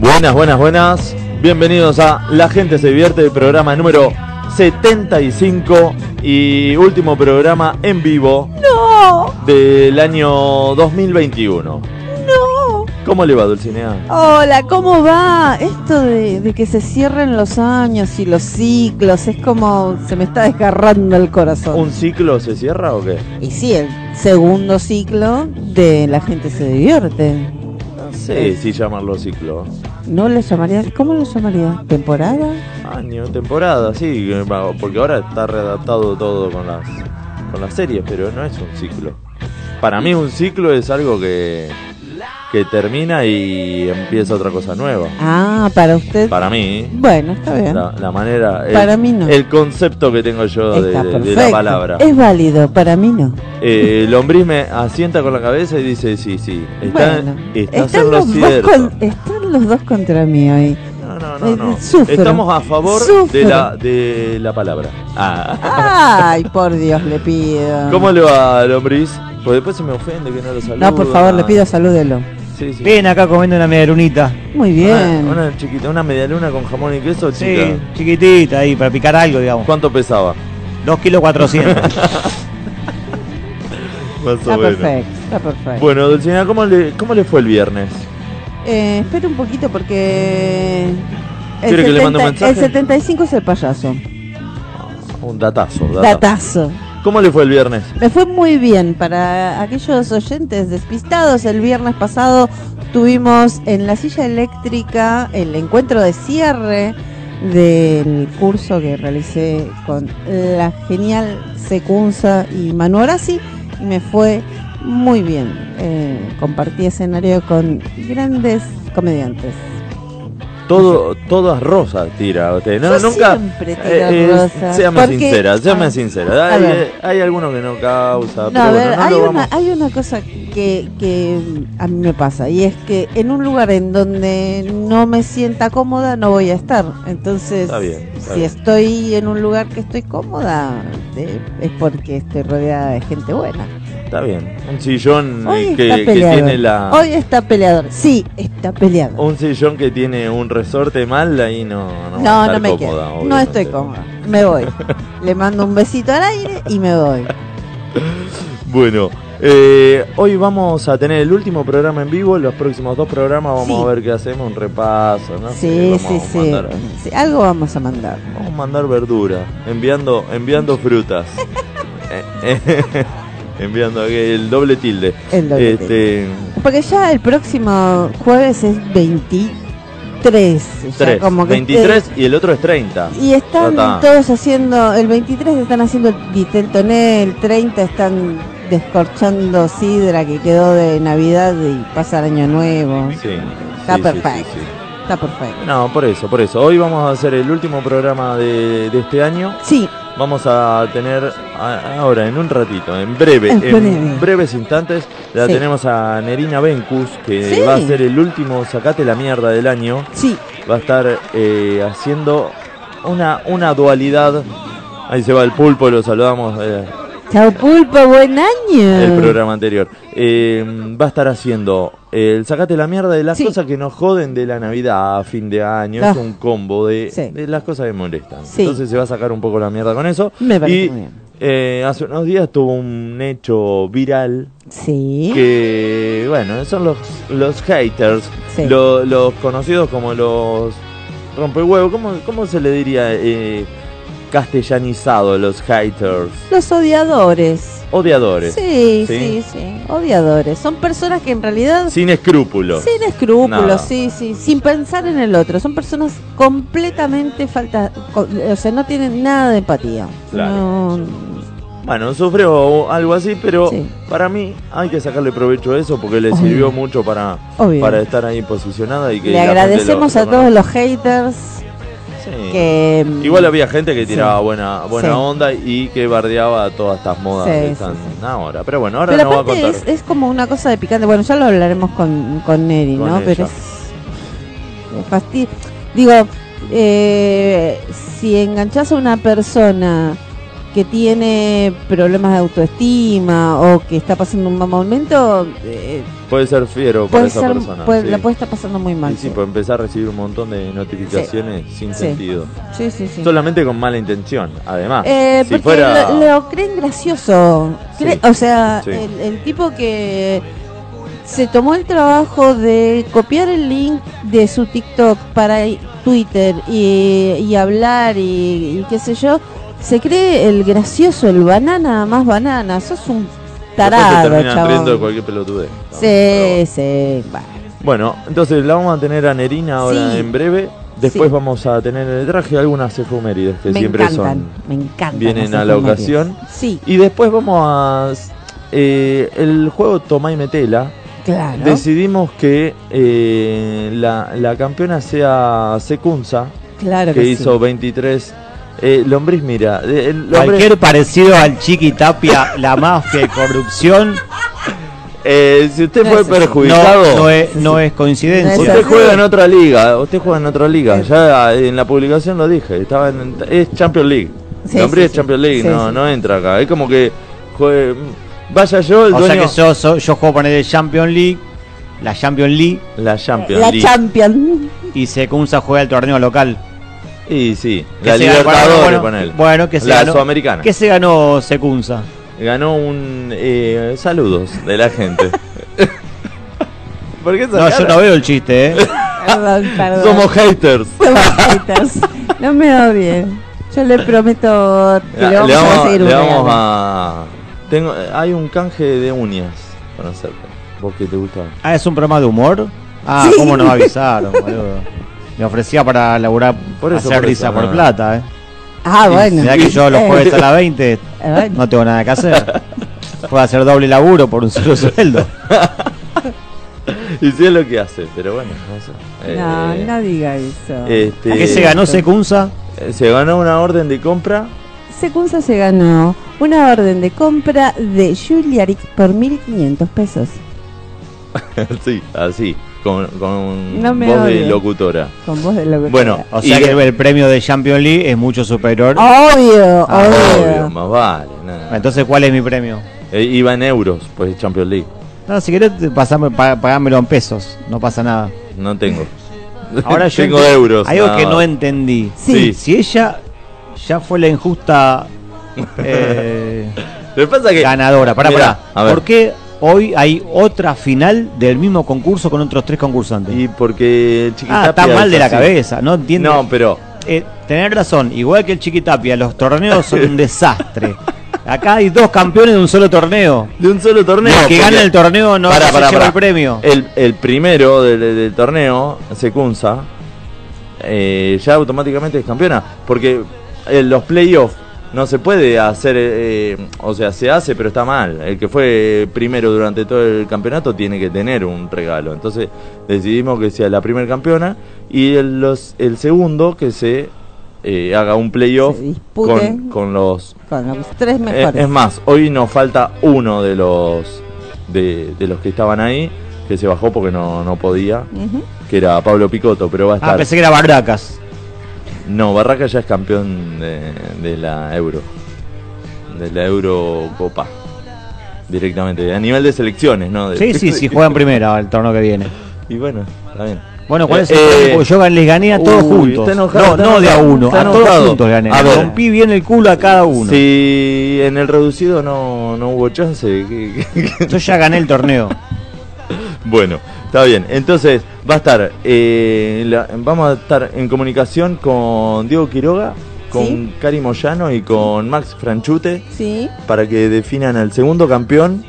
Buenas, buenas, buenas. Bienvenidos a La gente se divierte, el programa número 75 y último programa en vivo ¡No! del año 2021. ¡No! ¿Cómo le va, Dulcinea? Hola, ¿cómo va? Esto de, de que se cierren los años y los ciclos es como se me está desgarrando el corazón. ¿Un ciclo se cierra o qué? Y sí, el segundo ciclo de La gente se divierte. No sé si llamarlo ciclo. ¿No le llamaría? ¿Cómo lo llamaría? ¿Temporada? Año, temporada, sí, que va- porque ahora está readaptado todo con las, con las series, pero no es un ciclo. Para mí un ciclo es algo que, que termina y empieza otra cosa nueva. Ah, para usted. Para mí, Bueno, está bien. la, la manera, el, Para mí no. el concepto que tengo yo de, Está de- de perfecto. la palabra. Es válido, para mí no. Eh, el hombre me asienta con la cabeza y dice, sí, sí, está, bueno, estás están en lo los, dos cierto. con- están los dos contra mí hoy. No, no, no, no. Eh, sufro. Estamos a favor de Sufro. la, de la palabra. Ah. Ay, por Dios, le pido. ¿Cómo le va, Lombriz? Pues después se me ofende que no lo saluda. No, por favor, le pido salúdelo. Sí, sí. Bien, acá comiendo una medialunita. Ah, Muy bien. Una, una chiquita, una medialuna con jamón y queso, Sí, chica. chiquitita ahí, para picar algo, digamos. ¿Cuánto pesaba? 2 kilos 400. Más está perfecto, está perfecto. Bueno, Dulcinea, ¿cómo le, ¿cómo le fue el viernes? Eh, espera un poquito porque... El, ¿Quiere que le mande un mensaje? el 75 es el payaso. Un datazo, datazo. Datazo. ¿Cómo le fue el viernes? Me fue muy bien. Para aquellos oyentes despistados, el viernes pasado tuvimos en la silla eléctrica el encuentro de cierre del curso que realicé con la genial Secunza y Manu Orasi y me fue muy bien. Eh, compartí escenario con grandes comediantes. Todo, todas rosas tira usted. No, Yo nunca. eh, siempre tiro rosas, Seame porque- sincera, seame Ah, sincera. a Hay, eh, ver. hay alguno que no causa, No, Ah, pero a bueno, ver, no hay, lo una, vamos. hay una cosa que, que a mí me pasa y es que en un lugar en donde no me sienta cómoda no voy a estar. Entonces, Está bien, está si bien. estoy en un lugar que estoy cómoda, eh, es porque estoy rodeada de gente buena. Está bien. Un sillón Hoy eh, está que, que peleador. tiene la. Hoy está peleador. Sí, está peleador. Un sillón que tiene un resorte mal, ahí no No, va a No, estar no me cómoda, quedo. No obviamente. estoy cómoda. Me voy. Le mando un besito al aire y me voy. Bueno, eh, hoy vamos a tener el último programa en vivo. Los próximos dos programas vamos Sí. a ver qué hacemos, un repaso. ¿no? Eh, Sí, sí, vamos a sí. mandar- Sí, Algo vamos a mandar. Vamos a mandar verdura, enviando, enviando frutas. Eh, eh, enviando el doble tilde. El doble este, tilde. Porque ya el próximo jueves es 23. ya tres, como que 23 y el otro es 30. este- y están Ya está. todos haciendo, el 23 están haciendo el Viteltoné, el 30 están descorchando sidra que quedó de Navidad y pasa el Año Nuevo. Sí, sí, Está sí, sí, perfecto. sí. Está perfecto. No, por eso, por eso. Hoy vamos a hacer el último programa de- de este año. Sí, Vamos a tener a- ahora, en un ratito, en breve, En en, breve. breves instantes, la Sí. tenemos a Nerina Bencus, que Sí. va a ser el último Sacate la Mierda del año. sí. Va a estar eh, haciendo una, una dualidad. Ahí se va el pulpo, lo saludamos eh, Chao pulpo, buen año. el programa anterior. Eh, va a estar haciendo el Sacate la Mierda de las Sí. cosas que nos joden de la Navidad a fin de año. Ah. Es un combo de, Sí. de las cosas que molestan. Sí. Entonces se va a sacar un poco la mierda con eso. Me parece y muy bien. eh, hace unos días tuvo un hecho viral Sí. que, bueno, son los, los haters, Sí. lo- los conocidos como los rompehuevos. ¿Cómo, cómo se le diría eh, castellanizado los haters? Los odiadores. Odiadores. Sí, Sí. sí, sí, Odiadores. Son personas que en realidad Sin escrúpulos. Sin escrúpulos, Nada. sí, sí, sin pensar en el otro. Son personas completamente faltas, o sea, no tienen nada de empatía. Claro. No, Bueno, sufrió algo así, pero Sí. para mí hay que sacarle provecho a eso porque le Obvio. sirvió mucho para, obvio. para estar ahí posicionada y que... Le la gente lo agradecemos a todos reconozca. los haters Sí. que mm, Igual había gente que tiraba Sí. buena, buena Sí. onda y que bardeaba a todas estas modas Sí, que sí, están sí. ahora. Pero bueno, ahora pero no va a aparte contar. es, es como una cosa de picante. Bueno, ya lo hablaremos con, con Neri, Con ¿no? ella. Pero es, es fasti- Digo, eh, si enganchas a una persona que tiene problemas de autoestima o que está pasando un mal momento, eh, Puede ser fiero para puede esa ser- persona. puede- sí. la puede estar pasando muy mal. Y sí, puede empezar a recibir un montón de notificaciones sin Sí. sentido. Sí, sí, sí. Solamente con mala intención, además. Eh, Ah, si porque fuera. lo, lo creen gracioso. Cre- Sí. O sea, Sí. el, el tipo que se tomó el trabajo de copiar el link de su TikTok para i- Twitter y, y hablar y, y qué sé yo, se cree el gracioso, el banana más banana. Sos un después se tarado, terminan riendo de chabón. cualquier pelotudez. ¿no? Sí, sí, va. Pero Bueno, Bueno, entonces la vamos a tener a Nerina ahora Sí. en breve. Después Sí. vamos a tener en el traje algunas efemérides que Me siempre encantan, son. me encantan. vienen las a la efemérides. ocasión. Sí, Y después vamos a. eh, el juego Tomá y Metela. claro. Decidimos que eh, la, la campeona sea Secunza, claro que que hizo sí. 23. Eh, Lombriz, mira. eh, el Lombriz- Cualquier parecido al Chiqui Tapia, la mafia y corrupción eh, si usted No fue es eso. perjudicado. no, no es, no es coincidencia. No es Usted así. juega en otra liga, usted juega en otra liga. Sí. Ya en la publicación lo dije, estaba en, es Champions League. Sí, Lombriz sí, es sí. Champions League, Sí, no, sí. no entra acá. Es como que jue- vaya yo, el o sea dueño. que yo, so- yo juego poner el Champions League, la Champions League, La Champions La League. champion. y Secunza juega el torneo local. y sí, Que la se ganó- Libertadores bueno, con él. Bueno, que se la ganó. Sudamericana. ¿Qué se ganó Secunza? Ganó un eh, saludos de la gente. ¿Por qué esa No, yo cara? no veo el chiste, ¿eh? Perdón, perdón. Somos haters. Somos haters. No me odien. Yo le prometo que le Ah, vamos, a conseguir un le vamos regalo. a- Tengo, hay un canje de uñas para hacerte. Vos que te gusta. Ah, es un programa de humor. Ah, Sí. ¿cómo nos avisaron, boludo? Me ofrecía para laburar, Por eso, hacer por risa eso, por no. plata, ¿eh? Ah, bueno. Mirá que yo los Eh, jueves a las 20 eh, bueno. no tengo nada que hacer. Puedo hacer doble laburo por un solo sueldo. Y sí es lo que hace, pero bueno, no sé. No, Eh, no diga eso. este- ¿A qué se ganó Secunza? eh, Se ganó una orden de compra. Secunza se ganó una orden de compra de Juliarix por 1.500 pesos. sí, así. Con, con No me voz de odie. locutora. Con voz de lo que Bueno, O Y sea que ga- el premio de Champions League es mucho superior. Obvio, Ah, obvio. Obvio, más vale. nada. Entonces, ¿cuál es mi premio? Eh, iba en euros, pues Champions League. No, si querés, pasame, pa- pagámelo en pesos. No pasa nada. No tengo. Ahora yo tengo ente- euros. Algo nada que más. no entendí. Sí. Si ella ya fue la injusta eh, Lo que pasa que. ganadora. Pará, Mirá, a pará. ver. ¿Por qué hoy hay otra final del mismo concurso con otros tres concursantes? Y porque Chiquitapia ah, está hizo mal de la así. cabeza. No entiendo. No, pero. Eh, tenés razón. Igual que el Chiquitapia, los torneos son un desastre. Acá hay dos campeones de un solo torneo. De un solo torneo. el que porque- gana el torneo no Pará, se pará, lleva pará. el premio. El, el primero del, del torneo, Secunza, eh, ya automáticamente es campeona. Porque eh, los playoffs no se puede hacer, eh, o sea, se hace, pero está mal. El que fue primero durante todo el campeonato tiene que tener un regalo. Entonces decidimos que sea la primer campeona y el, los, el segundo que se eh, haga un playoff Se dispute. con, con los Con los tres eh, mejores. Es más, hoy nos falta uno de los de, de los que estaban ahí, que se bajó porque no, no podía, Ujú. que era Pablo Picotto, pero va a Ah, estar. pensé que era Barracas. No, Barraca ya es campeón de, de la Euro. De la Eurocopa. Directamente, a nivel de selecciones, ¿no? De- Sí, sí, sí, juegan primera el torneo que viene. Y bueno, está bien. Bueno, ¿cuál es Eh, el eh, problema? Porque yo gan- les gané a todos uy, juntos. está enojado, no, está no de a enojado, uno, está a todos enojado. juntos gané. A A ver. rompí bien el culo a cada uno. Si en el reducido no, no hubo chance, ¿qué- qué- qué- Yo ya gané el torneo. Bueno, está bien. Entonces, va a estar. eh, la- vamos a estar en comunicación con Diego Quiroga, con Sí. Cari Moyano y con Max Franchute Sí. para que definan al segundo campeón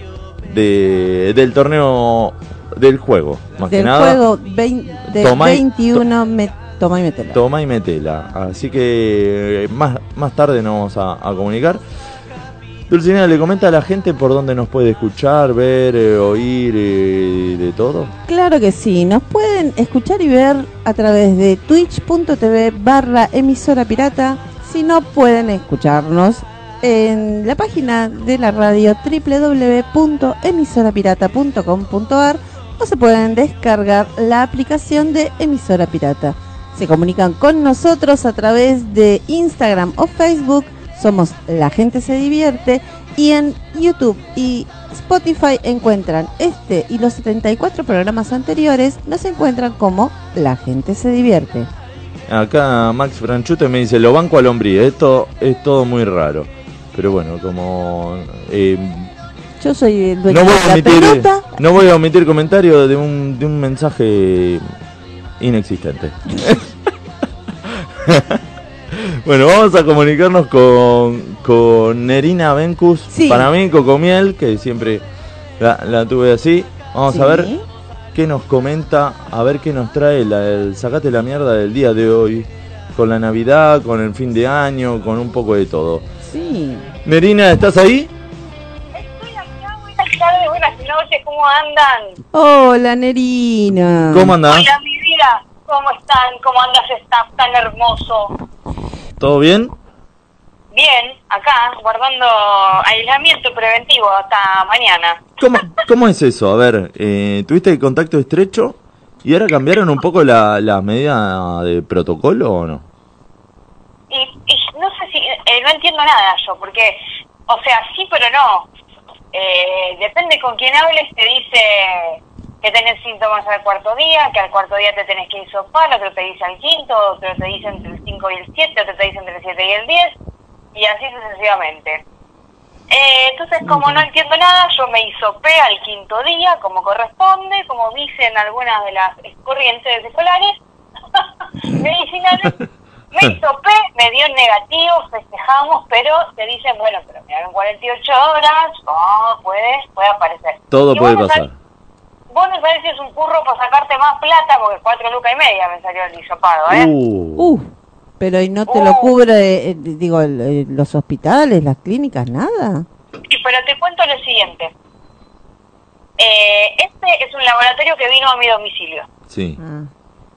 de- del torneo del juego. Más que Del nada, juego vein- de Tomá y- 21 me, toma y metela. toma y metela. Así que eh, más, más tarde nos vamos a, a comunicar. Dulcinea, ¿le comenta a la gente por dónde nos puede escuchar, ver, eh, oír, eh, de todo? Claro que sí, nos pueden escuchar y ver a través de twitch.tv barra emisora pirata. Si no pueden escucharnos en la página de la radio www.emisorapirata.com.ar o se pueden descargar la aplicación de emisora pirata. Se comunican con nosotros a través de Instagram o Facebook somos La gente se divierte y en YouTube y Spotify encuentran este y los 74 programas anteriores nos encuentran como La gente se divierte. Acá Max Franchute me dice, lo banco al hombrí, esto es todo muy raro. Pero bueno, como... eh, Yo soy el dueño no, voy a de la omitir, Pues pelota. no voy a omitir comentario de un, de un mensaje inexistente. bueno, vamos a comunicarnos con, con Nerina Bencus. Sí. Para mí, Cocomiel, que siempre la, la tuve así. Vamos a ver Sí. qué nos comenta, a ver qué nos trae la, el Sacate la mierda del día de hoy. Con la Navidad, con el fin de año, con un poco de todo. Sí. Nerina, ¿estás ahí? Estoy acá, buenas tardes, buenas noches, ¿cómo andan? Hola, Nerina. Ah. ¿Cómo andás? Hola, mi vida, ¿cómo están? ¿Cómo anda ese staff tan hermoso? ¿Todo bien? Bien, acá, guardando aislamiento preventivo hasta mañana. ¿Cómo, cómo es eso? A ver, eh, ¿tuviste contacto estrecho y ahora cambiaron un poco la, la medida de protocolo o no? Y, y no sé si, eh, no entiendo nada yo, porque, o sea, sí, pero no. Eh, depende con quién hables, te dice que tenés síntomas al cuarto día, que al cuarto día te tenés que hisopar, otro te dice al quinto, otro te dice entre el 5 y el 7, otro te dice entre el 7 y el 10, y así sucesivamente. Eh, entonces, como no entiendo nada, yo me hisopé al quinto día, como corresponde, como dicen algunas de las corrientes escolares medicinales. Me hisopé, me dio negativo, festejamos, pero te dicen, bueno, pero mira, en 48 horas, oh, puede, puede aparecer. Todo Y puede vos no pasar. sabés- Vos no sabés si es un curro para sacarte más plata, porque cuatro lucas y media me salió el hisopado, ¿eh? Uh, Uh, pero ¿y no te lo Oh. cubre, eh, digo, el- eh, los hospitales, las clínicas, nada? Y, pero te cuento lo siguiente. Eh, este es un laboratorio que vino a mi domicilio, sí. Ah,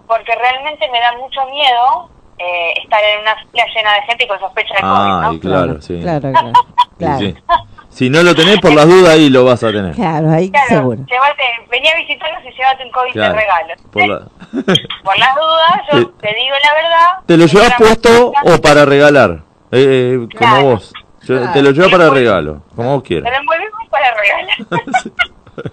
porque realmente me da mucho miedo eh, estar en una fila llena de gente con sospecha de COVID, ¿no? Ay, Ah, claro, sí. Claro, claro. Claro, Sí, sí. Si no lo tenés, por las dudas ahí lo vas a tener. Claro, ahí Claro, seguro. llévate- vení a visitarnos y llévate un COVID Claro, de regalo. por la- Por las dudas, yo Sí. te digo la verdad. ¿Te lo llevas Una puesto mascarilla, o para regalar? Eh, eh, como Claro. vos. Yo- te lo llevo para regalo, como vos Te quieras. lo envolvemos para regalar. Bueno,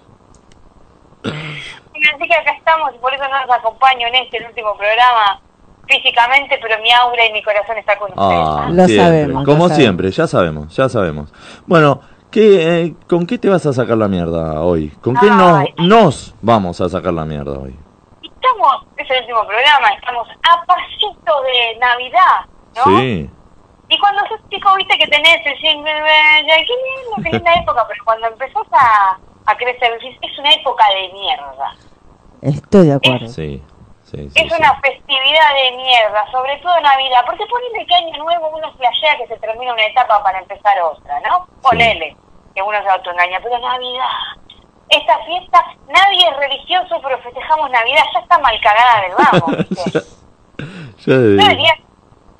Así que acá estamos y por eso no los acompaño en este el último programa físicamente, pero mi aura y mi corazón está con Ah, ustedes. Lo siempre, sabemos, lo Como sabemos. siempre, ya sabemos, ya sabemos. Bueno, ¿qué, eh, ¿con qué te vas a sacar la mierda hoy? ¿Con qué no, Ay. nos vamos a sacar la mierda hoy? Estamos, es el último programa, estamos a pasito de Navidad, ¿no? Sí, Y cuando sos chico, viste que tenés el jingle bell, ay, qué lindo, qué linda época, pero cuando empezás a, a crecer, decís, es una época de mierda. Estoy de acuerdo. sí, sí. sí, Es sí. una festividad de mierda, sobre todo Navidad, porque ponele que año nuevo uno flashea que se termina una etapa para empezar otra, ¿no? Ponele, que uno se autoengaña, pero Navidad, esta fiesta, nadie es religioso, pero festejamos Navidad, ya está mal cagada del vamos, ¿viste? Ya de- Yo diría,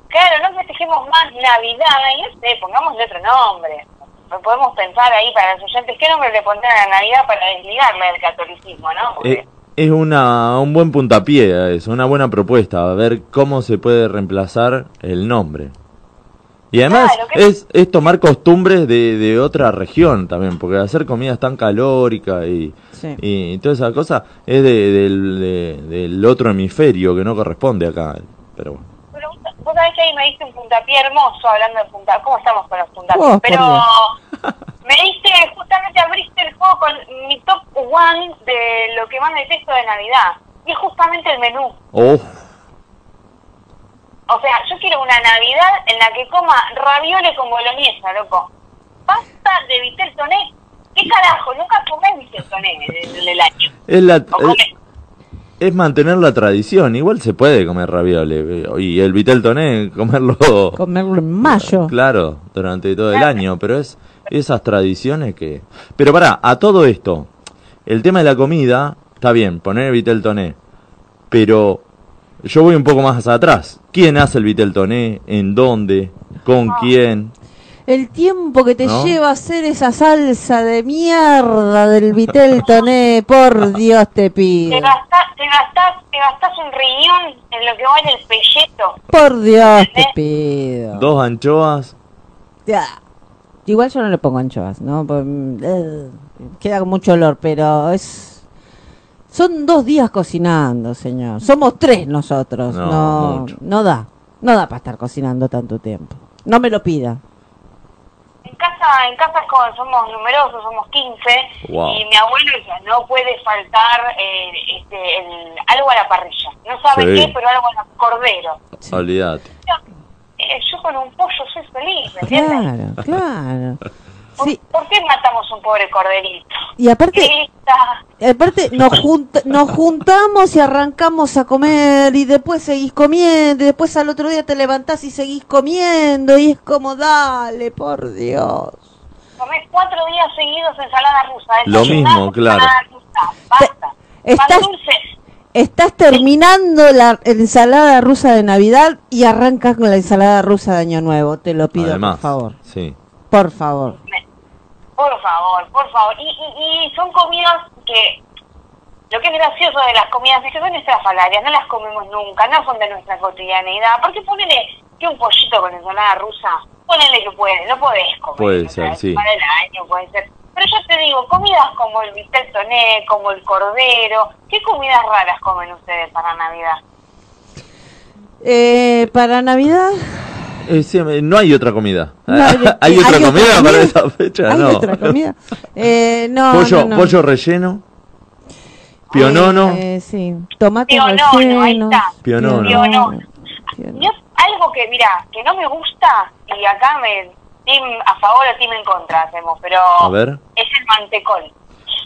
claro, no festejemos más Navidad, y no sé, pongámosle otro nombre. Podemos pensar ahí para los oyentes, ¿qué nombre le pondrán a Navidad para desligarla del catolicismo, no? Porque- eh, es una, un buen puntapié a eso, una buena propuesta, a ver cómo se puede reemplazar el nombre. Y además Claro, que- es, es tomar costumbres de, de otra región también, porque hacer comidas tan calóricas y, Sí. Y toda esa cosa es de- del, de- del otro hemisferio que no corresponde acá. Pero bueno. Pero vos- vos sabés que ahí me diste un puntapié hermoso hablando de puntapié. ¿Cómo estamos con los puntapiés? Oh, por Pero me diste, justamente abriste el juego con mi top one de lo que más detesto de Navidad. Y es justamente el menú. Oh, O sea, yo quiero una Navidad en la que coma ravioles con boloñesa, loco. Pasta de vitel toné. ¿Qué carajo? Nunca comés vitel toné en el- en el año. es, la, O es, comés. es mantener la tradición. Igual se puede comer ravioli. eh, Y el vitel toné, comerlo. Comerlo en mayo. Claro, durante todo el Claro. año. Pero es esas tradiciones que. Pero pará, a todo esto. El tema de la comida, está bien, poner el vitel toné. Pero yo voy un poco más atrás. ¿Quién hace el vitel toné? ¿En dónde? ¿Con Ah. quién? El tiempo que te ¿No? lleva hacer esa salsa de mierda del vitel toné, por Dios te pido. Te gastás, te, gastás, te gastás un riñón en lo que vale el pelleto. Por Dios te pido. Dos anchoas, Ya. Igual yo no le pongo anchoas, ¿no? Por- eh, Queda con mucho olor, pero es. Son dos días cocinando, señor. Somos tres nosotros. No, No, no, mucho. da. No da para estar cocinando tanto tiempo. No me lo pida. En casa, en casa es como somos numerosos, somos 15, Wow. y mi abuelo decía, no puede faltar eh, este, el- algo a la parrilla. No sabe Sí. qué, pero algo a la cordero. Olvídate. Eh, yo con un pollo soy feliz, ¿me entiendes? Claro, claro. ¿Por, Sí, por qué matamos un pobre corderito? y aparte. Grita. Y Aparte, nos, junta- nos juntamos y arrancamos a comer y después seguís comiendo y después al otro día te levantás y seguís comiendo y es como, dale, por Dios. Comés cuatro días seguidos ensalada rusa. Lo desayunás mismo, claro. ensalada rusa, Basta. Te- Pan estás- dulce. Estás terminando la ensalada rusa de Navidad y arrancas con la ensalada rusa de Año Nuevo, te lo pido, Además. por favor. Sí. Por favor. Por favor, por favor. Y, y, y son comidas que... Lo que es gracioso de las comidas es que son estrafalarias, no las comemos nunca, no son de nuestra cotidianeidad. Porque ponele que un pollito con ensalada rusa, ponele que puede, no podés comer. Puede o sea, ser, sí. Para el año puede ser. Pero yo te digo, comidas como el bistec toné, como el cordero, ¿qué comidas raras comen ustedes para Navidad? Eh, para Navidad... Eh, sí, me- no hay otra comida. no hay- ¿Hay otra ¿hay comida para esa fecha? ¿Hay no. otra comida? Eh, no, Pollo, no, no. pollo relleno. Pionono. Eh, sí. Tomates Pionono, ahí rellenos. está. Pionono. Pionono. Pionono. Yo- algo que, mira, que no me gusta, y acá me. Team a favor o team en contra hacemos, pero. A ver. Es el mantecol.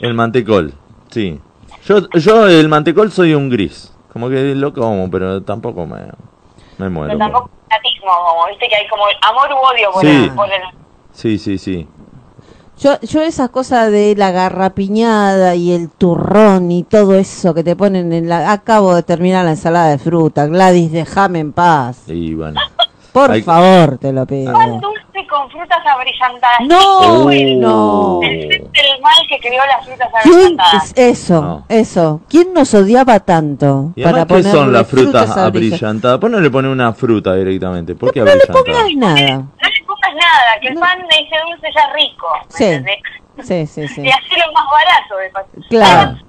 El mantecol. Sí. Yo, yo el mantecol soy un gris. Como que lo como, pero tampoco me, me muero. pero tampoco es fanatismo, como, viste que hay como amor u odio por, Sí. el, por el- Sí, sí, sí. Yo, yo esas cosas de la garrapiñada y el turrón y todo eso que te ponen en la... Acabo de terminar la ensalada de fruta, Gladys, déjame en paz. Y bueno. Por Hay- favor, te lo pido. Pan dulce con frutas abrillantadas. No, Oh. Uh. no. El fin del mal que creó las frutas ¿Quién- abrillantadas. es- eso, No. eso. ¿Quién nos odiaba tanto? ¿Y además qué son ponerle las frutas abrillantes? abrillantadas? ¿Por qué no le pone una fruta directamente? ¿Por qué No le abrillantada? pongas nada. No le pongas nada, que el No. pan de ese dulce ya es rico. ¿me Sí. entendés? Sí, sí, sí. Y hacerlo más barato, de paso. Claro. Ya Ah. está.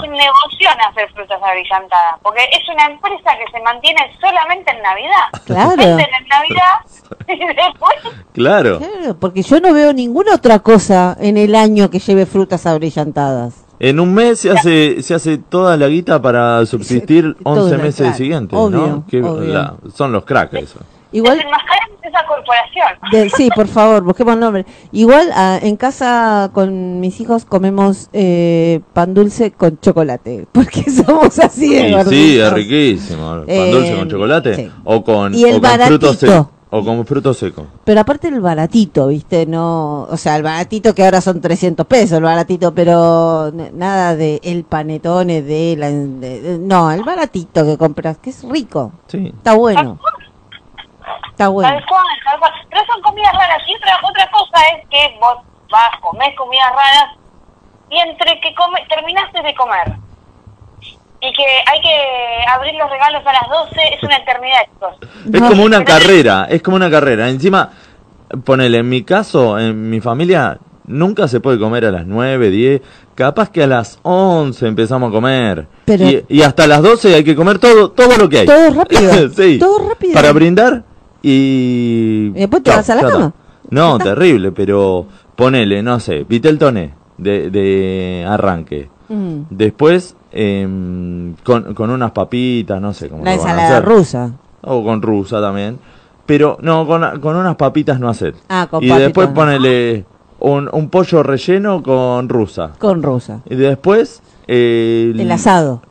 Es un negocio en hacer frutas abrillantadas, porque es una empresa que se mantiene solamente en Navidad. Claro. Venden en Navidad y después Claro. Claro, Eh, porque yo no veo ninguna otra cosa en el año que lleve frutas abrillantadas. En un mes se hace, se hace toda la guita para subsistir Sí, todo 11 la- meses claro, siguientes, obvio, ¿no? Que eh, obvio. la- son los cracks eso. Igual desenmascaramos esa corporación. De- sí, por favor, busquemos nombre. Igual ah, en casa con mis hijos comemos eh, pan dulce con chocolate, porque somos así de Y sí, gorditos. es riquísimo. Pan Eh, dulce con chocolate sí. o con, Y el o con frutos baratito. secos. O con frutos secos. Pero aparte el baratito, ¿viste? No, o sea, el baratito que ahora son 300 pesos, el baratito, pero n- nada de el panetone de la de- de- no, el baratito que compras, que es rico. Sí. Está bueno. Está Ah, bueno. Tal cual, tal cual. Pero son comidas raras. Y otra, otra cosa es que vos vas, comés comidas raras y entre que come, terminaste de comer y que hay que abrir los regalos a las 12 es una eternidad, chicos. Es No. como una carrera, es como una carrera. Encima, ponele, en mi caso, en mi familia, nunca se puede comer a las 9, 10. Capaz que a las 11 empezamos a comer. Pero- y, y hasta las 12 hay que comer todo, todo lo que hay. Todo rápido, Sí. todo rápido. Para brindar y... Y después te vas a la ya está. cama. No, Ya está. terrible, pero ponele, no sé, Vitel Toné de, de arranque. Mm. Después, em, con, con unas papitas, no sé cómo La lo van a ensalada hacer. rusa. O con rusa también. Pero no, con, con unas papitas no haces. Ah, con Y papitas después no. ponele un, un pollo relleno con rusa. Con rusa. Y después... eh, El asado.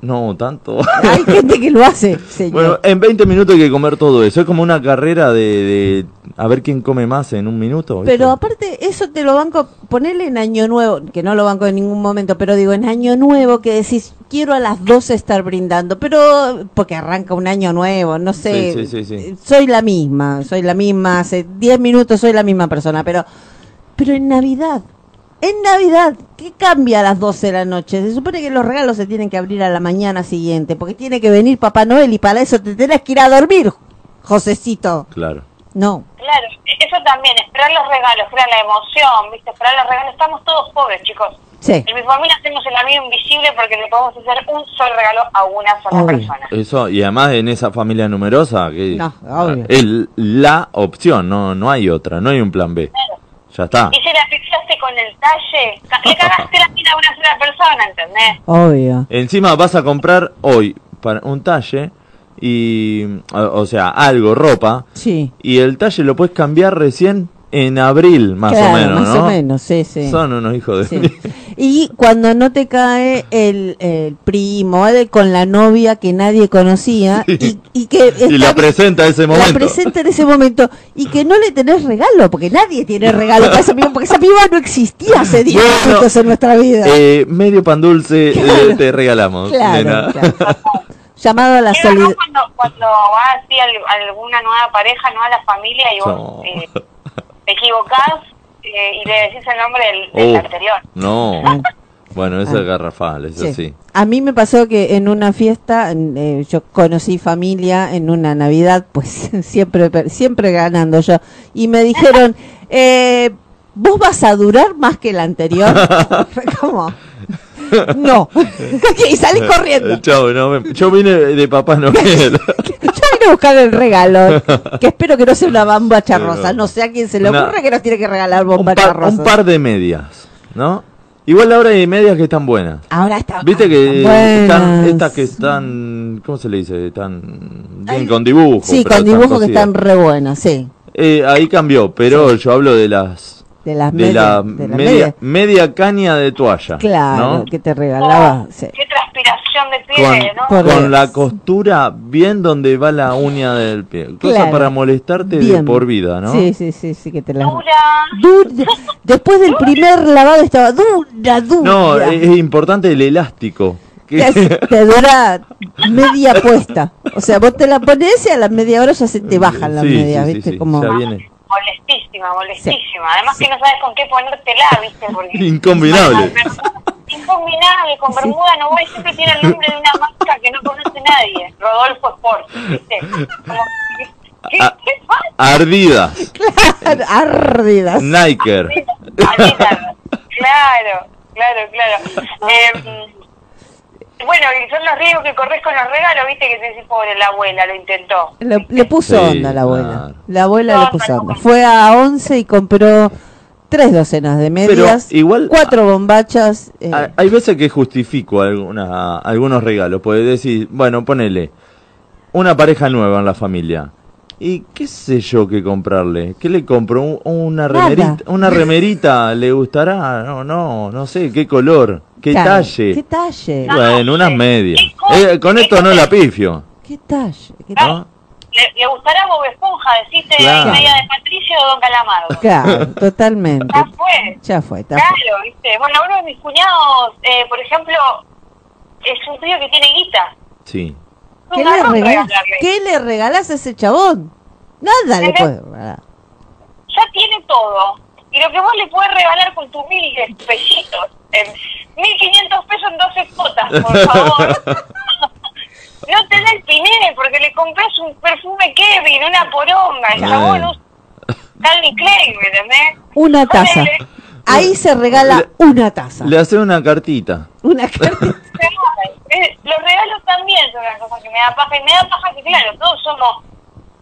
No, tanto. Hay gente que lo hace, señor. bueno, en 20 minutos hay que comer todo eso. Es como una carrera de, de a ver quién come más en un minuto. ¿viste? pero aparte, eso te lo banco, ponele en Año Nuevo, que no lo banco en ningún momento, pero digo, en Año Nuevo que decís, quiero a las 12 estar brindando, pero porque arranca un año nuevo, no sé, Sí, sí, sí, sí. soy la misma, soy la misma, hace 10 minutos soy la misma persona, pero, pero en Navidad, en Navidad, ¿qué cambia a las 12 de la noche? Se supone que los regalos se tienen que abrir a la mañana siguiente, porque tiene que venir Papá Noel y para eso te tenés que ir a dormir, Josecito. Claro. No. Claro, eso también, esperar los regalos, esperar la emoción, ¿viste? Esperar los regalos. Estamos todos pobres, chicos. Sí. En mi familia hacemos el amigo invisible porque le podemos hacer un solo regalo a una sola Obvio. persona. Eso, y además en esa familia numerosa, que No, obvio. es la opción, no, no hay otra, no hay un plan B. Ya está. Y se la fixaste con el talle, ca- le cagaste la vida a una sola persona, ¿entendés? Obvio. Encima vas a comprar hoy para un talle y o o sea, algo, ropa, Sí. y el talle lo puedes cambiar recién en abril, más Claro, o menos, Más ¿no? o menos, sí, sí. Son unos hijos de Sí. Y cuando no te cae el, el primo el con la novia que nadie conocía Ah, y, Sí. y que Y la está- presenta ese la momento. presenta en ese momento y que no le tenés regalo, porque nadie tiene regalo para esa piba, porque esa piba no existía hace 10 Bueno. minutos en nuestra vida. Eh, medio pan dulce eh, Claro. te regalamos. claro, nena. claro. Llamado a la Pero no solid cuando, cuando vas así a al- alguna nueva pareja, no a la familia y vos No. eh, te equivocás eh, y le decís el nombre del, del Oh, anterior. no. Bueno, eso es garrafal, eso sí. Ah. Sí. A mí me pasó que en una fiesta, en, eh, yo conocí familia en una Navidad, pues siempre, per- siempre ganando yo, y me dijeron, eh, ¿vos vas a durar más que la anterior? Fue como, no. y salí corriendo. Eh, chau, no, me- yo vine de Papá Noel. Yo vine a buscar el regalo, que espero que no sea una bombacha rosa. No sé a quién se le Una- ocurre que nos tiene que regalar un, bombacha par, rosa. un par de medias, ¿no? Igual ahora hay medias que están buenas. Ahora está. Viste que están, Ah. Buenas. estas que están, ¿cómo se le dice? Están bien Ay, con dibujo. Sí, pero con dibujos que cosidas. están re buenas, sí. Eh, ahí cambió, pero yo hablo de las... De las De la, medias. de las medias. media, media caña de toalla. Claro, ¿no? que te regalaba. Oh, sí. Qué transpiración de con, piel, ¿no? Por con Dios. la costura bien donde va la uña del pie. Cosa Claro. para molestarte de Bien. por vida, ¿no? Sí, sí, sí, sí, que te la... Dura. Dura. Después del primer lavado estaba dura, dura. No, e, es, es importante el elástico. Te, Que- hace- te dura media puesta. O sea, vos te la pones y a la media hora ya se te bajan las Sí, medias, sí, sí, ¿viste? sí, Como... ya viene. Molestísima, molestísima. Además que no sabes con qué ponértela, ¿viste? Porque Incombinable. Incombinable, con Bermuda no voy, siempre tiene el nombre de una marca que no conoce nadie. Rodolfo Sport, ¿viste? Como, ¿Qué, Ah. qué pasa? Ardidas. Claro, ardidas. Niker. Ahí está. Claro, claro, claro. Eh, bueno, y son los riesgos que corres con los regalos, viste que te decís, pobre, la abuela lo intentó. Le, le puso Sí, onda la abuela. claro. La abuela No, le puso no, onda. no. Fue a 11 y compró tres docenas de medias, igual- cuatro bombachas. eh, Ah, Hay veces que justifico alguna- algunos regalos. Puedes decir, bueno, ponele una pareja nueva en la familia. ¿Y qué sé yo qué comprarle? ¿Qué le compro? ¿Un- ¿Una Nada. remerita? ¿Una remerita le gustará? No, no, no sé. ¿Qué color? ¿Qué claro. talle? ¿Qué talle? Bueno, unas medias. ¿Qué cosa? Eh, con esto no la pifio, ¿Qué talle? ¿Qué talle? ¿no? Le, le gustará Bob Esponja, deciste, Claro. media de Patricio o Don Calamardo. Claro, totalmente. Ya fue. Ya fue, está fue. Claro, viste. Bueno, uno de mis cuñados, eh, por ejemplo, es un tío que tiene guita. Sí. ¿Qué le, garrón regalás, regalarle. ¿Qué le regalás a ese chabón? Nada le ¿Entendés? puedes regalar. Ya tiene todo. Y lo que vos le puedes regalar con tus mil pesitos, eh, 1500 pesos en 12 cuotas, por favor. no te da el pinere porque le compras un perfume Kevin, una poronga, el Ah. jabón, un Calvin Klein, ¿me entendés? Una taza. Ponele. Ahí se regala una taza. Le hace una cartita. Una carta. Eh, Los regalos también son una cosa que me da paja. Y me da paja que, claro, todos somos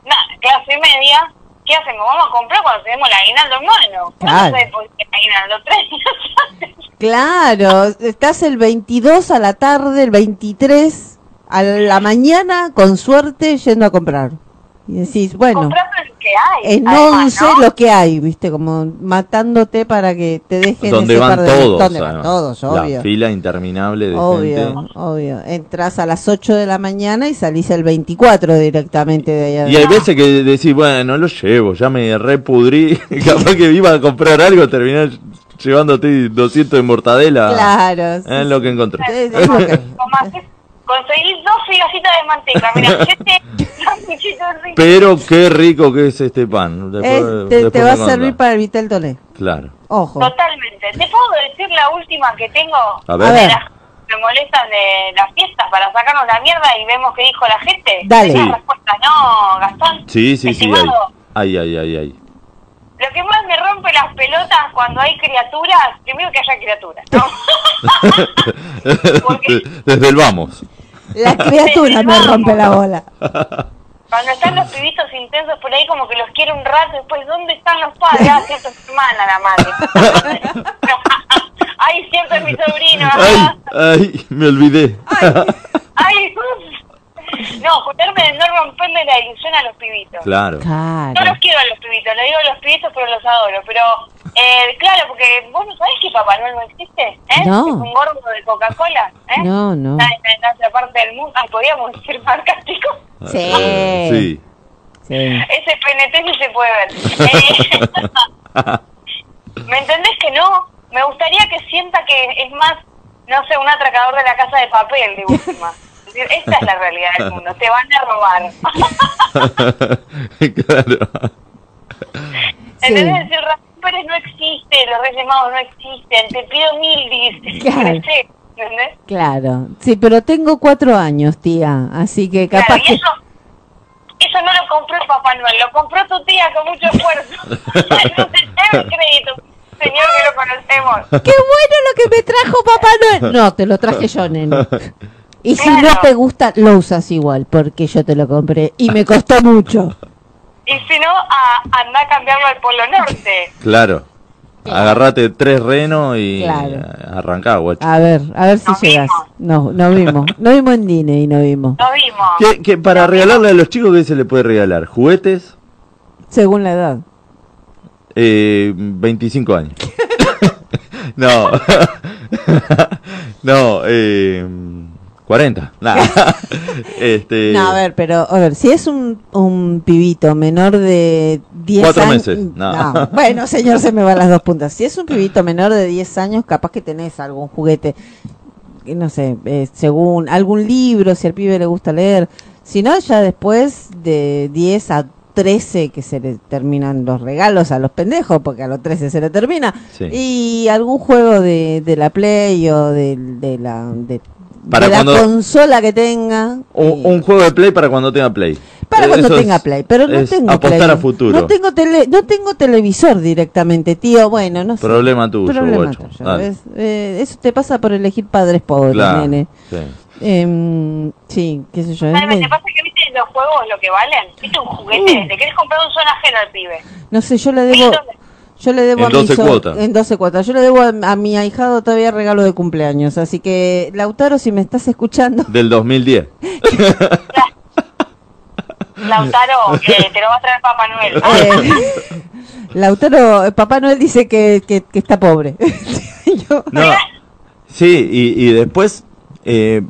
nada, clase media. ¿Qué hacemos? Vamos a comprar cuando tenemos el aguinaldo en mano. Claro. el aguinaldo? ¿Tres? Claro, estás el 22 a la tarde, el 23 a la mañana, con suerte, yendo a comprar. Y decís, bueno, Comprar lo que hay. Eh, en además, 11 ¿no? lo que hay, viste, como matándote para que te dejen Donde ese van par de- todos. Donde van además. todos, La obvio. fila interminable de Obvio, gente. obvio. Entras a las 8 de la mañana y salís el 24 directamente de allá. Y hay veces que decís, bueno, lo llevo, ya me repudrí. Capaz que iba a comprar algo, terminé llevándote 200 de mortadela. Claro. sí, Ah, Es lo que encontré. sí, es lo que- Como haces- Conseguís dos figasitas de manteca. Mira, este sanguchito rico. Pero qué rico que es este pan. Después- Es- Eh, te, después te me va a contás. servir Oh, para el Vitel Toné. Claro. Ojo. Totalmente. ¿Te puedo decir la última que tengo? A ver. A De ver. las que me molestan de las fiestas para sacarnos la mierda y vemos qué dijo la gente. Dale. Esas Sí. respuestas, ¿no, Gastón? Sí, sí, sí, Estimado, Ay, ay, ay, ay. Lo que más me rompe las pelotas cuando hay criaturas, primero que haya criaturas, ¿no? Porque- Desde el vamos. La criatura me Vamos. rompe la bola. Cuando están los pibitos intensos por ahí, como que los quiere un rato, después, ¿dónde están los padres? Ah, cierto, es tu hermana la madre. Ay, cierto, es mi sobrino. Ay, ah. ay, me olvidé. Ay, uf. No, juntarme de no romperle la ilusión a los pibitos. Claro. No Claro. los quiero a los pibitos, lo digo a los pibitos, pero los adoro. Pero, eh, claro, porque vos no sabés que Papá Noel no existe, ¿eh? No. Es un gordo de Coca-Cola, ¿eh? No, no. Está en, en otra parte del mundo. Ay, podríamos decir marcas, chicos. Ah. Sí. Eh, sí. Sí. Ese PNT sí se puede ver. Eh, ¿Me entendés que no? Me gustaría que sienta que es más, no sé, un atracador de la casa de papel, de última. Es decir, Esta es la realidad del mundo, te van a robar. claro. Entonces, si el Ramón Pérez no existe, los Reyes Magos no existen, te pido mil dis. Claro. Crecer, ¿entendés? Claro. Sí, pero tengo cuatro años, tía. Así que Claro, capaz y que. eso, eso no lo compró Papá Noel, lo compró tu tía con mucho esfuerzo. no te debe crédito, señor que lo conocemos. ¡Qué bueno lo que me trajo Papá Noel! No, te lo traje yo, nene. Y si no Claro. te gusta, lo usas igual, porque yo te lo compré y me costó mucho. Y si no, a, anda a cambiarlo al Polo Norte. Claro. Agarrate tres renos y Claro. arrancá, guacho. A ver, a ver si Nos llegas. vimos. No, no vimos. No vimos en Dine y no vimos. Lo vimos. ¿Qué- qué- para regalarle a los chicos, ¿qué se le puede regalar? ¿Juguetes? Según la edad. Eh, 25 años. no. no, eh, 40. Nada. este, No, a ver, pero, a ver, si es un, un pibito menor de 10 Cuatro años. meses, no. Bueno, señor, se me van las dos puntas. Si es un pibito menor de 10 años, capaz que tenés algún juguete, eh, no sé, eh, según algún libro, si al pibe le gusta leer. Si no, ya después de 10 a 13 que se le terminan los regalos a los pendejos, porque a los 13 se le termina. Sí. Y algún juego de, de la Play o de, de la... de- Para de la cuando- consola que tenga. Un, y- un juego de play para cuando tenga play. para cuando Eh, Eso es- tenga play, pero no es tengo apostar play. a futuro. No tengo tele, no tengo televisor directamente, tío. Bueno, no sé. Problema tuyo, Problema guacho. tuyo, Dale. ¿ves? Eh, eso te pasa por elegir padres pobres, Claro, nene. sí. Em, sí, qué sé yo. es Realmente, medio- pasa que viste los juegos lo que valen. Viste un Uh. juguete, te querés comprar un sonajero al pibe. No sé, yo le debo. dólares. Yo le debo En a mi 12 so- cuotas. En 12 cuotas. Yo le debo a, a mi ahijado todavía regalo de cumpleaños. Así que, Lautaro, si me estás escuchando. Del 2010. Lautaro, eh, te lo va a traer Papá Noel. Ah, eh, Lautaro, eh, Papá Noel dice que, que- que está pobre. Yo- No. Sí, y, y después eh,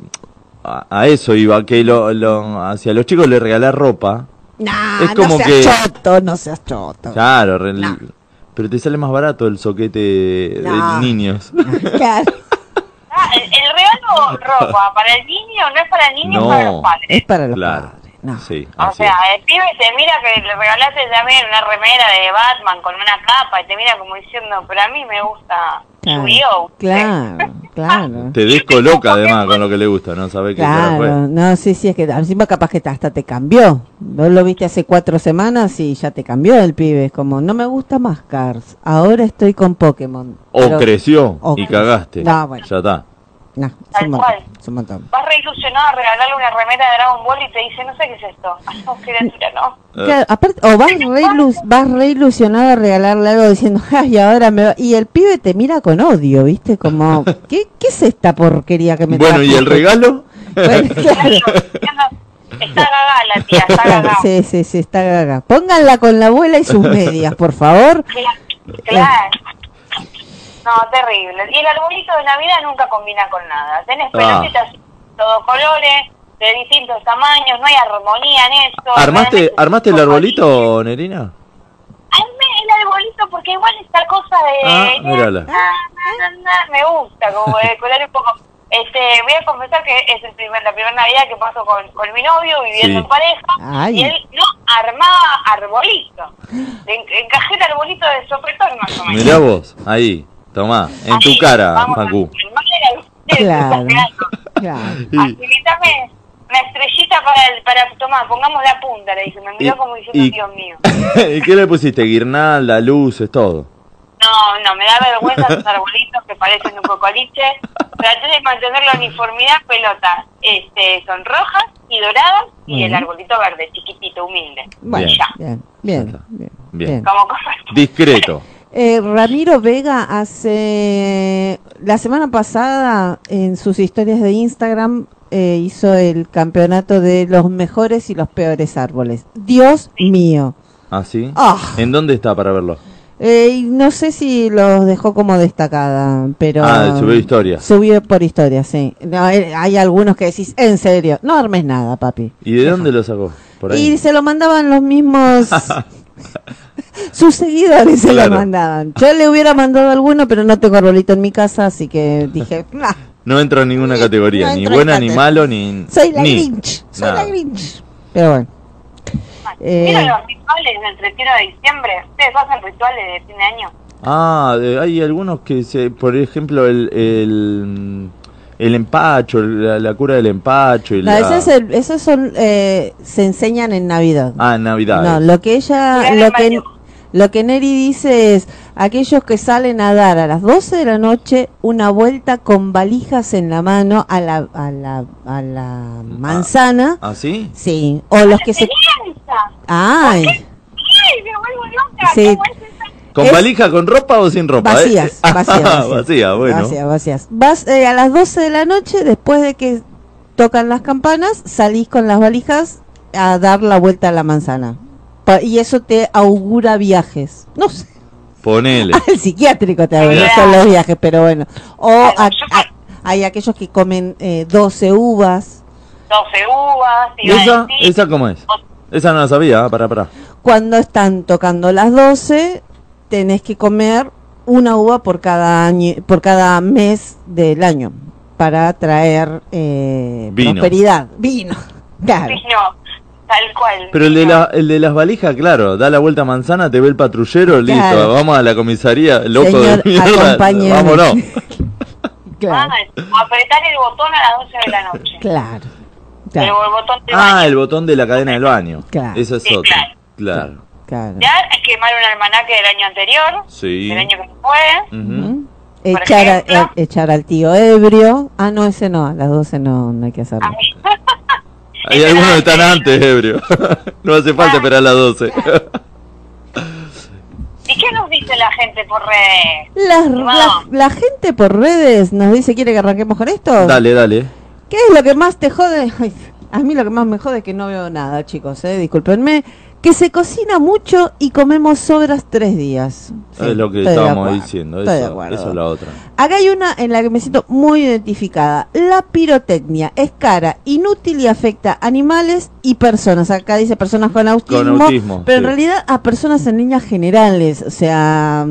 a, a eso iba, que lo, lo- hacia los chicos le regalar ropa. Nah, Es como no seas que- choto, no seas choto. Claro, re- No. pero te sale más barato el soquete No. de niños. Claro, ah, el, el regalo ropa Ah, para el niño no es para el niño, No. es para los es padres. para los Claro. padres. No. Sí, O así sea, el pibe te mira que le regalaste también una remera de Batman con una capa y te mira como diciendo, pero a mí me gusta Claro, Yu-Gi-Oh! claro, claro. es. Te descoloca además con lo que le gusta, ¿no? Sabés que ya Claro, no, sí, sí, es que encima capaz que hasta te cambió. Vos lo viste hace cuatro semanas y ya te cambió el pibe. Es como, no me gusta más Cars, ahora estoy con Pokémon. fue. O Pero- creció o y creció. cagaste. No, bueno. Ya está. No, es Tal un montón, cual. es un montón. Vas re ilusionado a regalarle una remera de Dragon Ball y te dice, no sé qué es esto. Ah, no, criatura, no. Eh. Claro, aparte, o vas re, ilus- vas re ilusionado a regalarle algo diciendo, ay, ahora me va-". Y el pibe te mira con odio, ¿viste? Como, ¿qué, qué es esta porquería que me Bueno, ¿y el trajiste?". regalo? Bueno, claro. Está cagada Ah, la tía, está Claro, cagada. sí, sí, sí, está gaga. Pónganla con la abuela y sus medias, por favor. Claro. No, terrible. Y el arbolito de Navidad nunca combina con nada. Tenés Ah. pelotitas de todos colores, de distintos tamaños, no hay armonía en eso. ¿Armaste, Realmente es ¿Armaste el un poco- arbolito, Nerina? Armé el arbolito porque igual esta cosa de... Ah, mírala. Na, na, na, na, me gusta, como de decorar un poco. Este, voy a confesar que es el primer, la primera Navidad que paso con, con mi novio viviendo Sí. en pareja Ay. y él no armaba arbolito. Le en- encajé el arbolito de sopetón más o menos. Mirá vos, ahí, tomá, en tu Así, cara, vamos a Facu. armar el arbolito, Claro. exagerando. Claro. Y- Facilítame, una estrellita para, el- para tomar, pongamos la punta, le dije. Me miró como diciendo, Dios mío. ¿Y qué le pusiste? Guirnalda, luces, todo. No, no, me da vergüenza esos arbolitos que parecen un cocoliche. Traté de mantener la uniformidad, pelotas este, son rojas y doradas y el arbolito verde, chiquitito, humilde. Bueno, Bien. bien, Ya bien, está. bien, Bien. bien. Como cosas. Discreto. Eh, Ramiro Vega hace la semana pasada en sus historias de Instagram eh, hizo el campeonato de los mejores y los peores árboles. Dios mío. ¿Ah, sí? Ah. ¿En dónde está para verlo? Eh, y no sé si los dejó como destacada, pero Ah, subió historia. Subió por historia, sí. No, eh, hay algunos que decís, en serio, no armes nada, papi. ¿Y de dónde lo sacó? Por Y ahí. se lo mandaban los mismos. Sus seguidores se Claro. lo mandaban. Yo le hubiera mandado alguno, pero no tengo arbolito en mi casa, así que dije, "Nah, No entro en ninguna categoría, No ni entro en buena, ni categoría. malo, ni. soy la ni. Grinch, soy Nada. la Grinch. Pero bueno. Eh, ¿Vieron los rituales del retiro de diciembre? ¿Ustedes hacen rituales de fin de año? Ah, de- hay algunos que, se, por ejemplo, el, el, mm, el empacho, el- la, la cura del empacho. Y no, la... esos, es el- esos son, eh, se enseñan en Navidad. Ah, Navidad. No, lo que ella, Jugar lo al que, baño. lo que Neri dice es, aquellos que salen a dar a las 12 de la noche una vuelta con valijas en la mano a la, a la, a la manzana, ¿Ah, sí? sí, o los que se... ¡Crianza! ¡Ay! ¡Ay, me vuelvo loca! Sí. ¿Cómo es esa? ¿Con Es- valija, con ropa o sin ropa? eh? Vacías, Ah, vacías, vacías. vacía, bueno. Vacías, vacías. Vas eh, a las 12 de la noche, después de que tocan las campanas, salís con las valijas a dar la vuelta a la manzana. Pa- y eso te augura viajes. No sé. Ponele. Al psiquiátrico te hago, no Claro. son los viajes, pero bueno. O Claro, a- yo- a- hay aquellos que comen eh, 12 uvas. 12 uvas, ¿Y iba a esa? decir. ¿Esa cómo es? Esa no la sabía, ah, pará, pará. Cuando están tocando las 12, tenés que comer una uva por cada año, por cada mes del año para traer eh, Vino. prosperidad, vino. Claro. Sí, no, tal cual. Pero el de, No. la, el de las valijas, claro, da la vuelta a manzana, te ve el patrullero, listo, Claro. vamos a la comisaría, loco Señor, de mierda, acompáñeme. vámonos. Claro. Ah, apretar el botón a las 12 de la noche. Claro. El, Claro. botón de Ah, el botón de la cadena del baño. Claro. Esa es Sí, otra. Claro. claro. Ya es quemar un almanaque del año anterior, Sí. del año que fue. Ujú. Por Echar, a- ejemplo. e- echar al tío ebrio. Ah, no, ese no, a las 12 no, no hay que hacerlo. Ay, Hay algunos que están antes, ebrio. no hace Ah. falta esperar a las 12. ¿Y qué nos dice la gente por redes? Las- Wow. la, la gente por redes nos dice, ¿quiere que arranquemos con esto? dale, dale. ¿Qué es lo que más te jode? Ay, A mí lo que más me jode es que no veo nada, chicos, eh, discúlpenme. Que se cocina mucho y comemos sobras tres días. Sí, es lo que estoy de estábamos acuerdo, diciendo. estoy de Eso, acuerdo. eso es la otra. Acá hay una en la que me siento muy identificada. La pirotecnia es cara, inútil y afecta a animales y personas. Acá dice personas con autismo, autismo, sí. pero en realidad a personas en líneas generales. O sea,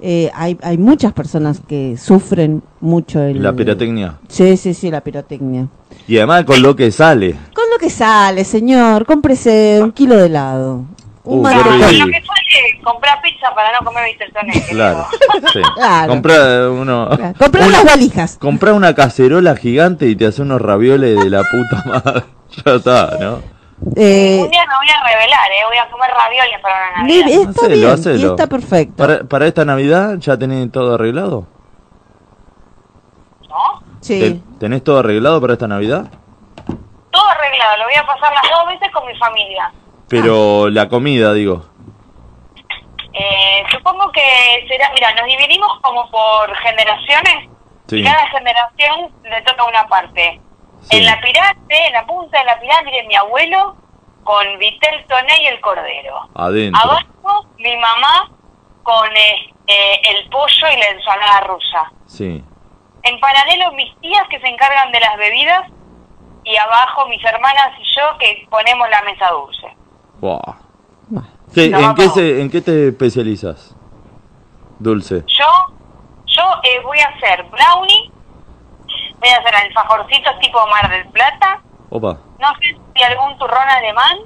eh, hay, hay muchas personas que sufren mucho el... La pirotecnia. Sí, sí, sí, la pirotecnia. Y además Eh. con lo que sale. Con lo que sale, señor, cómprese un kilo de helado. Un Uh, mate qué con- rico. Con pues, lo que sale, comprar pizza para no comer bistertonés. Claro. Sí. Claro. Comprá uno. Comprá una- las valijas. Comprá una cacerola gigante y te hace unos ravioles de la puta madre. ya está, ¿no? Eh, Un día me voy a revelar, ¿eh? voy a comer ravioles para una li- Navidad. está Hacelo, bien, hacelo. y está perfecto. Para, para esta Navidad ya tenés todo arreglado. ¿No? Sí. ¿Te- ¿Tenés todo arreglado para esta Navidad? Todo arreglado, lo voy a pasar las dos veces con mi familia. Ah. Pero la comida, digo. Eh, supongo que será, mira, nos dividimos como por generaciones. Sí. Cada generación le toca una parte. Sí. En la pirámide, en la punta de la pirámide, mi abuelo con Vitel Toné y el cordero. Adentro. Abajo, mi mamá con eh, eh, el pollo y la ensalada rusa. Sí. En paralelo, mis tías que se encargan de las bebidas. Y abajo, mis hermanas y yo que ponemos la mesa dulce. Buah. ¿Qué- No, en, vamos. qué se- ¿En qué te especializas? Dulce. Yo, yo eh, voy a hacer brownie, voy a hacer alfajorcitos tipo Mar del Plata, Opa. no sé si algún turrón alemán,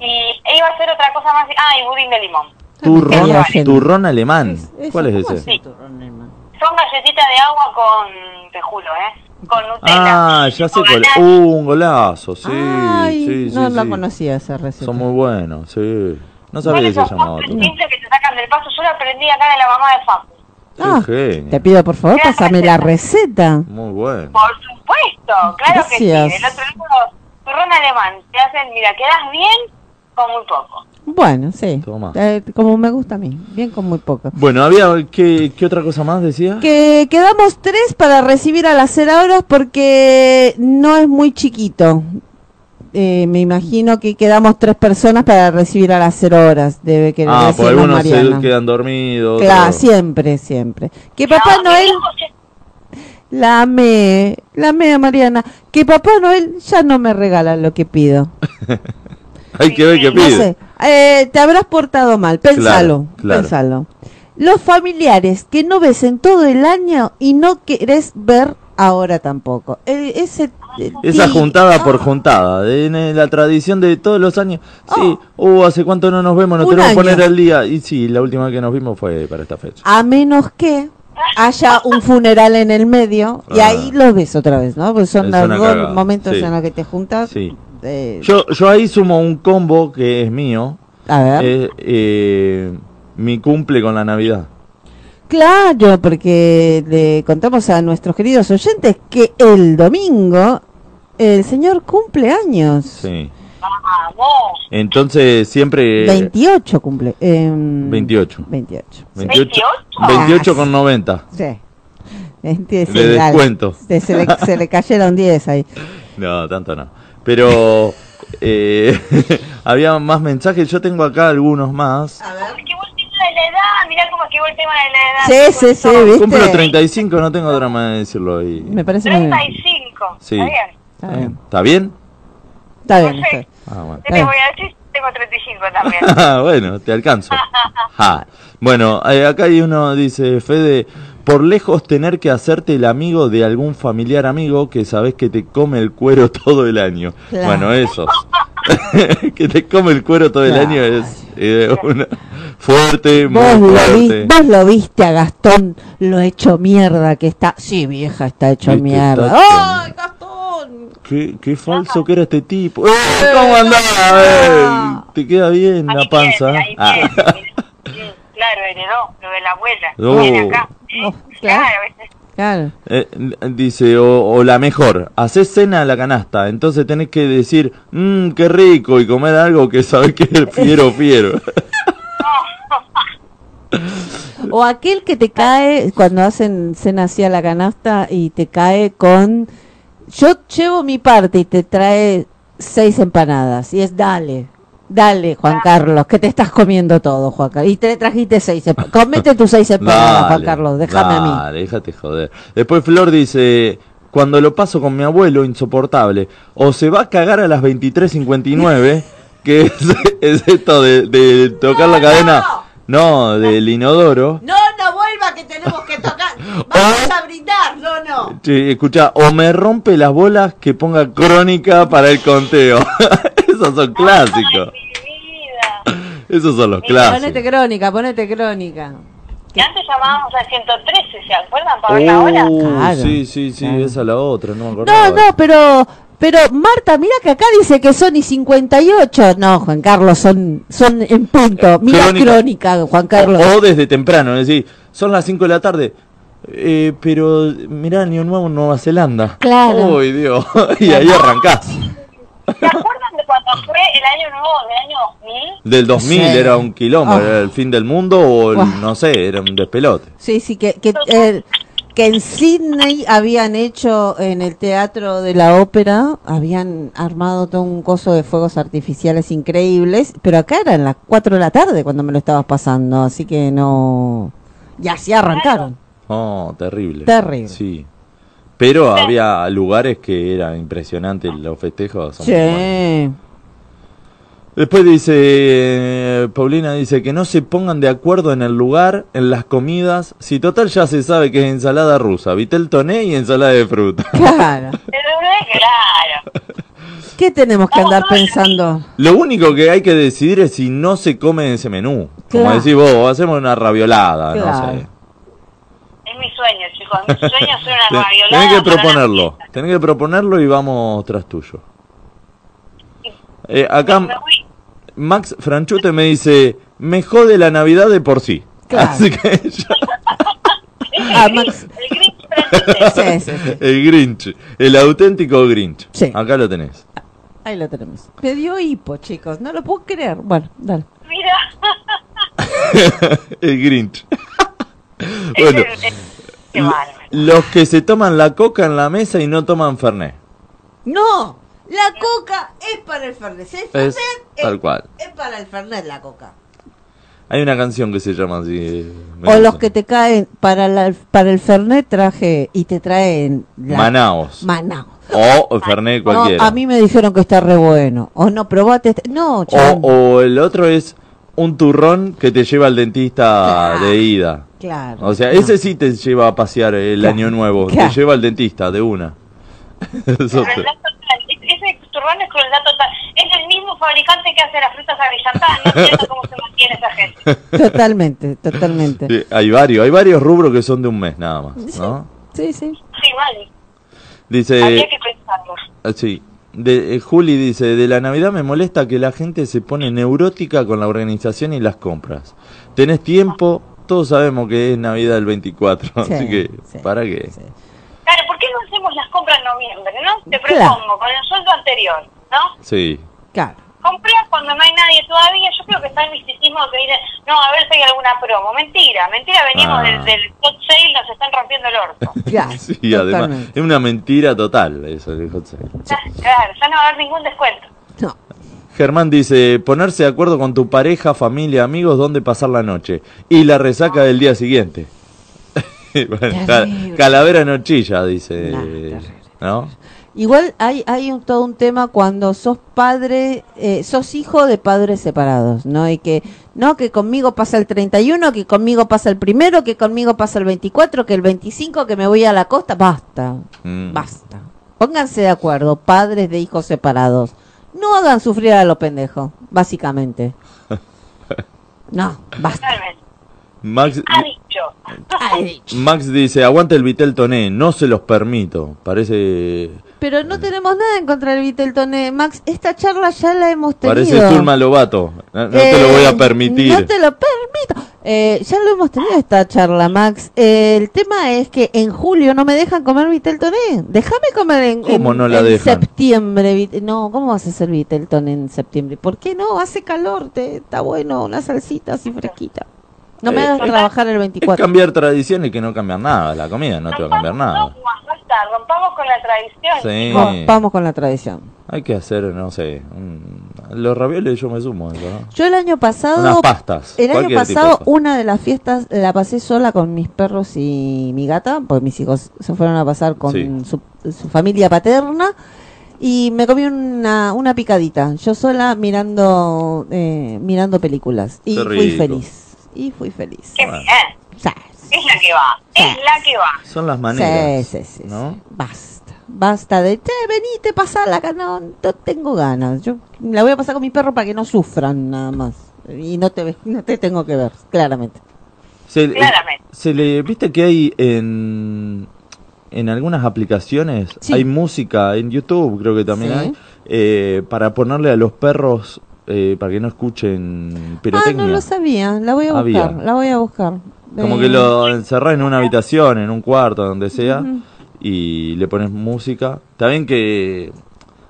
y e iba a hacer otra cosa más, ah, y budín de limón. Turrón, Estaría lleno. turrón alemán. ¿Cuál es ¿cómo ese? hace un turrón, hermano? Son galletitas de agua con, te juro, ¿eh? con Nutella. Ah, ya sé O cuál. ganas- Uh, un golazo, sí. Ay, sí, sí, no la sí. conocía esa receta. Son muy buenos, sí. No Son sabía que se esos llamaba postres todo. simples que te sacan del paso. Yo lo aprendí acá de la mamá de Facu. Ah, Qué genio. te pido por favor, Gran pásame la receta. Muy bueno. Por supuesto, claro que sí. Gracias. El otro lado, turrón alemán. Te hacen, mira, quedas bien con muy poco. Bueno, sí. Toma. Eh, como me gusta a mí, bien con muy poco. Bueno, había ¿qué, qué otra cosa más decía? Que quedamos tres para recibir a las ceradoras porque no es muy chiquito. Eh, me imagino que quedamos tres personas para recibir a las cero horas. Debe querer Ah, decirnos pues algunos Mariana. se quedan dormidos. Claro, otros- siempre, siempre. Que No, Papá mi Noel, viejo se- la amé, la amé a Mariana. Que Papá Noel ya no me regala lo que pido. Hay que ver qué No pide. sé, eh, te habrás portado mal, pensalo, Claro, claro. pensalo. Los familiares que no ves en todo el año y no querés ver ahora tampoco. Eh, ese, eh, Esa ti- juntada por juntada, de- en eh, la tradición de todos los años. Sí, uh, hace cuánto no nos vemos, nos Oh. Un tenemos que año. poner al día. Y sí, la última que nos vimos fue para esta fecha. A menos que haya un funeral en el medio y Ah. ahí los ves otra vez, ¿no? Porque son Es los una dos cagada, momentos sí. en los que te juntas. Sí. eh, Yo, yo ahí sumo un combo que es mío. a ver. es, eh, mi cumple con la Navidad. Claro, porque le contamos a nuestros queridos oyentes que el domingo el señor cumple años. Sí. Vamos. Entonces siempre... 28 cumple. em, 28. 28. 28, 28. Ah. 28 con 90. Sí. Entiende, Le sí, dale. descuento. Se, se le, se le cayeron 10 ahí. No, tanto no. Pero eh, había más mensajes. Yo tengo acá algunos más. Esquivó el tema de la edad. Mirá cómo esquivó el tema de la edad. Sí, sí, sí, ¿viste? Cumplo 35, no tengo drama de decirlo. Y... Me parece muy bien. 35. Sí. Está bien. Está bien. ¿Está bien? Está bien, está bien. Ah, bueno. ¿Qué Eh. te voy a decir? Tengo 35 también. bueno, te alcanzo. Ja. Bueno, eh, acá hay uno, dice Fede, por lejos tener que hacerte el amigo de algún familiar amigo que sabes que te come el cuero todo el año. Claro. Bueno, esos. que te come el cuero todo el Claro. año es eh, una- fuerte, muy Vos lo, vi- fuerte. vos lo viste a Gastón, lo hecho mierda que está. Sí, vieja, está hecho Viste, mierda. está ¡Ay, Gastón! Qué, qué falso que era este tipo. ¡Eh! ¿Cómo andaba? Ah. Te queda bien la Ahí panza. viene, ahí Ah. viene. Sí, Claro, heredó lo de la abuela. Oh. Viene acá. Oh, Claro, claro. Claro. Eh, n- dice, o, o la mejor, haces cena a la canasta, entonces tenés que decir, mmm, qué rico, y comer algo que sabés que es fiero, fiero. Oh, O aquel que te cae cuando hacen cena así a la canasta y te cae con. Yo llevo mi parte y te trae seis empanadas. Y es dale, dale, Juan Carlos, que te estás comiendo todo, Juan Carlos. Y te trajiste seis empanadas. Comete tus seis empanadas, Juan Carlos, déjame a mí. Dale, déjate joder. Después Flor dice, cuando lo paso con mi abuelo, insoportable, o se va a cagar a las 23.59, que es, es esto de, de tocar la cadena, no, del inodoro. No, no vuelva que tenemos que tocar. Vamos a brindar, no, no. Che, escucha, o me rompe las bolas que ponga crónica para el conteo. Esos son clásicos. Ay, mi vida. Esos son los Ponete clásicos. crónica, ponete crónica. Que antes llamábamos al 113, ¿se acuerdan? Para ver la hora. Uh, Claro, sí, sí, sí, claro. esa es la otra, no me No, acordaba. no, pero pero Marta, mira que acá dice que son y 58. No, Juan Carlos, son son en punto. Mira Crónica. Oh, crónica, Juan Carlos. O, o desde temprano, es decir, son las 5 de la tarde. Eh, pero mirá, ni un nuevo Nueva Zelanda. Claro. Uy, Dios. y ahí arrancás. ¿Se acuerdan de cuando fue el año nuevo del año 2000? Del 2000 Sí. era un quilombo, Ah. era el fin del mundo o el- Guau. no sé, era un despelote. Sí, sí, que que, eh, que en Sydney habían hecho en el teatro de la ópera, habían armado todo un coso de fuegos artificiales increíbles, pero acá eran las 4 de la tarde cuando me lo estabas pasando, así que no. Y así arrancaron. Oh, terrible. Terrible. Sí. Pero había lugares que era impresionante los festejos. son muy buenos. Sí. Después dice, eh, Paulina dice que no se pongan de acuerdo en el lugar, en las comidas, si total ya se sabe que es ensalada rusa, vitel toné y ensalada de fruta. Claro. Pero, eh, Claro. ¿Qué tenemos que Vamos andar todos pensando? Lo único que hay que decidir es si no se come ese menú. Como Claro. decís vos, hacemos una raviolada, no Claro. sé. Es es mi sueño, chicos. Mi sueño es ser una Ten- raviolada. Tenés que para una proponerlo. fiesta. Tenés que proponerlo y vamos tras tuyo. Eh, Me acá voy. Max Franchute me dice, me jode la Navidad de por sí. Claro. Así que ya- Es Ah, el Max. Grinch, el Grinch francés. Sí, sí, sí. el Grinch, el auténtico Grinch. Sí. Acá lo tenés. Ahí lo tenemos. Me dio hipo, chicos. No lo puedo creer. Bueno, dale. Mira, el Grinch. es bueno, el- es- qué bárbaro. los que se toman la coca en la mesa y no toman Fernet. No, la coca es para el Fernet. El Fernet Es tal cual. es para el Fernet la coca. Hay una canción que se llama así. eh, me O gusta. los que te caen para, la- para el Fernet traje y te traen la Manaos. Maná. o Fernet cualquiera. a mí me dijeron que está re bueno. O no, probate. este- No, chabón. O, o el otro es un turrón que te lleva al dentista Claro. de ida. Claro. O sea, No. ese sí te lleva a pasear el Claro. año nuevo. Claro. Te lleva al dentista de una. Es otro. Crueldad total. Es- Ese turbano es crueldad total. Es el mismo fabricante que hace las frutas agrillantadas. No entiendo cómo se mantiene esa gente. Totalmente, totalmente. Sí, hay varios, hay varios rubros que son de un mes nada más, ¿no? Sí, sí. Sí, vale. Habría Dice, que pensarlo. ah, sí, de, eh, Juli dice, de la Navidad me molesta que la gente se pone neurótica con la organización y las compras. Tenés tiempo, todos sabemos que es Navidad el 24, así Sí, que, sí, ¿para qué? sí. Claro, ¿por qué no hacemos las compras en noviembre, no? Te Claro. propongo, con el sueldo anterior, ¿no? Sí, Claro. Compras cuando no hay nadie todavía. Yo creo que está el misticismo que dice, no, a ver si hay alguna promo. Mentira, mentira, venimos Ah. del, del top sale, nos están rompiendo el orto. Claro, sí, además, totalmente. es una mentira total eso, dijo José. Ya, claro, ya no va a haber ningún descuento. No. Germán dice, ponerse de acuerdo con tu pareja, familia, amigos, dónde pasar la noche. Y la resaca del día siguiente. Bueno, cal- Terrible. calavera en horchilla, dice. No, terrible. ¿No? Igual hay, hay un, todo un tema cuando sos padre, eh, sos hijo de padres separados, ¿no? Y que, no, que conmigo pasa el 31, que conmigo pasa el primero, que conmigo pasa el 24, que el 25, que me voy a la costa. Basta, Mm. basta. Pónganse de acuerdo, padres de hijos separados. No hagan sufrir a los pendejos, básicamente. No, basta. Totalmente. Max, Ha dicho. Ay, dicho. Max dice, aguante el Vitel Toné, no se los permito. Parece Pero no tenemos nada en contra del Viteltoné, Max. Esta charla ya la hemos tenido. parece Zulma Lobato. No, no te lo Eh, voy a permitir. No te lo permito. Eh, ya lo hemos tenido esta charla, Max. Eh, el tema es que en julio no me dejan comer Viteltoné. Déjame comer en, ¿Cómo en- no la en dejan? septiembre. vit- No, ¿cómo vas a hacer Viteltoné en septiembre? ¿Por qué no? Hace calor, te, está bueno, una salsita así fresquita. No me Eh, hagas trabajar el Es 24. cambiar tradiciones que no cambian nada. La comida no te va a cambiar nada. dogmas, basta, rompamos con la tradición. Ah. Sí. chicos. Vamos, vamos con la tradición. Hay que hacer, no sé, un- los ravioles yo me sumo. a eso, ¿no? Yo el año pasado... Unas pastas. El año cualquier tipo de pasado pasta. una de las fiestas eh, la pasé sola con mis perros y mi gata, porque mis hijos se fueron a pasar con Sí. su, su familia paterna y me comí una, una picadita, yo sola mirando eh, mirando películas y Qué fui rico. feliz y fui feliz. Qué Bueno. bien. Sí, Es la que va. Es Sí. la que va. Son las maneras. sí, sí, sí. ¿no? Basta, basta de che, venite, pasala acá, no, no tengo ganas. Yo la voy a pasar con mi perro para que no sufran nada más y no te ve- no te tengo que ver, claramente. Se, Claramente. se le, viste que hay en, en algunas aplicaciones, Sí. hay música, en YouTube creo que también Sí. hay, eh, para ponerle a los perros eh, para que no escuchen pirotecnia. Ah, no lo sabía. La voy a Había. buscar. La voy a buscar. Como Eh, que lo encerrás en una habitación, en un cuarto, donde sea, Ujú. y le pones música. Está bien que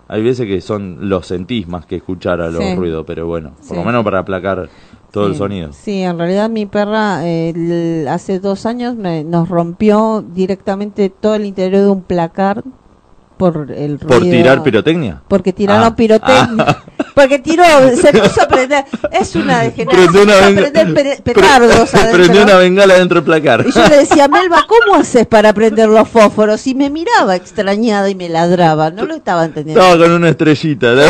hay veces que son los sentís más que escuchar a los Sí. ruidos, pero bueno, por lo Sí. menos para aplacar todo el sí. sonido. Sí, en realidad mi perra eh, l- hace dos años me, nos rompió directamente todo el interior de un placar por el ruido. ¿Por tirar pirotecnia? Porque tiraron Ah. pirotecnia. Porque tiró, se puso a prender. Es una degeneración. Prendió una, se puso a benga- prender pere- pre- petardos adentro, prendió ¿no? una bengala dentro del placar. Y yo le decía, Melba, ¿cómo haces para prender los fósforos? Y me miraba extrañada y me ladraba. No lo estaba entendiendo. Estaba con una estrellita. ¿no?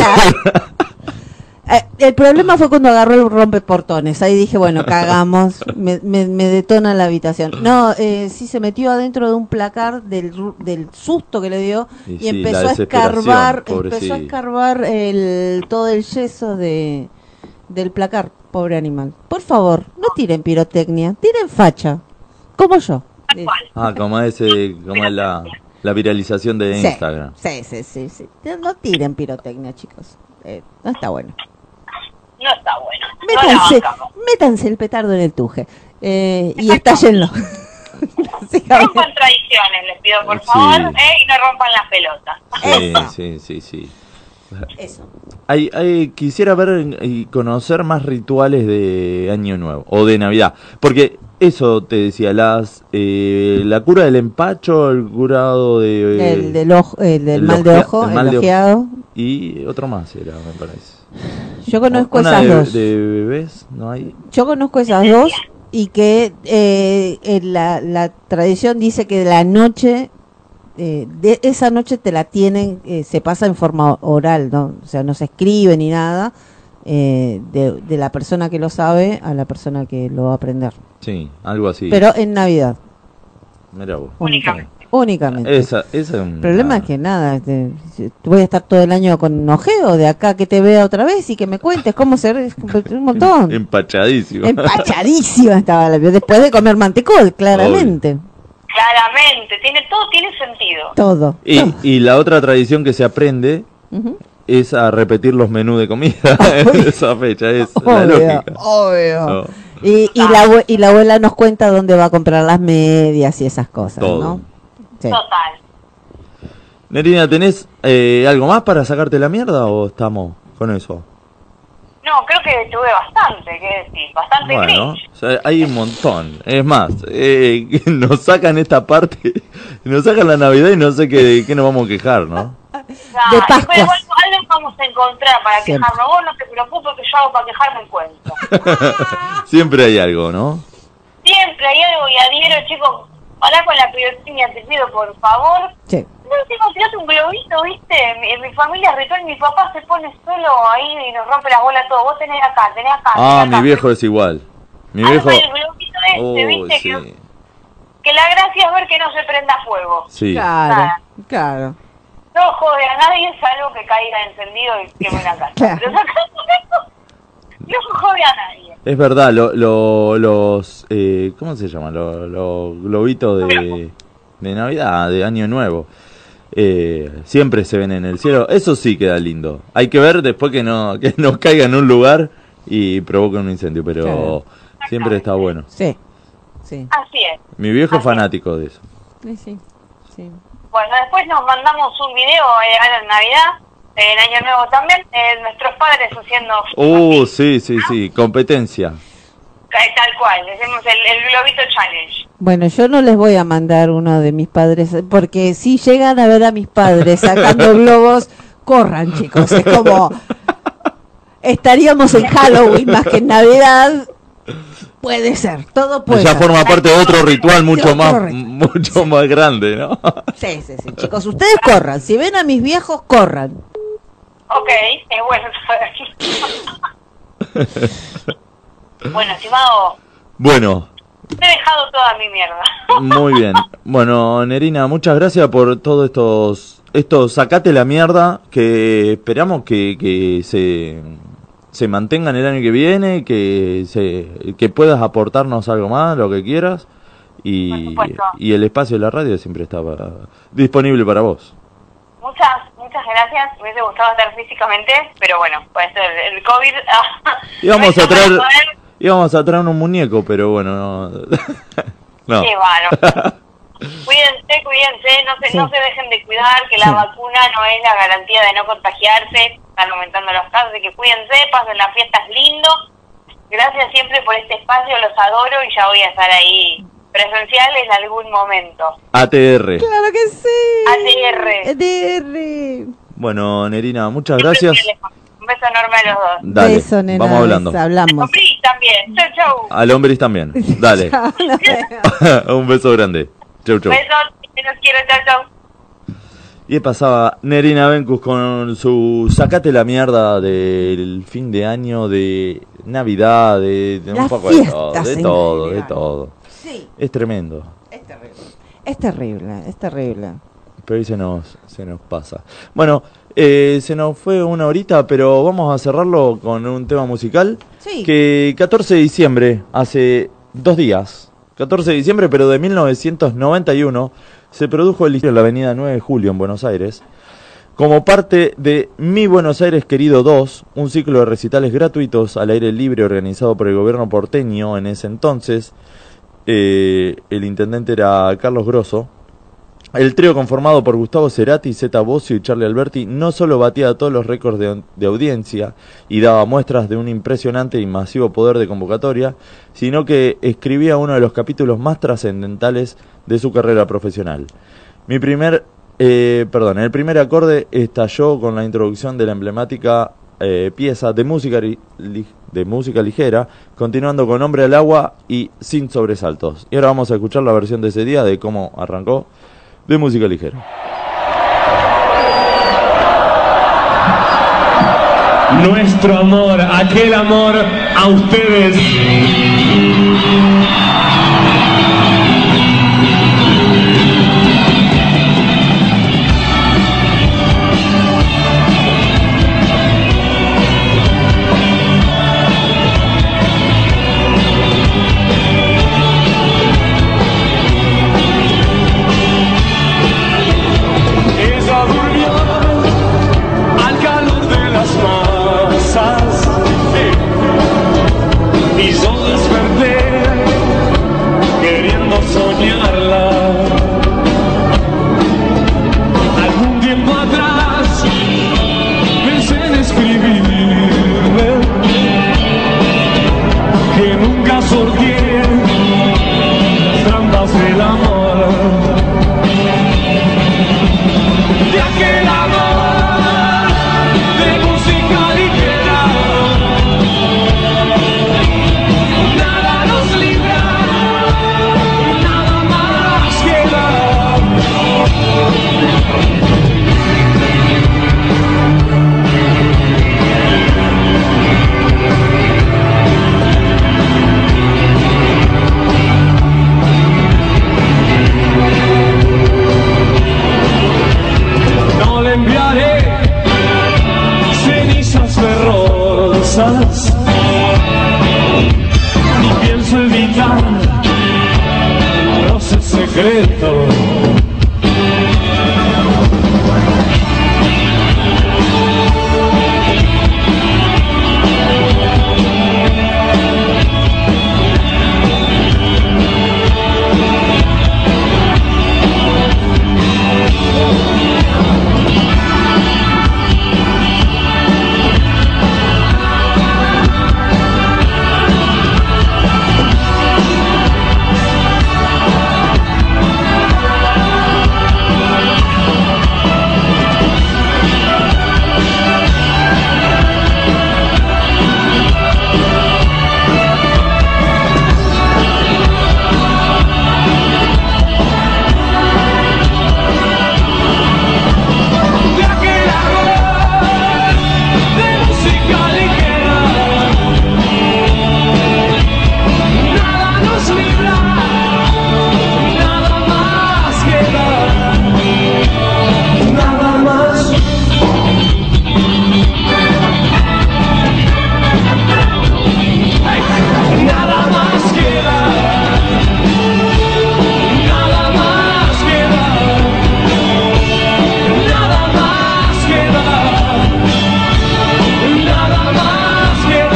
Eh, el problema fue cuando agarró el rompeportones. Ahí dije, bueno, cagamos, me, me, me detona la habitación. No, eh, sí se metió adentro de un placar del, ru- del susto que le dio Y y, sí, empezó la a escarbar, desesperación, empezó a pobrecito. escarbar el, todo el yeso de, del placar, pobre animal. Por favor, no tiren pirotecnia, tiren facha, como yo. tal cual. Ah, como ese, como es la, la viralización de Sí, Instagram. sí, sí, sí, sí. No tiren pirotecnia, chicos. Eh, no está bueno. No está bueno. No la Métanse, bancamos. métanse el petardo en el tuje eh, y estállenlo. Básicamente. Rompan tradiciones, les pido por Sí. favor, ¿eh? y no rompan las pelotas. Sí, sí, Eso. sí, sí. Eso. Hay, hay- quisiera ver y conocer más rituales de Año Nuevo o de Navidad. Porque eso te decía, las eh, la cura del empacho, el curado de... el del, ojo, el del el mal de ojea- ojo, el el, mal de ojo. ojeado. Y otro más era, me parece. Yo conozco Una esas de, dos. de bebés, ¿no hay? Yo conozco esas dos y que eh, eh, la, la tradición dice que la noche, eh, de esa noche te la tienen, eh, se pasa en forma oral, ¿no? o sea, no se escribe ni nada eh, de, de la persona que lo sabe a la persona que lo va a aprender. Sí, algo así. Pero en Navidad, Mirá vos. Únicamente. únicamente. Esa, esa es El problema una- es que nada, este, voy a estar todo el año con ojeo de acá que te vea otra vez y que me cuentes cómo se re- un montón. Empachadísimo. Empachadísima estaba la Después de comer mantecol, claramente. Claramente, tiene todo tiene sentido. Todo. Y, y la otra tradición que se aprende Ujú. es a repetir los menús de comida en esa fecha, es la Obvio, lógica. obvio. No, Y, y la, abue- y la abuela nos cuenta dónde va a comprar las medias y esas cosas, todo. ¿no? Sí. Total. Nerina, ¿tenés eh, algo más para sacarte la mierda o estamos con eso? No, creo que tuve bastante, que decir, bastante Bueno, cringe. o sea, hay un montón. Es más, eh, que nos sacan esta parte, nos sacan la Navidad y no sé qué, qué nos vamos a quejar, ¿no? Nah, de Ah, después Pascuas. igual algo vamos a encontrar para Siempre. quejarnos. Vos no te preocupes que yo hago para quejarme encuentro. Siempre hay algo, ¿no? Siempre hay algo y adhiero, chicos. Ahora con la pirotecnia te pido, por favor. Sí. No, tengo tirate un globito, ¿viste? Mi- En mi familia es ritual, mi papá se pone solo ahí y nos rompe las bolas todo. Vos tenés acá, tenés acá. Ah, tenés mi acá. viejo es igual. Mi Arma viejo... el globito este, Oh, ¿viste? sí, Que, que la gracia es ver que no se prenda fuego. sí. Claro, claro. No jode a nadie, salvo que caiga encendido y queme la casa. Claro. Pero sacando eso, no jode a nadie. Es verdad, lo, lo- los... eh, ¿Cómo se llaman? Lo- Los globitos de, de Navidad, de Año Nuevo. Eh, siempre se ven en el cielo. Eso sí queda lindo. Hay que ver después que no, que no caiga en un lugar y provoque un incendio, pero Claro. siempre está bueno. Sí. Sí. Así es. Mi viejo es fanático de eso. Sí, sí. sí. Bueno, después nos mandamos un video eh, ahora en Navidad, eh, en Año Nuevo también, eh, nuestros padres haciendo Oh, sí, sí, sí. Competencia. eh, tal cual, hacemos el, el globito challenge. Bueno, yo no les voy a mandar uno de mis padres, porque si llegan a ver a mis padres sacando globos, corran chicos, es como estaríamos en Halloween más que en Navidad. Puede ser, todo puede ya ser. forma parte de otro ritual mucho Otro más, ritual. mucho más grande, ¿no? Sí, sí, sí, chicos, ustedes corran, si ven a mis viejos, corran. Ok, es bueno saber. bueno, estimado, Bueno, te he dejado toda mi mierda. Muy bien. Bueno, Nerina, muchas gracias por todos estos. Estos, sacate la mierda, que esperamos que, que se, se mantengan el año que viene, que, se, que puedas aportarnos algo más, lo que quieras. Por Y, supuesto. y el espacio de la radio siempre está para- disponible para vos. Muchas, muchas gracias. Me hubiese gustado estar físicamente, pero bueno, puede ser el COVID. Íbamos No a hizo para traer, poder. íbamos a traer un muñeco, pero bueno, no. no. Qué bárbaro. Cuídense, cuídense, no se, Sí. no se dejen de cuidar, que la Sí. vacuna no es la garantía de no contagiarse, están aumentando los casos, así que cuídense, pasen las fiestas lindo. Gracias siempre por este espacio, los adoro y ya voy a estar ahí presencial en algún momento. ATR. Claro que sí. ADR. ADR. Bueno, Nerina, muchas Siempre gracias. fieles. Un beso enorme a los dos. Dale, Beso, nena, vamos hablando. Hablamos. Compris también. Chau, chau. Al hombres también. Dale. Nos vemos. Un beso grande. Chau, chau. Besos, te los quiero, chau, chau. Y pasaba Nerina Bencus con su Sacate la mierda del fin de año, de Navidad, de, de un Las poco de todo. fiestas De en todo, de general. todo. Sí, Es tremendo. es terrible. Es terrible, es terrible. Pero ahí se nos, se nos pasa. Bueno, eh, se nos fue una horita, pero vamos a cerrarlo con un tema musical. Sí. Que 14 de diciembre, hace dos días, 14 de diciembre, pero de 1991, se produjo el litigio en la avenida 9 de Julio en Buenos Aires, como parte de Mi Buenos Aires Querido 2, un ciclo de recitales gratuitos al aire libre organizado por el gobierno porteño en ese entonces. Eh, el intendente era Carlos Grosso. El trío conformado por Gustavo Cerati, Zeta Bosio y Charlie Alberti no solo batía todos los récords de, de audiencia y daba muestras de un impresionante y masivo poder de convocatoria, sino que escribía uno de los capítulos más trascendentales de su carrera profesional. Mi primer eh, perdón, el primer acorde estalló con la introducción de la emblemática eh, pieza de música, li- li- de música ligera, continuando con Hombre al Agua y Sin Sobresaltos. Y ahora vamos a escuchar la versión de ese día de cómo arrancó de música ligera. nuestro amor, aquel amor a ustedes. Ella durmió al calor de las masas. eh, Y yo desperté queriendo soñarla. Algún tiempo atrás pensé en escribirle que nunca sorteé las trampas del amor. De aquel amor de música ligera, nada nos libra, nada más queda. no le enviaré cenizas ferrosas ni pienso evitar roces secretos De aquel amor de música ligera, nada nos libra, nada más queda, nada más. Nada más queda, nada más queda. Nada más queda, nada más queda.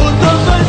Juntos al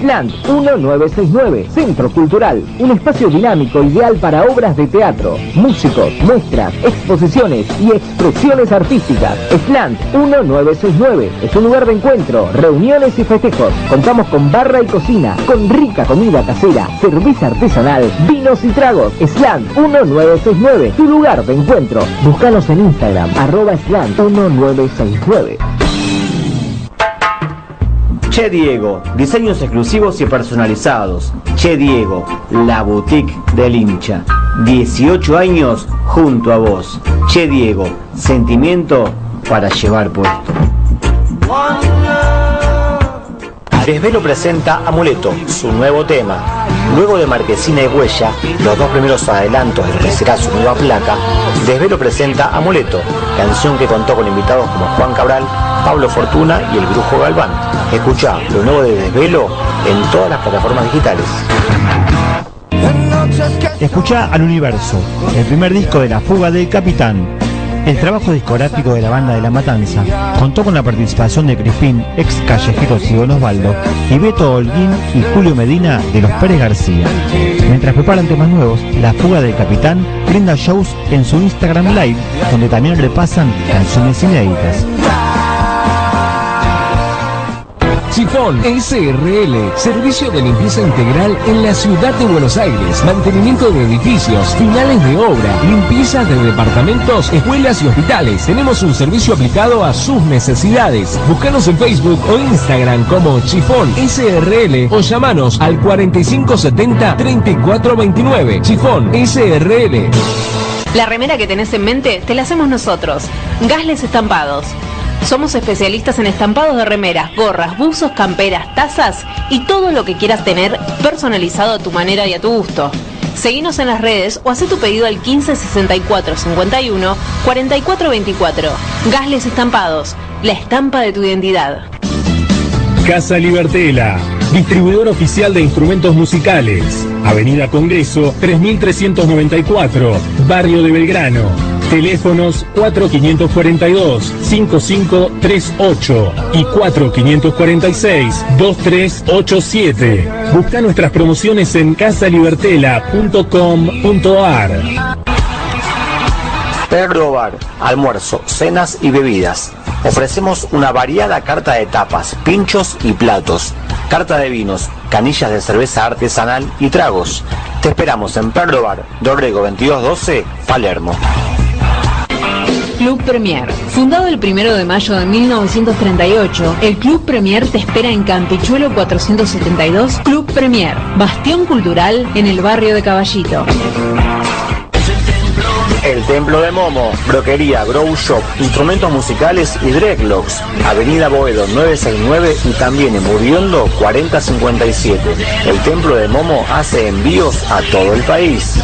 Slant 1969, Centro Cultural, un espacio dinámico ideal para obras de teatro, músicos, muestras, exposiciones y expresiones artísticas. Slant 1969 es un lugar de encuentro, reuniones y festejos. Contamos con barra y cocina, con rica comida casera, cerveza artesanal, vinos y tragos. Slant 1969, tu lugar de encuentro. Búscanos en Instagram, arroba Slant 1969. Che Diego, diseños exclusivos y personalizados. Che Diego, la boutique del hincha. 18 años junto a vos. Che Diego, sentimiento para llevar puesto. Desvelo presenta Amuleto, su nuevo tema. Luego de Marquesina y Huella, los dos primeros adelantos de lo que será su nueva placa, Desvelo presenta Amuleto, canción que contó con invitados como Juan Cabral, Pablo Fortuna y el Brujo Galván. Escucha lo nuevo de Desvelo en todas las plataformas digitales. Escucha al universo, el primer disco de La Fuga del Capitán. El trabajo discográfico de la banda de La Matanza contó con la participación de Crispín, ex callejero Sigón Osvaldo, y Beto Holguín y Julio Medina de Los Pérez García. Mientras preparan temas nuevos, La Fuga del Capitán brinda shows en su Instagram Live, donde también repasan canciones inéditas. Sifón SRL, servicio de limpieza integral en la ciudad de Buenos Aires, mantenimiento de edificios, finales de obra, limpiezas de departamentos, escuelas y hospitales. Tenemos un servicio aplicado a sus necesidades. Búscanos en Facebook o Instagram como Chifón SRL o llamanos al 4570-3429. Chifón SRL. La remera que tenés en mente te la hacemos nosotros. Gasles Estampados. Somos especialistas en estampados de remeras, gorras, buzos, camperas, tazas y todo lo que quieras tener personalizado a tu manera y a tu gusto. Seguinos en las redes o haz tu pedido al 15 64 51 44 24. Gasles Estampados, la estampa de tu identidad. Casa Libertela, distribuidor oficial de instrumentos musicales. Avenida Congreso 3394, Barrio de Belgrano. Teléfonos 4542-5538 y 4546-2387. Busca nuestras promociones en casalibertela.com.ar. Perro Bar, almuerzo, cenas y bebidas. Ofrecemos una variada carta de tapas, pinchos y platos, carta de vinos, canillas de cerveza artesanal y tragos. Te esperamos en Perro Bar, Dorrego 2212, Palermo. Club Premier. Fundado el 1 de mayo de 1938, el Club Premier te espera en Campichuelo 472 Club Premier, bastión cultural en el barrio de Caballito. El Templo de Momo, Broquería, Grow Shop, Instrumentos Musicales y Dreadlocks. Avenida Boedo 969 y también en Muriondo 4057. El Templo de Momo hace envíos a todo el país.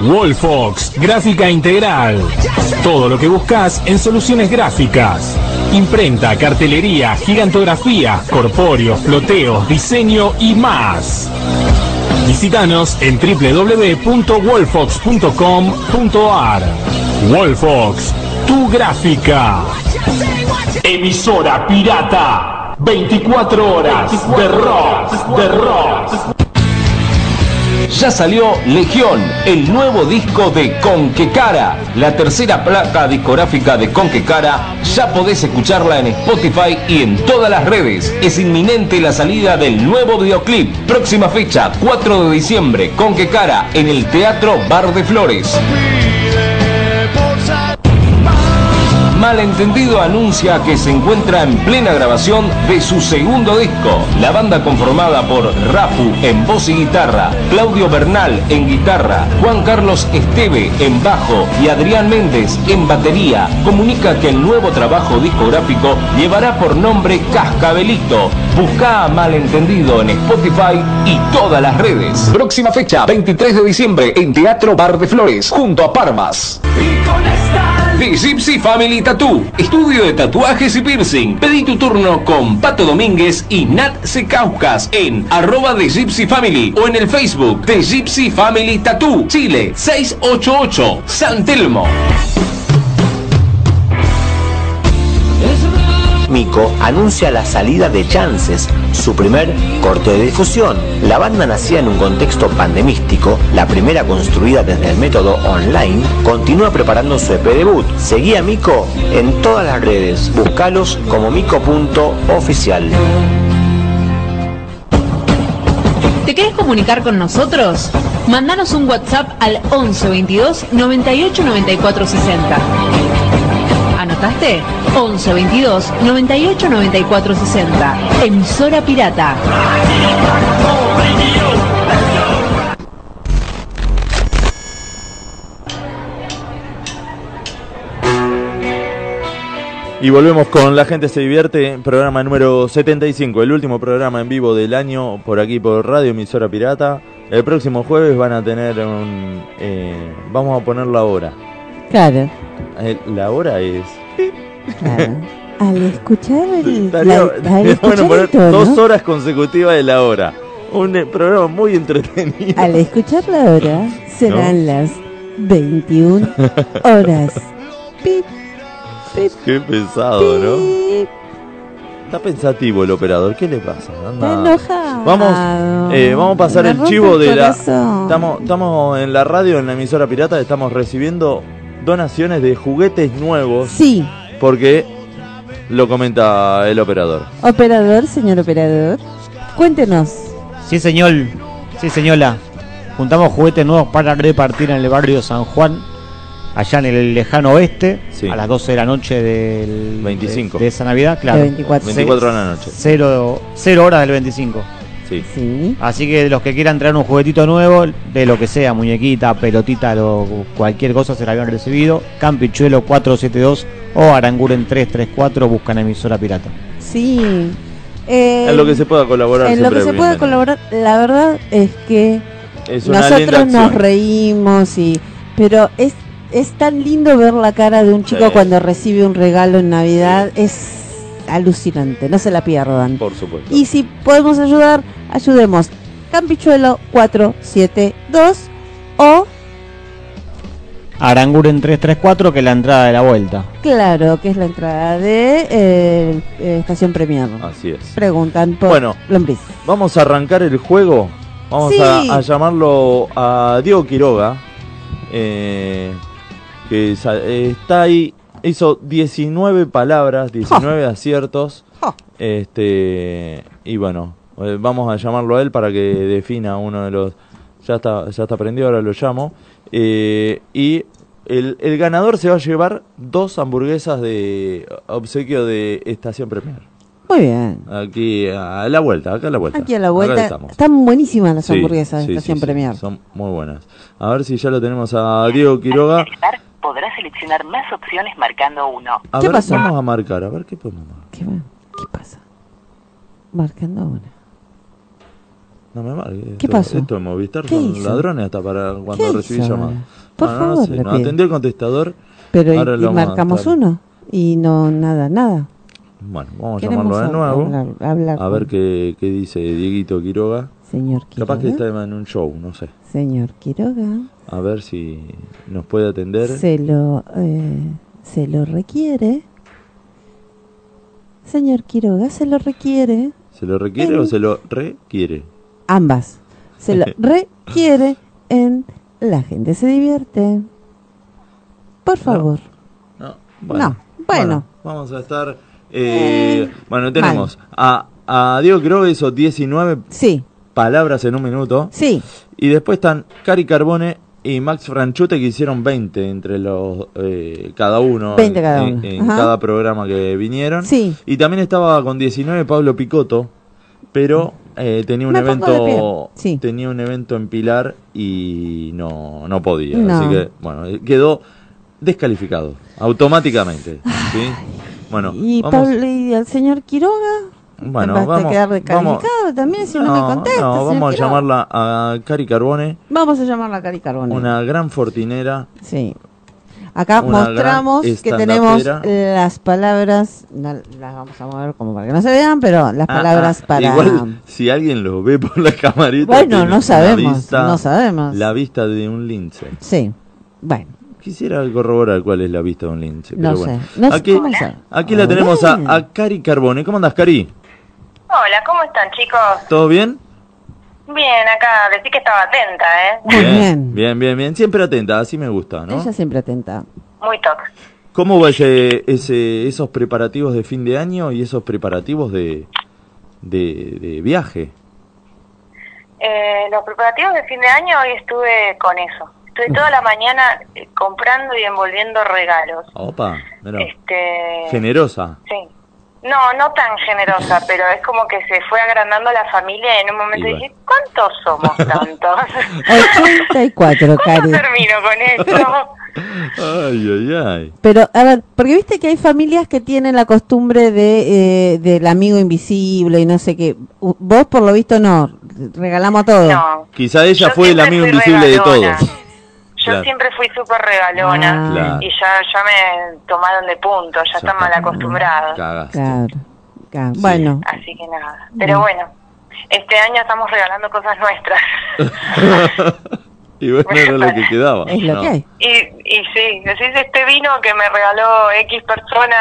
Wallfox, gráfica integral. Todo lo que buscas en soluciones gráficas. Imprenta, cartelería, gigantografía, corpóreos, floteos, diseño y más. Visítanos en www.wolfox.com.ar. Wolfox, tu gráfica. Emisora pirata. 24 horas de rock, de rock. Ya salió Legión, el nuevo disco de Conquecara. La tercera placa discográfica de Conquecara. Ya podés escucharla en Spotify y en todas las redes. Es inminente la salida del nuevo videoclip. Próxima fecha, 4 de diciembre, Conquecara, en el Teatro Bar de Flores. Malentendido anuncia que se encuentra en plena grabación de su segundo disco. La banda conformada por Rafu en voz y guitarra, Claudio Bernal en guitarra, Juan Carlos Esteve en bajo y Adrián Méndez en batería, comunica que el nuevo trabajo discográfico llevará por nombre Cascabelito. Busca a Malentendido en Spotify y todas las redes. Próxima fecha, 23 de diciembre, en Teatro Bar de Flores, junto a Parmas. The Gypsy Family Tattoo, estudio de tatuajes y piercing. Pedí tu turno con Pato Domínguez y Nat Secauscas en arroba The Gypsy Family o en el Facebook The Gypsy Family Tattoo, Chile 688, San Telmo. Mico anuncia la salida de Chances, su primer corte de difusión. La banda nacía en un contexto pandemístico, la primera construida desde el método online, continúa preparando su EP debut. Seguí a Mico en todas las redes, buscalos como mico.oficial. ¿Te querés comunicar con nosotros? Mandanos un WhatsApp al 11 22 98 94 60. ¿Anotaste? 11 22 98 94 60. Emisora Pirata. Y volvemos con La gente se divierte, programa número 75, el último programa en vivo del año por aquí por Radio Emisora Pirata. El próximo jueves van a tener un... eh, vamos a poner la hora. Claro. Eh, La hora es... claro. Al escuchar el, Estaría- la- al estaría escuchar bueno poner el tono, dos horas consecutivas de la hora. Un eh, programa muy entretenido. al escuchar la hora, serán las 21 horas. Pip, pip, Qué pesado, ¿no? pip. Está pensativo el operador. ¿Qué le pasa? Anda- Está enojado. Vamos, eh, vamos a pasar Me el rompe chivo de la. corazón. Estamos, estamos en la radio, en la emisora pirata, estamos recibiendo donaciones de juguetes nuevos Sí, porque lo comenta el operador. operador, señor operador. Cuéntenos. Sí, señor. Sí, señora. Juntamos juguetes nuevos para repartir en el barrio San Juan, allá en el lejano oeste, Sí. a las 12 de la noche del 25. De, de esa Navidad, claro. De 24. 24 de la noche. Cero, cero horas del 25. Sí. Sí. Así que los que quieran traer un juguetito nuevo, de lo que sea, muñequita, pelotita, lo, cualquier cosa se la habían recibido, Campichuelo 472 o Aranguren 334, buscan emisora pirata. Sí. Eh, En lo que se pueda colaborar. en lo siempre que se es pueda bienvenido. colaborar, la verdad es que Es una linda nosotros nos acción. reímos y pero es es tan lindo ver la cara de un chico Sí. cuando recibe un regalo en Navidad, es alucinante, no se la pierdan. Por supuesto. Y si podemos ayudar, ayudemos. Campichuelo 472 o Aranguren 334, que es la entrada de la vuelta. claro, que es la entrada de eh, eh, estación Premier. Así es. Preguntan por Bueno. Lombriz. Vamos a arrancar el juego. Vamos Sí. a, a llamarlo a Diego Quiroga. eh, que sa- eh, está ahí. Hizo 19 palabras, 19 aciertos. Ja. Este. Y bueno, eh, vamos a llamarlo a él para que defina uno de los. Ya está, ya está prendido, ahora lo llamo. Eh, y el, el ganador se va a llevar dos hamburguesas de obsequio de Estación Premier. Muy bien. Aquí a la vuelta, acá a la vuelta. Aquí a la Acá vuelta estamos. están buenísimas las Sí, hamburguesas sí, de sí, estación sí, Premier. Son muy buenas. A ver si ya lo tenemos a Diego Quiroga. Podrás seleccionar más opciones marcando uno. A ¿Qué ver, pasó? Vamos a marcar, a ver qué podemos marcar. ¿Qué, va? ¿Qué pasa? Marcando una. No me marques. ¿Qué esto- pasó? Esto de Movistar ¿Qué son hizo? ladrones hasta para ¿Qué cuando recibí hizo llamadas. ahora? Por Bueno, no favor, sé, le nos pido. atendió el contestador. Pero y- Ahora y lo vamos a marcamos adaptar. uno y no nada, nada. Bueno, vamos a Queremos llamarlo de nuevo. hablar- hablar a ver con- qué, qué dice Dieguito Quiroga. Señor Quiroga. Capaz que está en un show, no sé. Señor Quiroga. A ver si nos puede atender. Se lo, eh, se lo requiere. Señor Quiroga, se lo requiere. ¿Se lo requiere Eh. o se lo requiere? Ambas. Se lo requiere en La gente se divierte. Por Ah, favor. No, No, bueno. Vamos a estar. eh, Eh, bueno, tenemos a, a Diego Grove, hizo 19 Sí, palabras en un minuto. sí. Y después están Cari Carbone, y Max Franchute que hicieron 20 entre los eh, cada uno 20 cada en, uno, en ajá. cada programa que vinieron. Sí. Y también estaba con 19 Pablo Picotto, pero eh, tenía un Me pongo de evento pie. Sí. tenía un evento en Pilar y no no podía, No. así que bueno, eh, quedó descalificado automáticamente, ¿sí? Bueno, y, vamos, Pablo, y al señor Quiroga. bueno, va a vamos, quedar vamos, descalificado también si no, no, me contesta. no, señor vamos a Quiroga. llamarla a Cari Carbone, Vamos a llamarla a Cari Carbone. una gran fortinera Sí. Acá Una gran mostramos que tenemos estandapera. las palabras, no, las vamos a mover como para que no se vean, pero las Ah, palabras ah, para... Igual, si alguien lo ve por la camarita. Bueno, tiene no sabemos, la vista- no sabemos. La vista de un lince. Sí, bueno, Quisiera corroborar cuál es la vista de un lince. no pero sé. bueno. No sé aquí cómo Ah, sabe. aquí la Hola. tenemos a, a Cari Carbone. ¿Cómo andas, Cari? Hola, ¿cómo están, chicos? ¿Todo bien? Bien, acá, decí que estaba atenta, ¿eh? Muy bien. Bien, bien, bien. Siempre atenta, así me gusta, ¿no? Ella siempre atenta. Muy tox. ¿Cómo va ese, ese- esos preparativos de fin de año y esos preparativos de, de, de viaje? Eh, los preparativos de fin de año hoy estuve con eso. Estuve toda la mañana eh, comprando y envolviendo regalos. Opa, mirá. Este, Generosa. sí. No, no tan generosa, pero es como que se fue agrandando la familia y en un momento Y bueno. dije, ¿cuántos somos tantos? 84, ¿Cómo Cari. termino con esto? Ay, ay, ay. Pero, a ver, porque viste que hay familias que tienen la costumbre de eh, del amigo invisible y no sé qué. U- Vos, por lo visto, no. Regalamos todo. No. Quizá ella Yo fue el siempre amigo fui invisible de regalona. todos. Yo Claro. siempre fui súper regalona Ah. Claro. y ya, ya me tomaron de punto, ya, están mal acostumbrados. Cagaste. Claro. claro. Bueno, Así que nada. Pero bueno, este año estamos regalando cosas nuestras. y bueno, era lo que quedaba. es lo No. que hay. Y, y sí, decís este vino que me regaló X persona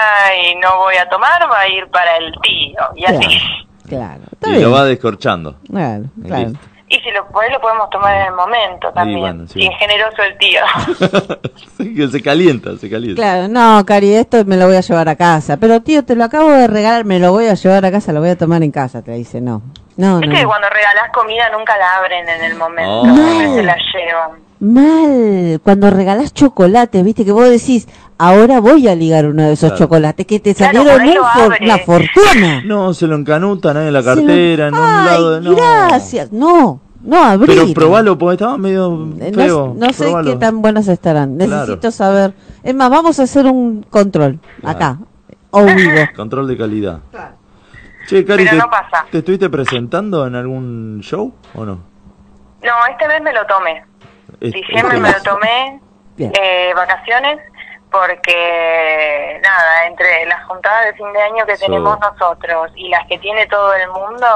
y no voy a tomar, va a ir para el tío. Y así. Claro. Claro. Está Y bien. lo va descorchando. Claro, claro. Listo. Y si lo podés, lo podemos tomar en el momento también. bueno, sí. Y es generoso el tío. Sí, que se calienta, se calienta. Claro, no, Cari, esto me lo voy a llevar a casa. Pero tío, te lo acabo de regalar, me lo voy a llevar a casa, lo voy a tomar en casa, te dice, no. No, no. Viste que no. cuando regalás comida nunca la abren en el momento, Oh. siempre se la llevan. Mal, cuando regalás chocolates, viste que vos decís, ahora voy a ligar uno de esos Claro. chocolates que te Claro, salieron por ahí un lo for- abre. una fortuna. No, se lo encanutan ahí en la Se lo- cartera, en un Ay, lado. No. Gracias, no, no abrí. Pero probalo, porque estaba medio Eh, No, feo. no sé probalo. qué tan buenos estarán. Claro. Necesito saber. Es más, vamos a hacer un control Claro. acá, o vivo. Control de calidad. Che, Cari, Pero te, no pasa. ¿te estuviste presentando en algún show o no? No, esta vez me lo tomé. Es- Diciembre me lo tomé, Bien. eh, vacaciones, porque nada, entre las juntadas de fin de año que So- tenemos nosotros y las que tiene todo el mundo,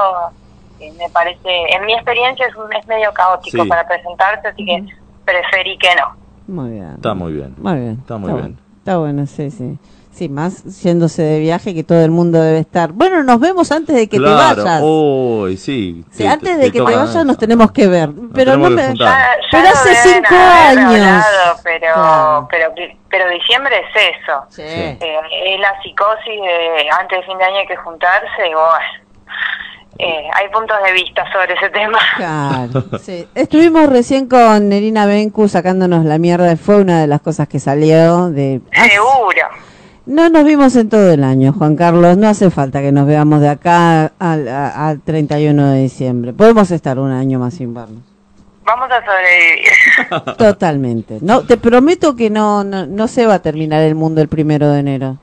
eh, me parece, en mi experiencia es, un, es medio caótico Sí. para presentarse, así que preferí que no. Muy bien. Está muy bien. Muy bien. Está muy bien. bueno, está bueno, sí, sí. Sí, más yéndose de viaje que todo el mundo debe estar. Bueno, nos vemos antes de que claro. te vayas. uy, sí. Sí, te- antes de que te toca vayas eso. nos tenemos que ver. Pero no tenemos que me... juntar. Claro. Pero lo hace deben cinco haber años. hablado, pero, Claro. pero, pero diciembre es eso. Sí. Eh, es la psicosis de antes de fin de año hay que juntarse. y Bueno, eh, hay puntos de vista sobre ese tema. Claro, sí. Estuvimos recién con Nerina Bencu sacándonos la mierda. Fue una de las cosas que salió de... ah, Seguro. No nos vimos en todo el año, Juan Carlos. No hace falta que nos veamos de acá al, a- al 31 de diciembre. Podemos estar un año más sin vernos. Vamos a sobrevivir. Totalmente. No, te prometo que no, no, no se va a terminar el mundo el primero de enero.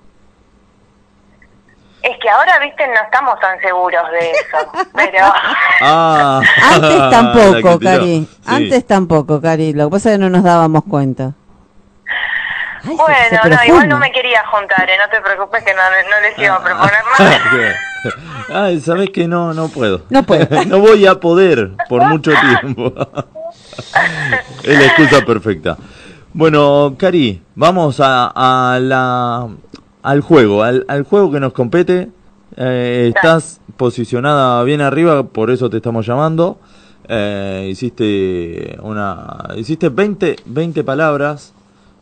Es que ahora, viste, no estamos tan seguros de eso. Pero Ah, Antes la tampoco, que tiró. Sí. Cari. Antes tampoco, Cari. Lo que pasa es que no nos dábamos cuenta. Ay, se- se bueno, no, igual profunda. no me quería juntar, eh, no te preocupes que no, no les iba a proponer nada. Ay, sabes que no, no puedo. No puede. No voy a poder por mucho tiempo. es la excusa perfecta. Bueno, Cari, vamos a, a la, al juego, al, al juego que nos compete. Eh, estás posicionada bien arriba, por eso te estamos llamando. Eh, hiciste una, hiciste 20, 20 palabras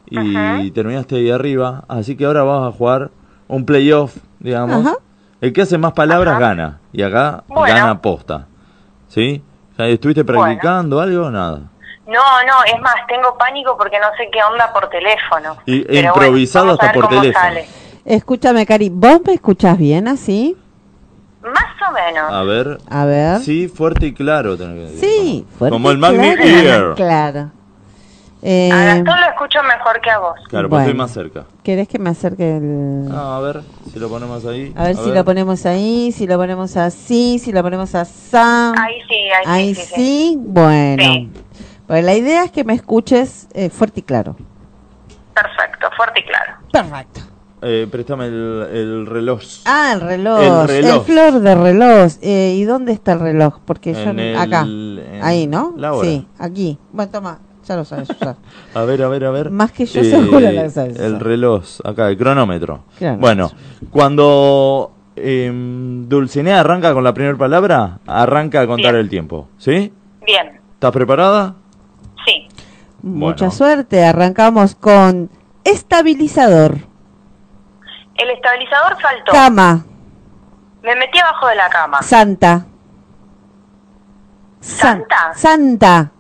y terminaste ahí arriba. Así que ahora vas a jugar un playoff, digamos. Ajá. El que hace más palabras gana. Y acá Bueno. gana posta. ¿Sí? O sea, ¿Estuviste Bueno. practicando algo? Nada. No, no, es más, tengo pánico porque no sé qué onda por teléfono. Y- Pero improvisado vamos a hasta ver por cómo teléfono. sale. Escúchame, Cari, ¿vos me escuchás bien así? Más o menos. A ver. A ver. Sí, fuerte y claro. tenés que decir. Sí, fuerte Como el y Magnet claro. pues Ear. Claro. Eh, A Gastón lo escucho mejor que a vos. Claro, pues Bueno. estoy más cerca. ¿Querés que me acerque el...? Ah, a ver si lo ponemos ahí. Mm. A ver si lo ponemos ahí, si lo ponemos así, si lo ponemos así. Ahí, Ahí sí, ahí, ahí sí, sí, sí. bueno. Sí. Pues la idea es que me escuches eh, fuerte y claro. Perfecto, fuerte y claro. Perfecto. Eh, préstame el, el reloj. Ah, el reloj. El reloj. flor de reloj. Eh, ¿Y dónde está el reloj? Porque yo En el- acá. en Ahí, ¿no? la hora. Sí, aquí. Bueno, toma, ya lo sabes usar. A ver, a ver, a ver. Eh, Más que yo seguro la sabes. El reloj, acá, el cronómetro. Cronómetro. Bueno, cuando em, Dulcinea arranca con la primera palabra, arranca a contar Bien. el tiempo. ¿Sí? Bien, ¿Estás preparada? sí. Mucha Bueno. suerte. Arrancamos con estabilizador, El estabilizador saltó. cama, Me metí abajo de la cama. santa. San- ¿Santa? Santa.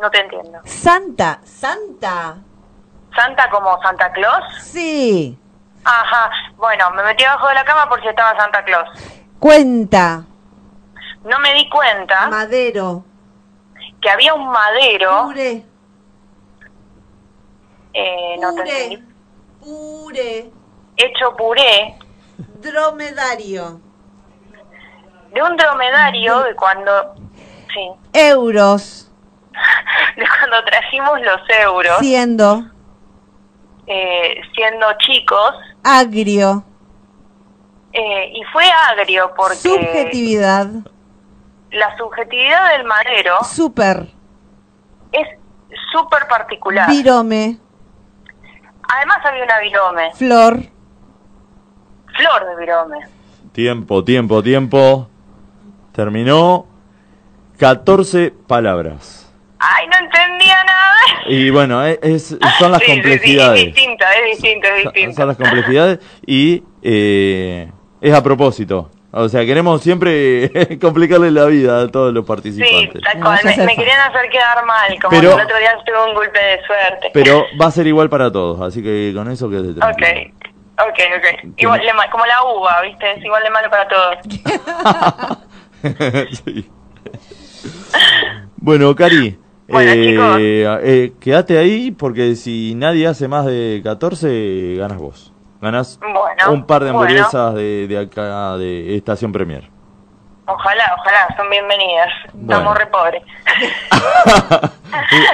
No te entiendo. Santa, Santa. ¿Santa como Santa Claus? Sí. Ajá. Bueno, me metí abajo de la cama por si estaba Santa Claus. Cuenta. No me di cuenta Madero. que había un madero. Pure. eh, no te Pure. entendí. Pure. Hecho puré Dromedario. de un dromedario de cuando. Sí. Euros. De cuando trajimos los euros. Siendo. eh, siendo chicos. Agrio. eh, y fue agrio porque. Subjetividad. La subjetividad del madero Super. es súper particular. Virome. Además había una virome, Flor. flor de virome. Tiempo, tiempo, tiempo. Terminó. 14 palabras. Ay, no entendía nada. Y bueno, e- es, son las Sí, sí, sí, complejidades. es distinto, es distinto, es Son- distinto. Son las complejidades y eh, es a propósito. O sea, queremos siempre complicarle la vida a todos los Sí, participantes. tal No, cual. eso Me, es el me fan. querían hacer quedar mal, como Pero- que el otro día tuve un golpe de suerte. Pero va a ser igual para todos, así que con eso quédate Ok, tranquilo. ok, ok. Igual de mal- como la uva, ¿viste? Es igual de malo para todos. Sí. Bueno, Cari, Bueno, eh, chicos. eh, quédate ahí porque si nadie hace más de 14, ganas vos. Ganas Bueno, un par de bueno. hamburguesas de, de acá, de Estación Premier. Ojalá, ojalá, son bienvenidas. Bueno. Estamos re pobres.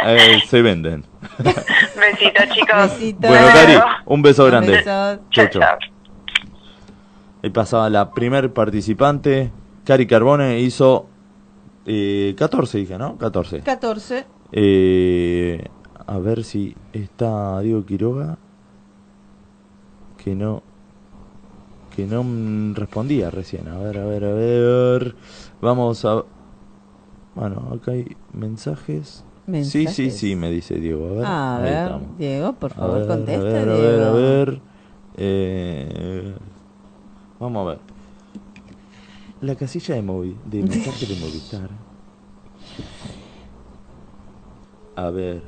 Eh, se venden. Besitos, chicos. Besitos. Bueno, Hasta Cari, luego. un beso grande. Besos. Chau, Chao, chau. chao. Ahí pasaba la primer participante. Cari Carbone hizo eh, 14, dije, ¿no? 14. 14. Eh, a ver si está Diego Quiroga. Que no. Que no mm, respondía recién. A ver, a ver, a ver. Vamos a. Bueno, acá hay mensajes. Sí, sí, ¿Mensajes? sí, me dice Diego. A ver. A ahí ver, estamos. Diego, por A favor, ver, contesta. A ver, a Diego. ver, a ver. Eh, vamos a ver. La casilla de móvil, de mensaje de Movistar. A ver.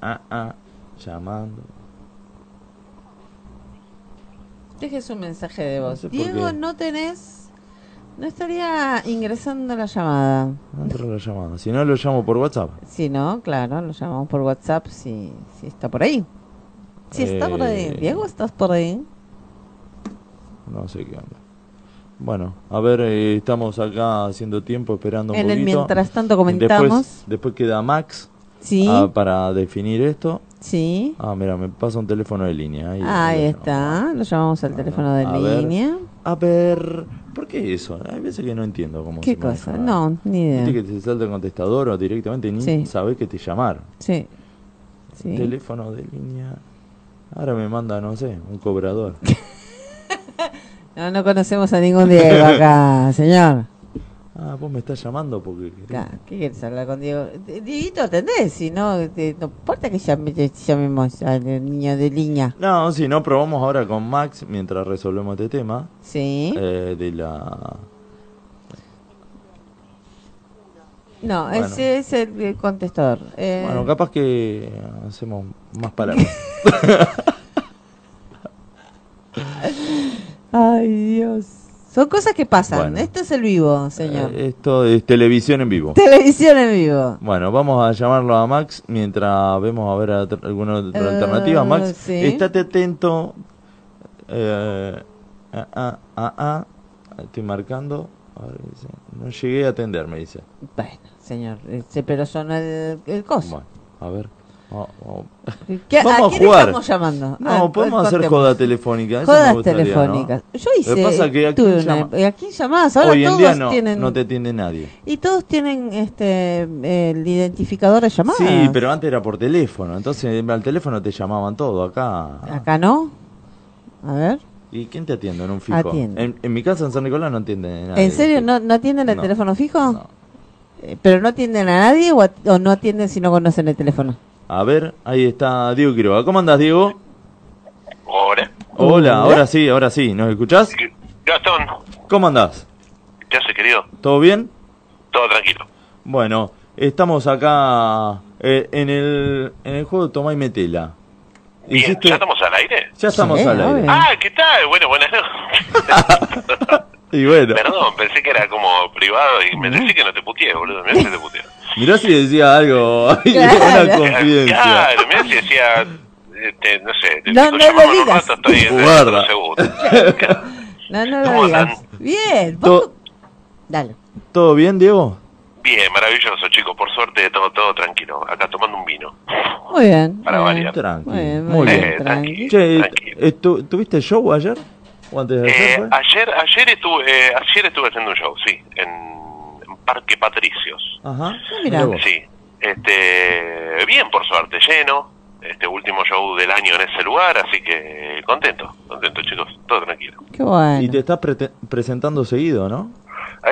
Ah, ah, llamando. Deje su mensaje de voz. No sé por Diego, qué. no tenés. No estaría ingresando la llamada. No Ah, entró la llamada. Si no, lo llamo por WhatsApp. Si no, claro, lo llamamos por WhatsApp si, si está por ahí. Si está por ahí. Eh. Diego, ¿estás por ahí? No sé qué onda. Bueno, a ver, eh, estamos acá haciendo tiempo, esperando un En el poquito. mientras tanto Después- comentamos. después queda Max Sí, ah, para definir esto. sí. Ah, mira, me pasa un teléfono de línea. Ahí, Ahí lo llamo. está. Lo llamamos al Ah, teléfono de a ver. línea. A ver, ¿por qué eso? Hay veces que no entiendo cómo ¿Qué se maneja. cosa? No, ni Viste que idea. te salta el contestador o directamente ni Sí. sabés que te llamaron. Sí. Sí. Teléfono de línea. Ahora me manda, no sé, un cobrador. No, no conocemos a ningún Diego acá, señor. ah, vos me estás llamando porque... querés- Acá, ¿Qué quieres hablar con Diego? Di- Dieguito, atendés, si no, te- no importa que llame- te- llamemos al niño de línea. No, si no, probamos ahora con Max mientras resolvemos este tema. Sí. eh, de la... No, Bueno. ese es el eh, contestador. Eh, Bueno, capaz que hacemos más palabras. Ay, Dios. Son cosas que pasan. Bueno. Esto es el vivo, señor. Eh, Esto es televisión en vivo. Televisión en vivo. Bueno, vamos a llamarlo a Max mientras vemos a ver at- alguna otra Eh, alternativa. Max, sí. estate atento. Eh, ah, ah, ah, ah. Estoy marcando. A ver, dice, No llegué a atender, me dice. Bueno, señor. eh, se- pero sonó el, el coso. Bueno, a ver. Oh, oh. ¿Qué- Vamos a quién jugar. estamos llamando? No, Ah, podemos hacer contemos. joda telefónica. eso me Jodas gustaría, ¿no? telefónicas. Yo hice. Lo que pasa que aquí, tuve una- llama- eh, aquí llamadas. Ahora hoy en todos día no, tienen. no te atiende nadie. Y todos tienen este el identificador de llamada. Sí, pero antes era por teléfono. Entonces eh, al teléfono te llamaban todo acá. Acá no. A ver. ¿Y quién te atiende en un fijo? Atiende. En, en mi casa en San Nicolás no atiende nadie. ¿En serio? ¿No, no atienden el No. teléfono fijo? No. Eh, ¿Pero no atienden a nadie o, at- o no atienden si no conocen el teléfono? A ver, ahí está Diego Quiroga. ¿Cómo andas, Diego? Hola. Hola, ahora sí, ahora sí. ¿Nos escuchás? Gastón, ¿Cómo andás? ¿qué haces, querido? ¿Todo bien? Todo tranquilo. Bueno, estamos acá eh, en, el, en el juego Tomá y Metela. Bien, Hiciste- ¿ya estamos al aire? Ya estamos Sí, al aire. obvio. Ah, ¿qué tal? Bueno, buenas noches. Y bueno, Perdón, pensé que era como privado y me decís que no te putees, boludo. Mirá si te puteé. mirá si decía algo. Ay, Una confidencia. Claro, mirá si decía, este, no sé, te No, estoy no lo llamando un digas. rato, estoy en el Guarda. otro segundo. No, no lo ¿Cómo digas. Bien. vos- Dale. ¿Todo bien, Diego? Bien, maravilloso, chicos. Por suerte, todo, todo tranquilo. Acá tomando un vino. Muy bien. Para muy variar. Tranqui, Muy bien, muy bien. bien, Eh, tranqui. Che, Tranquilo. estu- ¿tuviste show ayer? ¿O antes de ayer? Eh, fue? ayer, ayer, estuve, eh, ayer estuve haciendo un show, sí, en, en Parque Patricios. Ajá. mirá mirá. vos. Sí, este, bien por suerte, lleno. Este último show del año en ese lugar, así que contento, contento chicos, todo tranquilo. Qué bueno. Y te estás prete- presentando seguido, ¿no?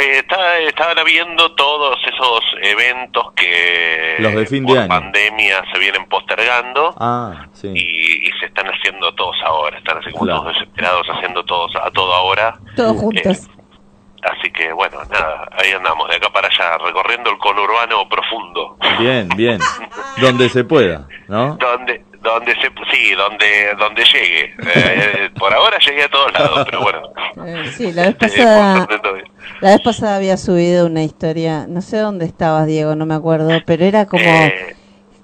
Eh, está- estaban habiendo todos esos eventos que Los de fin de Eh, por año. pandemia se vienen postergando Ah, sí. y, y se están haciendo todos ahora, están así como Claro. todos desesperados haciendo todos a todo ahora. Eh, Todos juntos. Así que bueno, nada, ahí andamos de acá para allá, recorriendo el conurbano profundo. Bien, bien. Donde se pueda, ¿no? Donde, donde se, sí, donde, donde llegue. Eh, por ahora llegué a todos lados, pero bueno. Eh, sí, la vez Este, por pasada. suerte todo bien. La vez pasada había subido una historia, no sé dónde estabas, Diego, no me acuerdo, pero era como... Eh,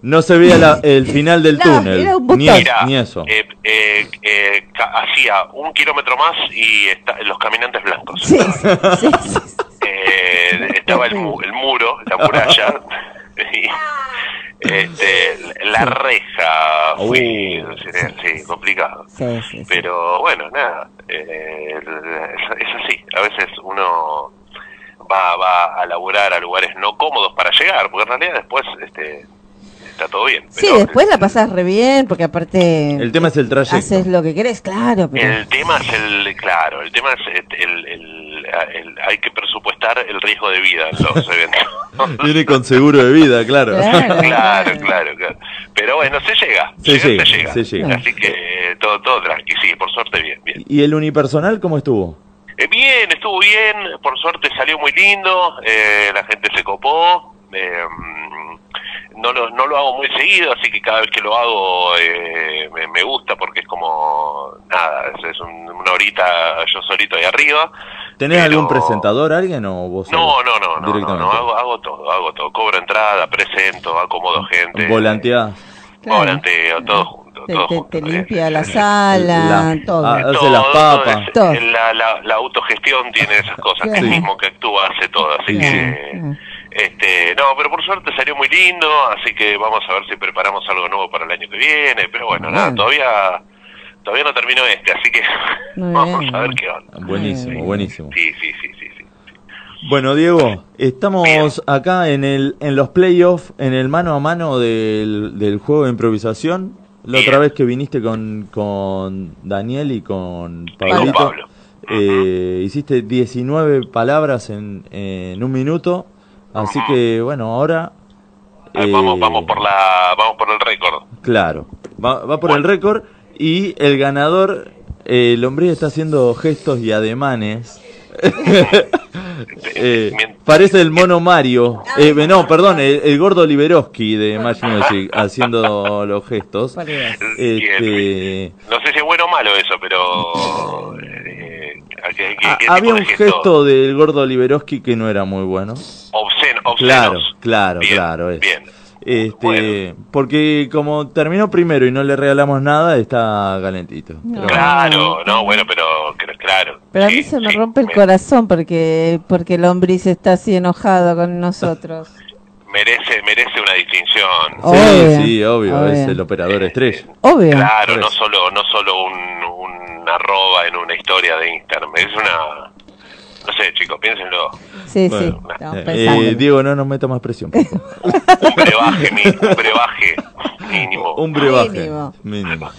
No se veía la- el final del No, túnel. era un botón. Ni, es- mirá, ni eso. eh, eh, eh, ca- hacía un kilómetro más y está- los caminantes blancos. Sí, sí, sí, sí, sí. Eh, estaba el, mu- el muro, la muralla. y, este, la reja. Fui, Uh. sí, sí, complicado. Sí, sí, sí. Pero bueno, nada, eh, es, es así. A veces uno va, va a laburar a lugares no cómodos para llegar, porque en realidad después este, está todo bien. Sí, pero después la pasás re bien, porque aparte El tema es el trayecto. haces lo que querés, claro, El, pero... tema es el, claro, el tema es el, el- el- el- hay que presupuestar el riesgo de vida en los eventos. Viene con seguro de vida, claro. Claro. Claro, claro, claro. Pero bueno, se llega. Se llega, se llega. se llega. Así que eh, todo, todo tranqui. Sí, por suerte, bien, bien. ¿Y el unipersonal cómo estuvo? Eh, bien, estuvo bien, por suerte salió muy lindo, eh, la gente se copó. eh, no, lo, no lo hago muy seguido, así que cada vez que lo hago eh, me, me gusta porque es como, nada, es, es un- una horita yo solito ahí arriba. ¿Tenés Pero- algún presentador, alguien o vos? No, solo? no, no, no, no, Directamente. no, hago, hago todo, hago todo. Cobro entrada, presento, acomodo gente. Volanteás. Claro. Volanteo, todo junto. Te, todo te- junto, te bien. limpia la sala, La- todo. ah, Hace las papas. es- Todo. La, la- la autogestión tiene esas cosas, que el Sí. mismo que actúa hace todo, así Sí, que... Eh, sí. Este, no, pero por suerte salió muy lindo, así que vamos a ver si preparamos algo nuevo para el año que viene, pero bueno, nada, todavía todavía no terminó este, así que Ah, Muy vamos bien. a ver qué onda. Buenísimo, buenísimo. Sí, sí, sí, sí, sí. Bueno, Diego, estamos acá en el en los playoffs, en el mano a mano del, del juego de improvisación. La otra Bien. vez que viniste con, con Daniel y con con Pablito, Pablo. eh, hiciste 19 palabras en, en un minuto. Así que, bueno, ahora. Ah, eh, vamos, vamos por la, vamos por el récord. Claro, va, va por el récord y el ganador, eh, el hombre está haciendo gestos y ademanes Eh, parece el mono Mario. Eh, no, perdón, el, el gordo Liberoski de Machine Music haciendo los gestos. Este, No sé si es bueno o malo eso, pero. eh, ¿qué- qué- qué tipo había de un gesto del gordo Liberoski que no era muy bueno. Obsceno, Claro, obscenos. claro, claro. es. Este, Porque como terminó primero y no le regalamos nada, está calentito. Pero- Claro, no, bueno, pero cl- claro. Pero a mí se me rompe el corazón porque porque el hombre se está así enojado con nosotros. Merece, merece una distinción. Sí, sí, obvio, obvio. es el operador estrella. Obvio. Claro, no solo, no solo un, un arroba en una historia de Instagram. Es una. No sé, chicos, piénsenlo. Sí, Bueno, sí, estamos eh, pensando. Diego, no nos meta más presión. por favor. Un brebaje, mi- un brebaje mínimo. Un brebaje. Mínimo.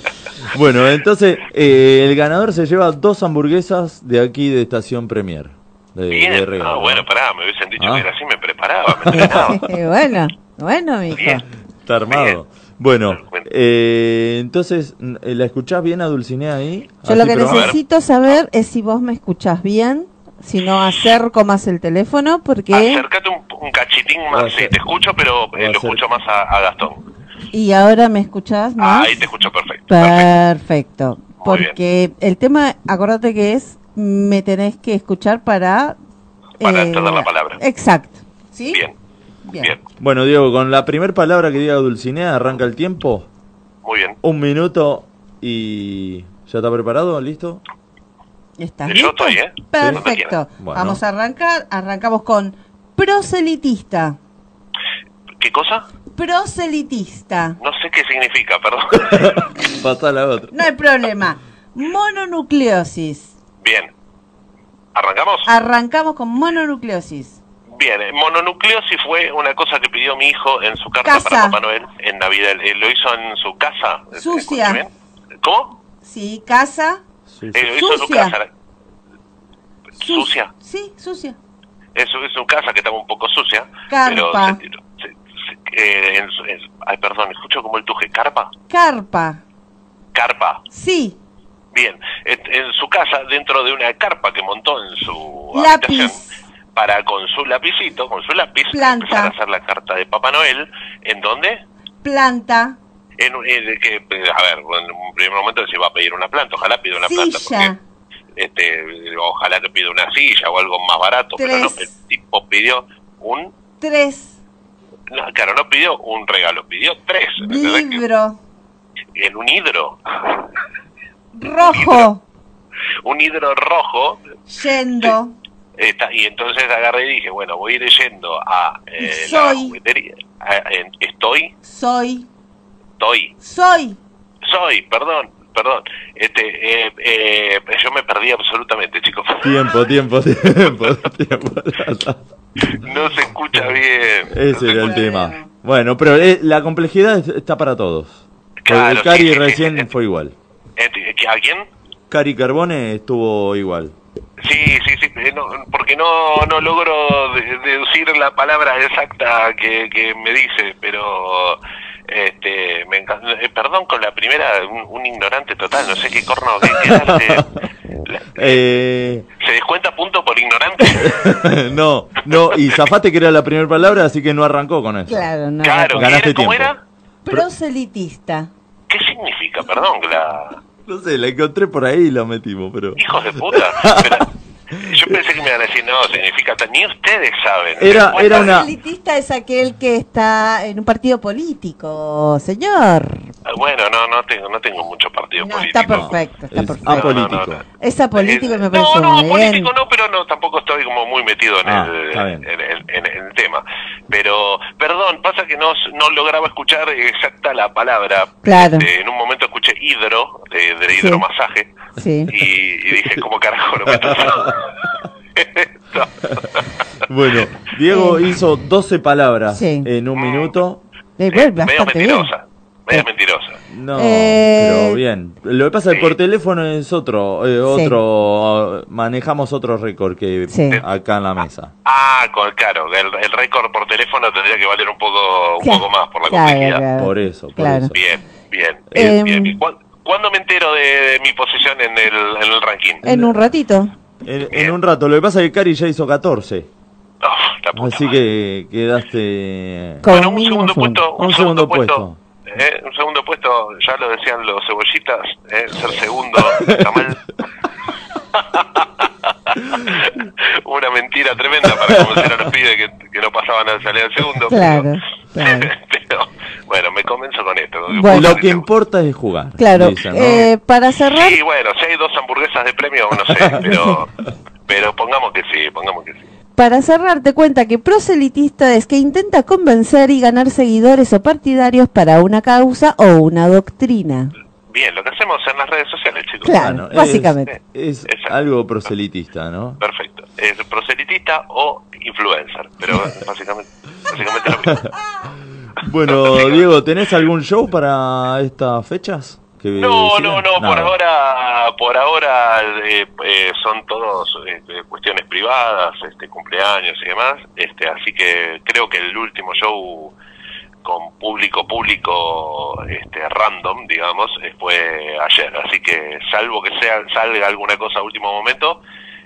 Bueno, entonces eh, el ganador se lleva dos hamburguesas de aquí de Estación Premier. De, Bien. de regalo. Ah, bueno, pará, me hubiesen dicho Ah. que era así, me preparaba, me entrenaba. Eh, bueno, bueno, mijo. Está armado. Bueno, eh, entonces, n- eh, ¿la escuchás bien a Dulcinea ahí? Yo Así lo que probamos. necesito saber es si vos me escuchás bien, si no acerco más el teléfono porque Acércate un, un cachitín más, sí, te escucho, pero eh, lo escucho más a, a Gastón. y ahora me escuchás más. Ahí te escucho perfecto. Perfecto. Porque el tema, acordate que es, me tenés que escuchar para... Para eh, entender la palabra. Exacto. ¿Sí? Bien. Bien. Bueno, Diego, con la primera palabra que diga Dulcinea, arranca el tiempo. Muy bien. Un minuto y... ¿Ya está preparado? ¿Listo? ¿Estás Yo listo? estoy, ¿eh? Cuando Perfecto. quieras. Bueno. Vamos a arrancar. Arrancamos con proselitista. ¿Qué cosa? Proselitista. No sé qué significa, perdón. Pasá la otra. No hay problema. Mononucleosis. Bien. ¿Arrancamos? Arrancamos con mononucleosis. Bien, eh, mononucleosis fue una cosa que pidió mi hijo en su carta Casa. para Papá Noel en Navidad. Eh, lo hizo en su casa. Eh, Sucia. ¿Cómo? Sí, casa. Eh, lo hizo en su Sucia. casa. Sucia. Sí, sucia. Es, su- es su casa que estaba un poco sucia. Pero, Carpa. eh, en su- en- ay, perdón, escucho como el tuje. ¿Carpa? Carpa. Carpa. Sí. Bien. En, en su casa, dentro de una carpa que montó en su habitación. Lápiz. Para con su lapicito, con su lápiz, Planta. empezar a hacer la carta de Papá Noel. ¿En dónde? Planta. En, en- que, a ver, en un primer momento se va a pedir una planta, ojalá pida una planta, Silla. este, ojalá que pida una silla o algo más barato, pero no, Tres. el tipo pidió un, Tres. no, claro, no pidió un regalo, pidió tres, ¿entendés? Libro. en un hidro, Rojo. un hidro rojo, Yendo. está- y entonces agarré y dije, bueno, voy a ir yendo a eh, la Soy. juguetería, a- en- estoy, Soy. estoy, Soy. soy, perdón, perdón, este, eh, eh, yo me perdí absolutamente, chicos. Tiempo, tiempo, tiempo, tiempo. Ya está. No se escucha bien. Ese era el tema. Bueno, pero eh, la complejidad es- está para todos. Claro, el Cari sí, sí, sí, recién fue igual. Este, ¿que ¿A quién? Cari Carbone estuvo igual. Sí, sí, sí, eh, no, porque no, no logro de- deducir la palabra exacta que, que me dice, pero este, me encanta, perdón con la primera, un, un ignorante total, no sé qué corno que Eh, ¿Se descuenta punto por ignorante? no, no, y zafate que era la primera palabra, así que no arrancó con eso. Claro, no. Claro, ganaste tiempo. Proselitista. ¿Qué significa? Perdón, la... No sé, la encontré por ahí y la metimos, pero. Hijos de puta. Pero yo pensé que me iban a decir, no, significa, tal- ni ustedes saben. Era- Bueno, era una- Proselitista es aquel que está en un partido político, señor. Ah, Bueno, no, no tengo, no tengo mucho partido No, político. está perfecto, está Es perfecto. apolítico. Es apolítico y me parece Eh, No, no, bien. político no, pero no, tampoco estoy como muy metido en, Ah, el, está bien. en, el- en el tema. Pero, perdón, pasa que no, no lograba escuchar exacta la palabra. Claro. Este, en un momento escuché hidro, de, de Sí. hidromasaje, Sí. y, y dije, ¿cómo carajo lo meto? Bueno, Diego hizo 12 palabras Sí. en un minuto. Eh, bueno, bastante bien. Media mentirosa. No, Eh, pero bien. Lo que pasa es que por teléfono es otro, eh, otro ah, manejamos otro récord que Sí. acá en la mesa. Ah, con- claro, el, el récord por teléfono tendría que valer un poco, un Claro, poco más por la claro, complejidad. claro. Por eso, por Claro. eso. Bien, bien, bien, Em. bien. ¿Y cuán- ¿Cuándo me entero de, de mi posición en el, en el ranking? En un ratito. En, en un rato. Lo que pasa es que Cari ya hizo 14. Ah, Así que quedaste. Con un segundo puesto, Un segundo puesto. Eh, un segundo puesto, ya lo decían los cebollitas, eh, ser segundo está mal. Una mentira tremenda para convencer a los pibes que, que no pasaban al salir al segundo. Claro, claro. Pero, bueno, me convenzo con esto. con que Lo que importa es jugar. Claro. dicen, ¿no? Eh, para cerrar, Sí, bueno, si hay dos hamburguesas de premio, no sé, pero, pero pongamos que sí, pongamos que sí. Para cerrar, te cuenta que proselitista es que intenta convencer y ganar seguidores o partidarios para una causa o una doctrina. Bien, lo que hacemos en las redes sociales, chicos. Claro, es- básicamente. Es, algo proselitista, ¿no? Perfecto. Es proselitista o influencer, pero básicamente, básicamente lo mismo. Bueno, Diego, ¿tenés algún show para estas fechas? que No, decían? no, no, por Nada. ahora, por ahora eh, eh, son todos eh, eh, cuestiones privadas, este, cumpleaños y demás, este, así que creo que el último show con público público este, random, digamos, eh, fue ayer, así que salvo que sea salga alguna cosa a último momento,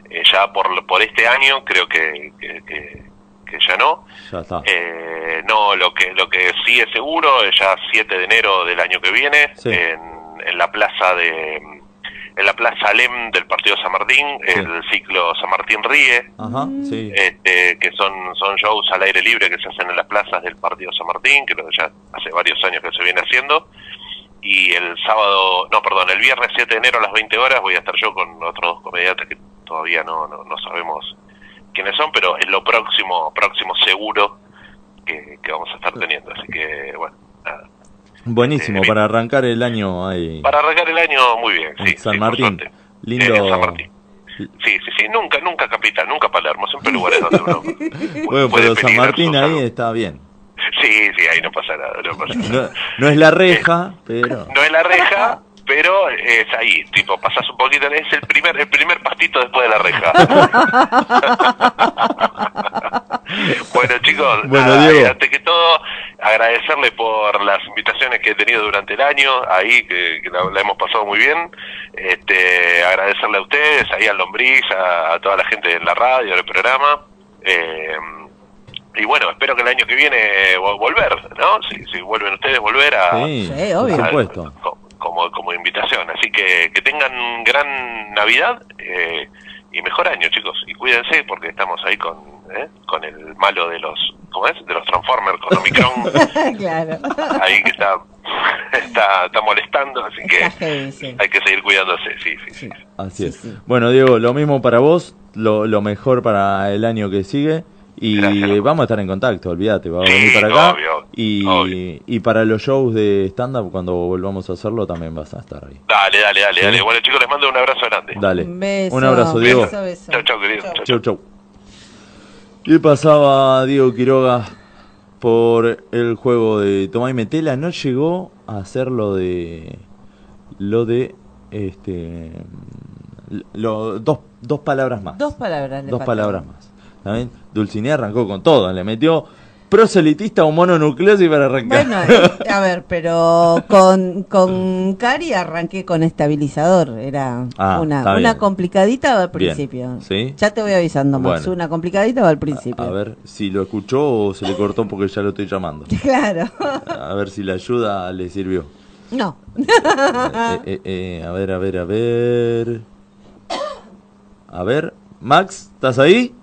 eh, ya por por este año creo que, que, que- que ya no. Ya está. Eh, no, lo que lo que sí es seguro es ya 7 de enero del año que viene Sí. eh. en, en la plaza de en la plaza Alem del partido San Martín, el ciclo San Martín Ríe, Ajá, sí. este, que son son shows al aire libre que se hacen en las plazas del partido San Martín, que lo- ya hace varios años que se viene haciendo. Y el sábado, no, perdón, el viernes 7 de enero a las 20 horas voy a estar yo con otros dos comediantes que todavía no, no, no sabemos quiénes son, pero es lo próximo, próximo seguro que, que vamos a estar teniendo. Así que, bueno, nada. Buenísimo, para arrancar el año ahí. eh, Para arrancar el año, muy bien, sí. en San sí, por Martín. suerte. Lindo. Eh, en San Martín. Sí, sí, sí, nunca, nunca capital, nunca Palermo, siempre lugares donde uno... Bueno, puede pero San peligrar Martín su ahí salud. está bien. Sí, sí, ahí no pasa nada, no pasa No, nada. no es la reja, pero. No es la reja, pero es ahí, tipo, pasas un poquito, es el primer, el primer pastito después de la reja. bueno, chicos, Bueno, nada, Diego. eh, antes que todo, agradecerle por las invitaciones que he tenido durante el año, ahí, que, que la, la hemos pasado muy bien. Este, agradecerle a ustedes, ahí al Lombriz, a, a toda la gente en la radio, en el programa. Eh, y bueno, espero que el año que viene eh, vol- volver, ¿no? Si, si vuelven ustedes, volver a, Sí, Sí, por obvio. supuesto. como, como invitación. Así que que tengan gran Navidad eh, y mejor año, chicos. Y cuídense porque estamos ahí con, ¿eh? con el malo de los, ¿cómo es? De los Transformers, con Omicron, claro. ahí que está, está, está molestando. Así que Está heavy, sí. hay que seguir cuidándose, sí, sí, sí. Así es. Bueno, Diego, lo mismo para vos, lo, lo mejor para el año que sigue. Y vamos a estar en contacto, olvídate, va a Sí, venir para acá. obvio, y, y para los shows de stand-up, cuando volvamos a hacerlo, también vas a estar ahí. Dale, dale, dale, Sí. dale. Bueno, chicos, les mando un abrazo grande. Dale. Un beso. Un abrazo, Diego. Beso, beso. Chau, chau, querido. Chau, Chau, chau. ¿Qué pasaba, Diego Quiroga, por el juego de Tomá y Metela? No llegó a hacer lo de. Lo de. Este. lo- dos, dos palabras más. Dos palabras. le Dos faltan. palabras más. ¿También? Dulcinea arrancó con todo. Le metió proselitista o mononucleosis para arrancar. Bueno, eh, a ver, pero con, con Cari arranqué con estabilizador. Era Ah, está una, bien. una complicadita al Bien, principio. ¿sí? Ya te voy avisando, Max. Bueno. Una complicadita al principio. A ver si lo escuchó o se le cortó porque ya lo estoy llamando. Claro. A ver si la ayuda le sirvió. No. Eh, eh, eh, a ver, a ver, a ver. A ver, Max, ¿estás ahí?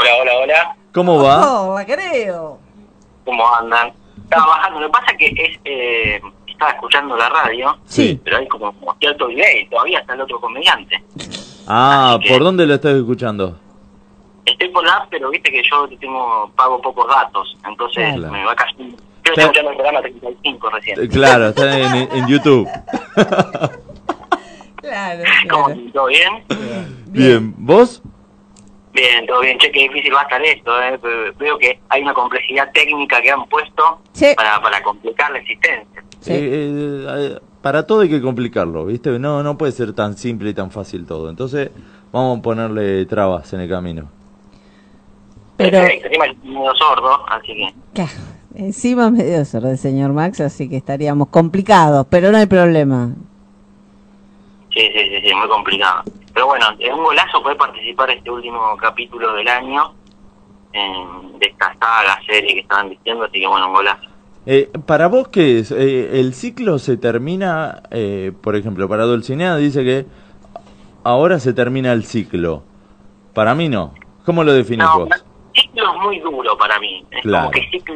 Hola, hola, hola. ¿Cómo va? No, Oh, la creo. ¿Cómo andan? Estaba bajando. Lo que pasa que es, eh, estaba escuchando la radio, Sí. pero hay como cierto delay. Todavía está el otro comediante. Ah, ¿por dónde lo estás escuchando? Estoy por la app, pero viste que yo tengo pago pocos datos. Entonces Claro. me va cayendo. Está- Yo estoy escuchando el programa 35 recién. Eh, Claro, está en, en YouTube. Claro. ¿Cómo? ¿Todo bien? Bien, ¿vos? Bien, todo bien. Che, qué difícil va a estar esto. Eh. Veo que hay una complejidad técnica que han puesto Sí. para, para complicar la existencia. Eh, eh, eh, para todo hay que complicarlo, ¿viste? No, no puede ser tan simple y tan fácil todo. Entonces, vamos a ponerle trabas en el camino. Pero- Perfecto. Encima yo soy medio sordo, así que... Claro. Encima medio sordo el señor Max, así que estaríamos complicados, pero no hay problema. Sí, sí, sí, sí, muy complicado. Pero bueno, es un golazo poder participar este último capítulo del año eh, de esta saga, serie que estaban diciendo, así que bueno, un golazo. Eh, para vos, ¿qué es? Eh, el ciclo se termina, eh, por ejemplo, para Dulcinea dice que ahora se termina el ciclo. Para mí no. ¿Cómo lo definís No, vos? ciclo es muy duro para mí. Es Claro. como que ciclo,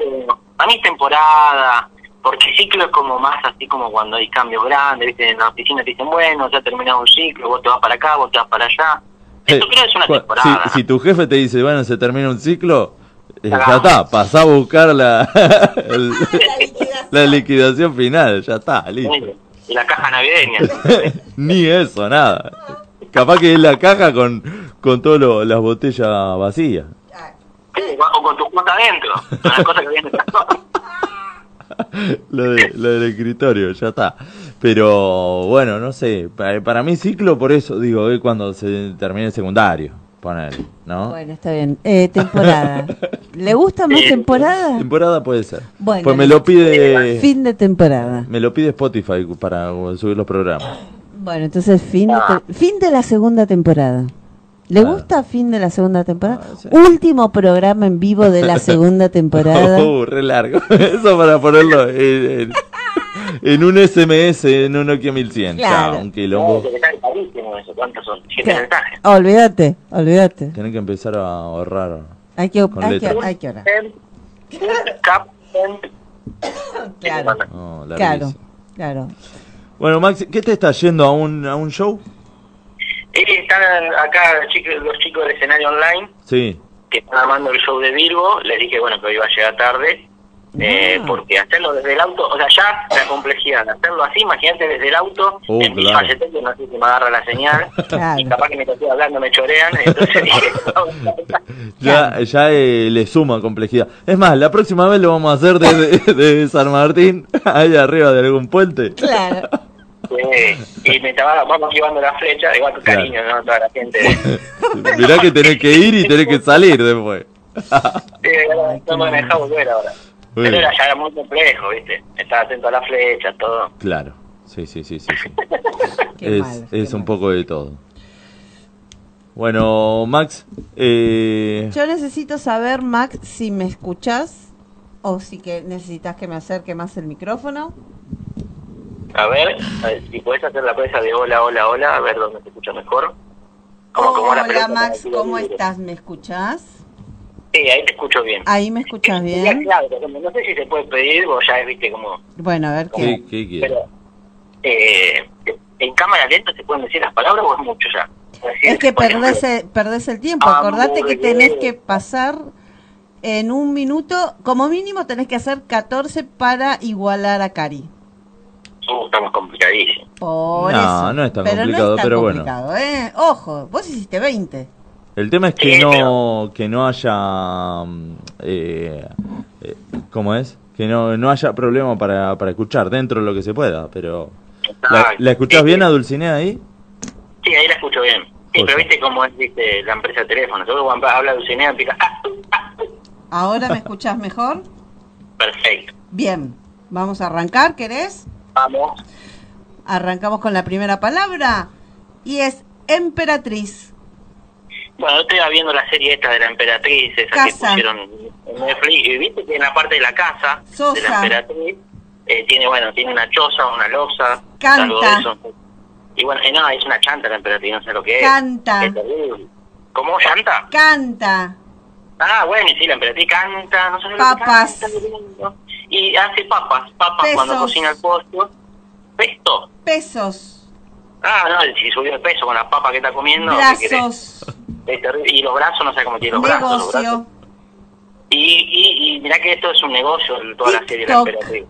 a mí es temporada, porque ciclo es como más así como cuando hay cambios grandes, ¿viste? en la oficina te dicen, bueno, ya ha terminado un ciclo, vos te vas para acá, vos te vas para allá. Eso creo que es una Cu- temporada. Eh, Si, si tu jefe te dice, bueno, se termina un ciclo, eh, ya Cagamos. está, pasá a buscar la, el- la liquidación final, ya está, listo. Y la caja navideña. Ni eso, nada. Capaz que es la caja con, con todas las botellas vacías. Sí, o con tu cuota adentro. Con las cosas que vienen lo, de- lo del escritorio, ya está. Pero bueno, no sé, para, para mí ciclo por eso, digo, es cuando se termine el secundario, ponele, ¿no? Bueno, está bien. Eh, temporada. ¿Le gusta más temporada? Temporada puede ser. Bueno. pues me lo pide Fin de temporada. me lo pide Spotify para subir los programas. Bueno, entonces fin de, Ah. te- fin de la segunda temporada. ¿Le gusta fin de la segunda temporada? Ah, Último programa en vivo de la segunda temporada. Oh. Uh, re largo. Eso para ponerlo en, en- en un SMS en un Nokia 1100. Claro. Chao, un quilombo. Están carísimos eso, ¿cuántos son? Siete mensajes. Olvídate, olvídate. Tienen que empezar a ahorrar. Hay que, Con hay que, letras. hay que orar. Claro. No, Claro, larguísimo. claro. Bueno, Maxi, ¿qué te está yendo a un, a un show? Y están acá los chicos, los chicos del escenario online Sí. que están armando el show de Virgo. Les dije, bueno, que hoy iba a llegar tarde. Ah. eh, porque hacerlo desde el auto, o sea, ya la complejidad de hacerlo así, imagínate desde el auto, Uh, en mi claro. falleteque, no sé si me agarra la señal, Claro. y capaz que me estoy hablando, me chorean, entonces dije, Ya, ya eh, le suma complejidad. Es más, la próxima vez lo vamos a hacer desde de San Martín, ahí arriba de algún puente. Claro. eh, y me estaba, vamos llevando la flecha, igual con Claro. cariño, ¿no? Toda la gente. Mirá que tenés que ir y tenés que salir después. Sí, ahora no me deja volver ahora. Bueno. Pero era ya era muy complejo, ¿viste? Estaba atento a la flecha, todo. Claro, sí, sí, sí, sí. sí. Qué es mal, es un poco de todo. Bueno, Max, eh, Yo necesito saber, Max, si me escuchás o si que necesitas que me acerque más el micrófono. A ver, a ver, si podés hacer la presa de hola, hola, hola, a ver dónde se escucha mejor. Como, como la Oh, Hola, pelota Max, de la ¿cómo libre. estás? ¿Me escuchás? Sí, ahí te escucho bien. Ahí me escuchas Ya, bien. claro, pero como no sé si se puede pedir, vos ya viste como... Bueno, a ver como- qué. Pero, eh, ¿en cámara lenta se pueden decir las palabras o es mucho ya? decir, Es que por perdés ejemplo, el, perdés el tiempo. Ah, Acordate que muy tenés bien. que pasar en un minuto, como mínimo tenés que hacer 14 para igualar a Cari. uh, estamos complicadísimos. Por No, eso. no es tan pero complicado, no es tan pero bueno. complicado, ¿eh? Ojo, vos hiciste 20. el tema es Eh, que no, que no haya, mm, eh, eh, ¿cómo es? Que no, no haya problema para, para escuchar dentro de lo que se pueda, pero... ¿La, la escuchás bien a Dulcinea ahí? Sí, ahí la escucho bien. Sí, Oye. pero viste cómo es viste, la empresa de teléfono. Seguro cuando habla Dulcinea pica, ah, Ahora me escuchás mejor. perfecto. Bien, vamos a arrancar, ¿querés? Vamos. Arrancamos con la primera palabra y es emperatriz. Bueno, yo estaba viendo la serie esta de la emperatriz, esa que Casa. pusieron en Netflix, y viste que en la parte de la casa de la Sosa. emperatriz eh, tiene, bueno, tiene una choza, una losa, Canta. algo de eso. Y bueno, eh, no, es una chanta la emperatriz, no sé lo que es. Canta. Es terrible. ¿Cómo chanta? Canta, Ah, bueno, y sí, la emperatriz canta, no sé lo que papas, canta. Y hace papas, papas Pesos. cuando cocina el pollo. Pesto. pesos, Ah, no, si subió de peso con la papa que está comiendo. ¿qué querés? brazos, Es terrible. Este, Y los brazos, no sé cómo tiene los brazos. Los brazos. negocio, Y, y, y mirá que esto es un negocio, toda la serie de la TikTok. emperatriz.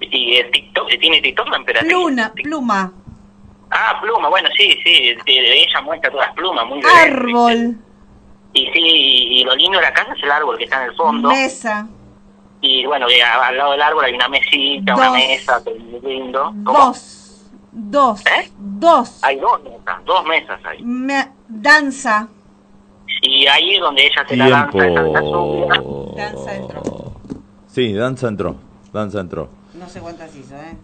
Y el TikTok, eh, ¿tiene TikTok la emperatriz? pluna, pluma, Ah, pluma, bueno, sí, sí, de- de- ella muestra todas las plumas, muy bien. árbol, Y sí, y, y lo lindo de la casa es el árbol que está en el fondo. mesa, Y bueno, y a- al lado del árbol hay una mesita, una Dos. mesa, todo muy lindo. ¿Cómo? dos, dos, ¿Eh? dos, Hay dos mesas, dos mesas ahí. me- danza, Y ahí es donde ella se la danza, esa danza sucia. Tiempo. Sí, Danza entró, Danza entró. no sé cuántas hizo, ¿eh?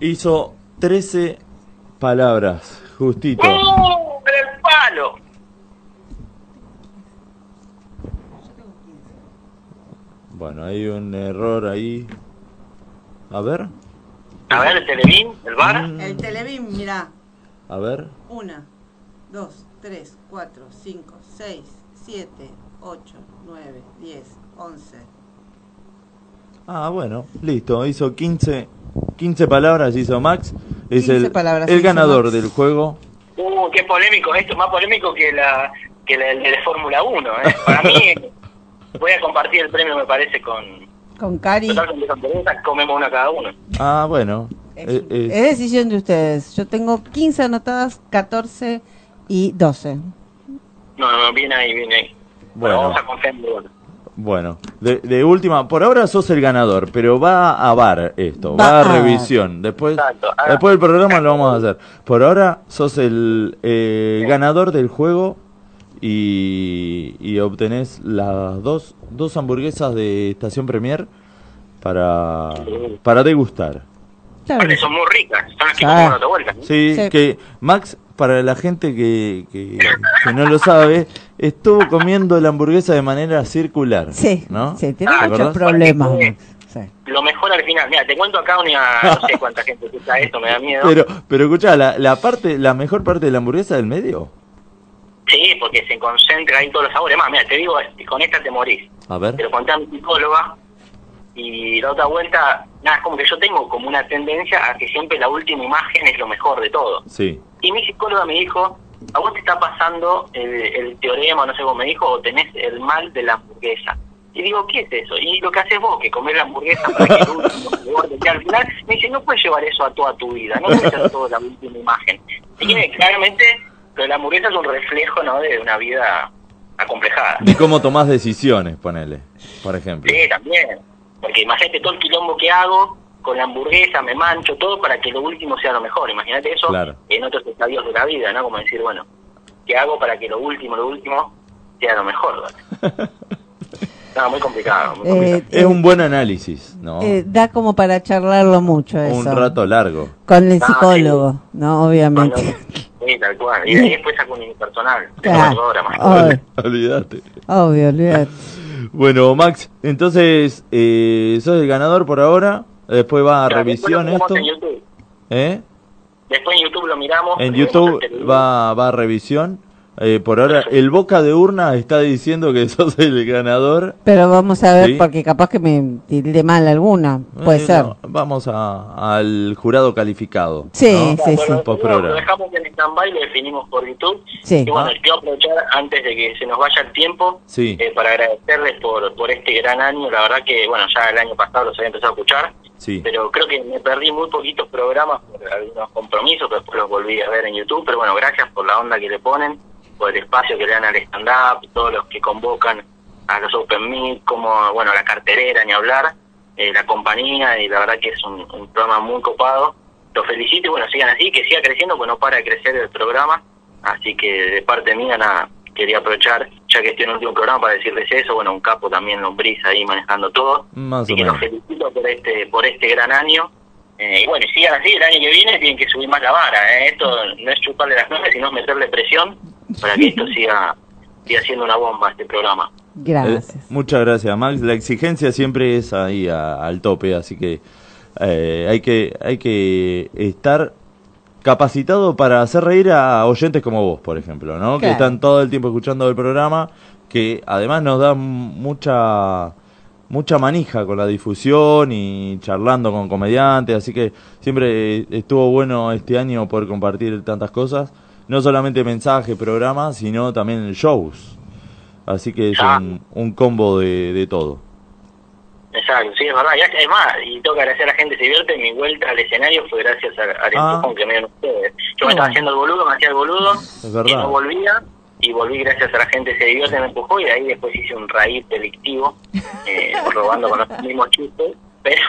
Hizo 13 palabras, justito. ¡Uh! ¡El palo! Bueno, hay un error ahí. A ver, A ver, el Televín, el bar. Mm. El Televim, mirá. a ver. 1, 2, 3, 4, 5, 6, 7, 8, 9, 10, 11. Ah, bueno, listo. Hizo 15, 15 palabras, hizo Max. Es 15 el, palabras el hizo ganador Max. del juego. Uh, qué polémico esto, más polémico que la que la, el de la Fórmula 1, ¿eh? Para mí, eh, voy a compartir el premio, me parece, con... Con Cari. Total, con descontenida, comemos una cada uno. Ah, bueno. Eh, eh, Es decisión de ustedes. Yo tengo 15 anotadas, 14 y 12. No, no, viene ahí, viene ahí. Bueno, bueno, vamos a confiar en el gol. bueno. De, de última, por ahora sos el ganador, pero va a bar esto, va, Va a a- revisión. Después, Exacto, ah. después del programa lo vamos a hacer. Por ahora sos el eh, ganador del juego y, y obtenés las dos, dos hamburguesas de Estación Premier para, para degustar. Aparte son muy ricas, son las que Ah. comemos la otra vuelta. ¿no? Sí, que Max, para la gente que, que- que no lo sabe, estuvo comiendo la hamburguesa de manera circular. Sí, ¿no? sí, tiene muchos problemas, Lo mejor al final, mira, te cuento acá una... No sé cuánta gente escucha esto, me da miedo. Pero, pero escuchá, la, la parte, la mejor parte de la hamburguesa del medio. Sí, porque se concentra ahí todos los sabores. Más, mira, te digo, con esta te morís. A ver. Te lo conté a mi psicóloga y la otra vuelta, nada, es como que yo tengo como una tendencia a que siempre la última imagen es lo mejor de todo. Sí. Y mi psicóloga me dijo, a vos te está pasando el, el teorema, no sé cómo me dijo, o tenés el mal de la hamburguesa. Y digo, ¿qué es eso? Y lo que haces vos, que comer la hamburguesa para que el último sabor te quede al final, me dice, no puedes llevar eso a toda tu vida, no puedes hacer toda la última imagen. Así que claramente lo de la hamburguesa es un reflejo ¿no? de una vida acomplejada. Y cómo tomás decisiones, ponele, por ejemplo. Sí, también. Porque imagínate todo el quilombo que hago con la hamburguesa, me mancho todo para que lo último sea lo mejor. Imagínate eso Claro. en otros estadios de la vida, ¿no? Como decir, bueno, ¿qué hago para que lo último, lo último sea lo mejor? ¿no? no, muy complicado. Muy complicado. Eh, es un buen análisis, ¿no? Eh, da como para charlarlo mucho eso. Un rato largo. Con el Ah, psicólogo, ¿no? Obviamente. Sí, tal cual. Y de ahí después saco un personal. Claro. Ay. Olvídate. Obvio, olvidate. Bueno, Max, entonces eh, sos el ganador por ahora. Después va a revisión esto. En YouTube. ¿Eh? Después en YouTube lo miramos. En lo vemos YouTube el televisor. va, va a revisión. Eh, por ahora, el boca de urna está diciendo que sos el ganador. Pero vamos a ver, Sí. porque capaz que me tilde mal alguna. Puede Eh, ser. no, vamos a- al jurado calificado. Sí, ¿no? sí, sí. Post Lo programa. dejamos en stand-by, lo definimos por YouTube. Sí. Y bueno, quiero aprovechar antes de que se nos vaya el tiempo Ah. Sí. eh, para agradecerles por, por este gran año. La verdad que, bueno, ya el año pasado los había empezado a escuchar, Sí. pero creo que me perdí muy poquitos programas por algunos compromisos, pero después los volví a ver en YouTube. Pero bueno, gracias por la onda que le ponen, por el espacio que le dan al stand-up, todos los que convocan a los Open Meet, como, bueno, la carterera, ni hablar, eh, la compañía, y la verdad que es un, un programa muy copado. Los felicito y bueno, sigan así, que siga creciendo, pues no para de crecer el programa. Así que de parte mía, nada, quería aprovechar, ya que estoy en el último programa, para decirles eso. Bueno, un capo también, lombriz ahí manejando todo. Más así o que los menos. felicito por este, por este gran año. Eh, y bueno, y sigan así, el año que viene tienen que subir más la vara. ¿eh? Esto no es chuparle las nubes, sino meterle presión para que esto siga, siga siendo una bomba este programa. Gracias. Eh, muchas gracias, Max. La exigencia siempre es ahí a- al tope, así que, eh, hay que hay que estar capacitado para hacer reír a oyentes como vos, por ejemplo, ¿no? Que Claro. están todo el tiempo escuchando el programa, que además nos da mucha mucha manija con la difusión y charlando con comediantes, así que siempre estuvo bueno este año poder compartir tantas cosas, no solamente mensajes, programas, sino también shows. Así que es un, un combo de, de todo. Exacto, sí, es verdad. Y es más, y tengo que agradecer a la gente que se divierte. Mi vuelta al escenario fue gracias a- al Ah. empujón que me dieron ustedes. Yo me estaba haciendo el boludo, me hacía el boludo. Es y no verdad. volvía y volví gracias a la gente se divierte me empujó y de ahí después hice un raíz delictivo eh, robando con los mismos chistes pero,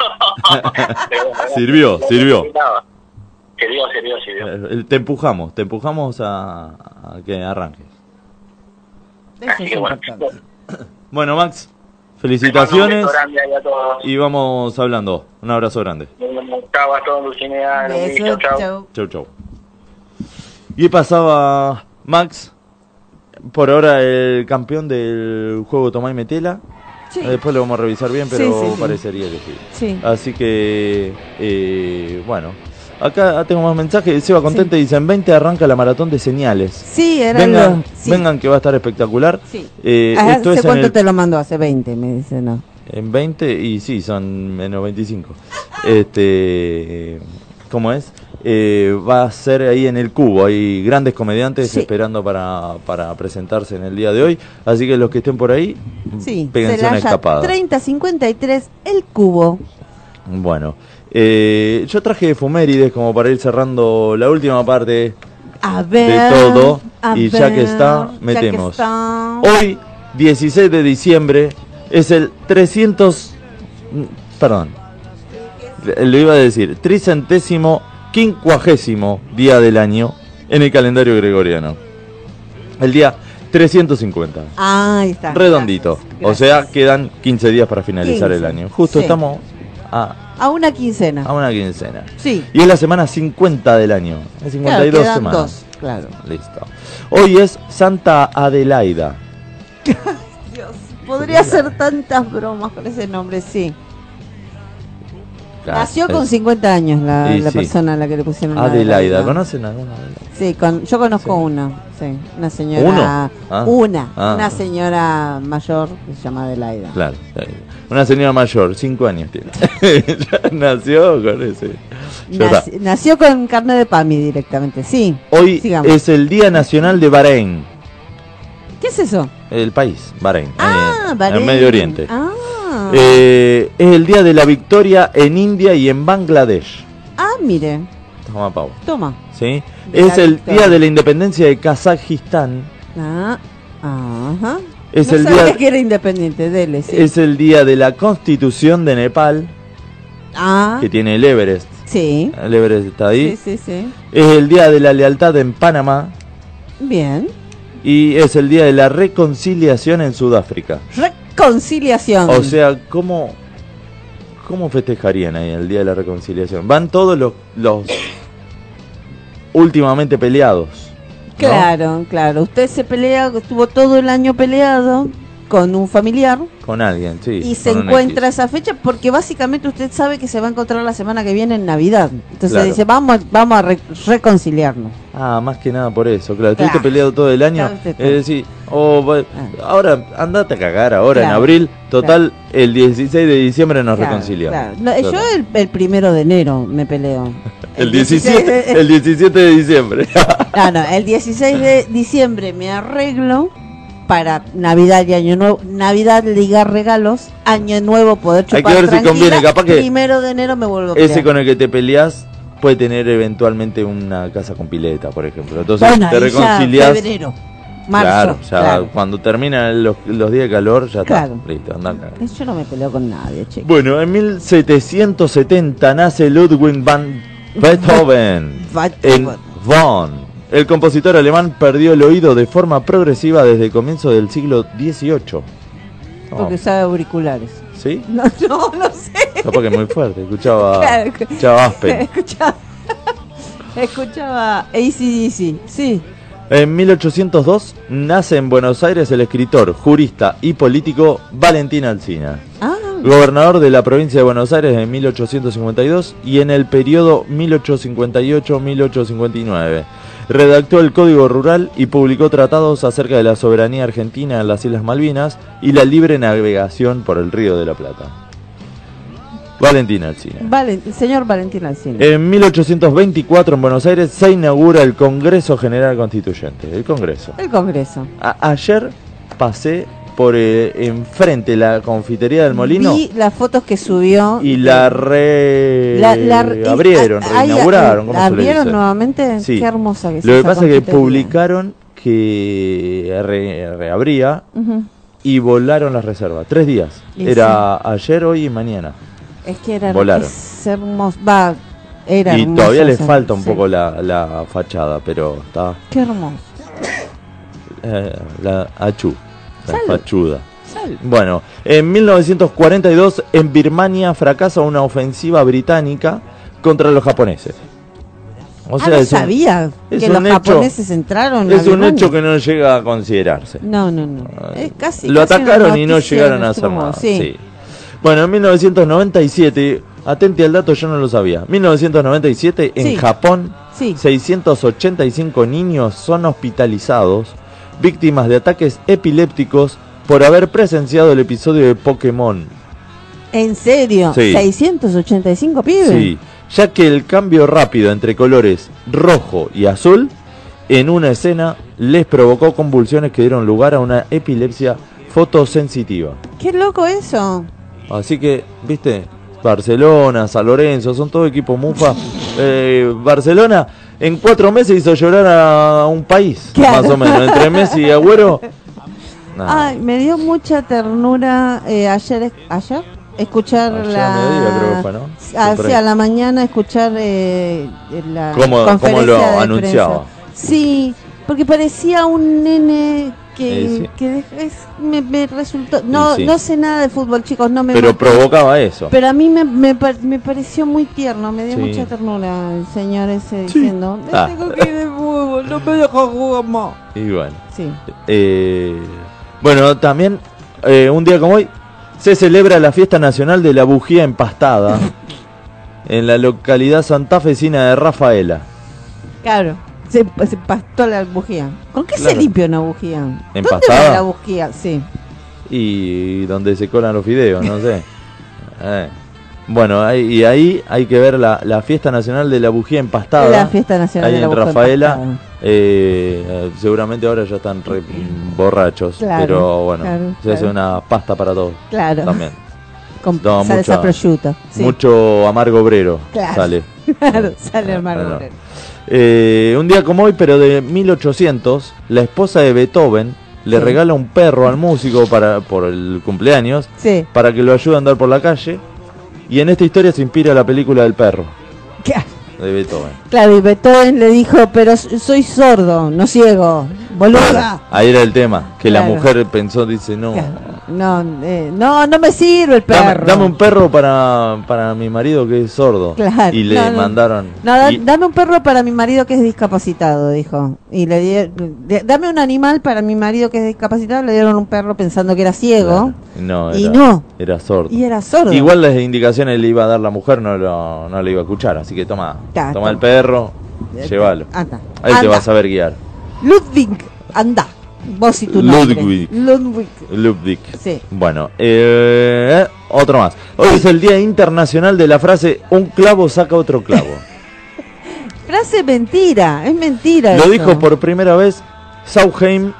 pero bueno, Sirvió, no sirvió. necesitaba. sirvió sirvió sirvió Eh, Te empujamos, te empujamos a, a que arranques. así que bueno Bueno, Max, Les felicitaciones mando un beso grande ahí a todos y vamos hablando. Un abrazo grande. Un- un- chau a todos Lucinea un Beso, beso, chau. chau. Chau, chau. Y ahí pasaba Max, por ahora el campeón del juego Tomá y Metela. Sí. Después lo vamos a revisar bien, pero Sí, sí, sí. parecería que sí. Sí. Así que, eh, bueno. Acá tengo más mensajes. Seba Contente dice, en 20 arranca la maratón de señales. Sí, era vengan, algo- sí. vengan que va a estar espectacular. Sí. Eh, Ah, esto ¿Hace es en, cuánto el- te lo mandó? Hace 20, me dice, no. en 20 y sí, son menos 25. Este, ¿Cómo es? Eh, va a ser ahí en el cubo. Hay grandes comediantes Sí. esperando para, para presentarse en el día de hoy. Así que los que estén por ahí, Sí, péguense una Celaya escapada. 3053, el cubo. Bueno, eh, yo traje efemérides como para ir cerrando la última parte A ver. de todo. a Y ya que ver, está, ya que metemos. está. Hoy, 16 de diciembre, es el 300. mm, Perdón. Le- Lo iba a decir. Tricentésimo, quincuagésimo día del año en el calendario gregoriano. El día 350. Ah, ahí está. Redondito. O sea, quedan 15 días para finalizar 15, el año. Justo sí. estamos a, A una quincena. a una quincena. Sí. Y es la semana 50 del año. Es 52 quedan semanas. dos, claro. Listo. Hoy es Santa Adelaida. Podría hacer tantas bromas con ese nombre, sí. Claro, Nació Ah, es- con 50 años la, Y la sí. persona a la que le pusieron Adelaida, ¿no? ¿conocen alguna Adelaida? Sí, con, yo conozco una, sí, una ¿Uno? señora, Ah. una, Ah. una señora mayor que se llama Adelaida. Claro, eh, una señora mayor, 5 años tiene. Ya nació con ese. Ya está. Naci- nació con carne de pami directamente, sí. Hoy sigamos. es el Día Nacional de Bahrein, ¿Qué es eso? el país, Bahrein, Ah, en, Bahrein. el Medio Oriente. Ah, Eh, es el Día de la Victoria en India y en Bangladesh. ah mire, Toma, pavo, toma. ¿sí? De Es la el victoria. Día de la Independencia de Kazajistán. Ah, ajá. Es no el sabía día- que era independiente, dele, sí. Es el Día de la Constitución de Nepal, ah, que tiene el Everest. sí. El Everest está ahí. Sí, sí, sí. Es el Día de la Lealtad en Panamá Bien. y es el Día de la Reconciliación en Sudáfrica. Reconciliación. O sea, ¿cómo, cómo festejarían ahí el Día de la Reconciliación? Van todos los, los últimamente peleados. Claro, claro. Usted se pelea, estuvo todo el año peleado con un familiar Con alguien, sí. y se con un encuentra X. esa fecha porque básicamente usted sabe que se va a encontrar la semana que viene en Navidad. Entonces Claro. dice, vamos, vamos a re- reconciliarnos. Ah, más que nada por eso, claro. Estuviste Claro. peleado todo el año. Claro, Es sí. Ah. decir, oh, va- ahora andate a cagar ahora en Claro, abril. Total, el 16 de diciembre nos Claro, reconciliamos. claro. No, yo el, el primero de enero me peleo. El 17, el 17 de diciembre. No, no, el 16 de diciembre me arreglo para Navidad y Año Nuevo. Navidad ligar regalos, Año Nuevo poder Hay chupar que ver si tranquila, conviene, capaz que- Primero de enero me vuelvo a Ese pelear. con el que te peleas puede tener eventualmente una casa con pileta, por ejemplo. Entonces Bueno, te ahí ya reconcilias. febrero, marzo, claro, ya claro. cuando terminan los, los días de calor, ya Claro. está. Listo, andá a cagar. Yo no me peleo con nadie, che. Bueno, en 1770 nace Ludwig van Beethoven en Oh. Bonn. El compositor alemán perdió el oído de forma progresiva desde el comienzo del siglo XVIII. No, Porque usaba auriculares. ¿Sí? No, no, no sé. Capaz que muy fuerte, escuchaba, Claro. escuchaba Aspen. Escuchaba, escuchaba ACDC. Sí. En 1802 nace en Buenos Aires el escritor, jurista y político Valentín Alsina, Ah, gobernador de la provincia de Buenos Aires en 1852 y en el periodo 1858-1859. Redactó el Código Rural y publicó tratados acerca de la soberanía argentina en las Islas Malvinas y la libre navegación por el Río de la Plata. Valentín Alsina. vale, señor Valentín Alcina. En 1824 en Buenos Aires se inaugura el Congreso General Constituyente, el Congreso. El Congreso. A- ayer pasé por eh, enfrente la confitería del Molino Vi las fotos que subió. y la re La- la- Eh, abrieron, es- ay, reinauguraron, ay, ¿cómo se le ¿Abrieron dice? nuevamente? Sí. Qué hermosa que es Lo que esa pasa es que confitería. publicaron que re- reabría Ujú. y volaron las reservas. Tres días. Y Era ayer, hoy y mañana. Es que era Volaron. es hermoso. Va, era y hermoso todavía les esa- falta un sí. poco la, la fachada, pero está Qué hermoso. eh, la achú, la Salud. fachuda. Bueno, en 1942 en Birmania fracasa una ofensiva británica contra los japoneses. O Ah, sea, no es un- sabía es que los un hecho- japoneses entraron. Es un avión. hecho que no llega a considerarse. No, no, no. Es casi. Lo casi una atacaron y no noticia llegaron de a hacer nuestro nada. modo, Sí. sí. Bueno, en 1997, atente al dato, yo no lo sabía. 1997, en Sí. Japón, Sí. 685 niños son hospitalizados, víctimas de ataques epilépticos por haber presenciado el episodio de Pokémon. ¿En serio? Sí. 685 pibes. Sí, ya que el cambio rápido entre colores rojo y azul en una escena les provocó convulsiones que dieron lugar a una epilepsia fotosensitiva. Qué loco eso. Así que, viste, Barcelona, San Lorenzo, son todo equipo mufa. Eh, Barcelona en cuatro meses hizo llorar a un país, Claro. más o menos, entre Messi y Agüero. Nah, Ay, me dio mucha ternura eh, ayer, es- ayer escuchar Ayer la a mediodía creo que fue, ¿no? Sí, ah, Sí, por sí, ahí. a la mañana escuchar eh, la ¿Cómo- cómo conferencia lo de prensa. anunciaba? Sí, porque parecía un nene que, Eh, sí. que de- es- me, me resultó no sí. no sé nada de fútbol, chicos, no me pero maten. provocaba eso. Pero a mí me, me, par- me pareció muy tierno, me dio Sí. mucha ternura el señor ese diciendo, "Me Ah. tengo que ir de fútbol, no me dejo jugar más". Y bueno. Sí. Eh, bueno, también eh, un día como hoy se celebra la fiesta nacional de la bujía empastada en la localidad santafesina de Rafaela. Claro, se, se pastó la bujía. ¿Con qué Claro. se limpia una bujía? ¿Dónde ¿Empastada? va la bujía? Sí. y donde se colan los fideos, no sé. Eh. Bueno, ahí- y ahí hay que ver la, la fiesta nacional de la bujía empastada. La fiesta nacional ahí de la en bujía Rafaela. empastada. Eh, eh, seguramente ahora ya están re borrachos, Claro, pero bueno, claro, se hace claro. una pasta para todos. Claro. También. Con No, salsa mucha- prosciutto. Sí. Mucho amargo obrero Claro. sale. Claro, sale el mar Bueno. Moreno. Eh, un día como hoy, pero de 1800, la esposa de Beethoven le Sí. regala un perro al músico para, por el cumpleaños Sí. para que lo ayude a andar por la calle. Y en esta historia se inspira la película del perro Claro. de Beethoven. Claro, y Beethoven le dijo, pero s- soy sordo, no ciego, boluda. Ahí era el tema, que la Claro. mujer pensó, dice, no, No, eh, no, no me sirve el dame, perro. dame un perro para, para mi marido que es sordo. Claro, y le no, no. mandaron... No, da- y- dame un perro para mi marido que es discapacitado, dijo. Y le dieron, dame un animal para mi marido que es discapacitado, le dieron un perro pensando que era ciego. no, y era, no. era sordo. Y era sordo. Igual las indicaciones le iba a dar la mujer, no lo, no le iba a escuchar. Así que toma, Ta, toma Ah, toma. el perro, llévalo. Eh, Anda. Ahí te anda. vas a ver guiar. Ludwig, anda. Vos y tu nombre. Ludwig. Ludwig. Ludwig. Sí. Bueno, eh, otro más. Hoy es el Día Internacional de la frase un clavo saca otro clavo. Frase mentira, es mentira. Lo eso. dijo por primera vez Sauheim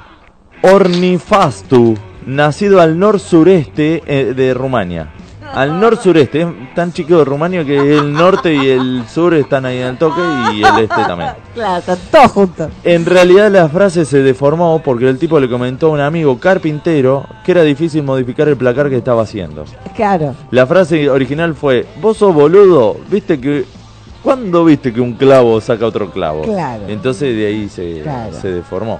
Ornifastu, nacido al norsureste eh, de Rumania. Al norsureste, es tan chico de Rumania que el norte y el sur están ahí en el toque y el este también. Claro, están todos juntos. En realidad la frase se deformó porque el tipo le comentó a un amigo carpintero que era difícil modificar el placar que estaba haciendo. Claro. La frase original fue, vos sos boludo, viste que... ¿Cuándo viste que un clavo saca otro clavo? Claro. Entonces de ahí se, Claro. se deformó.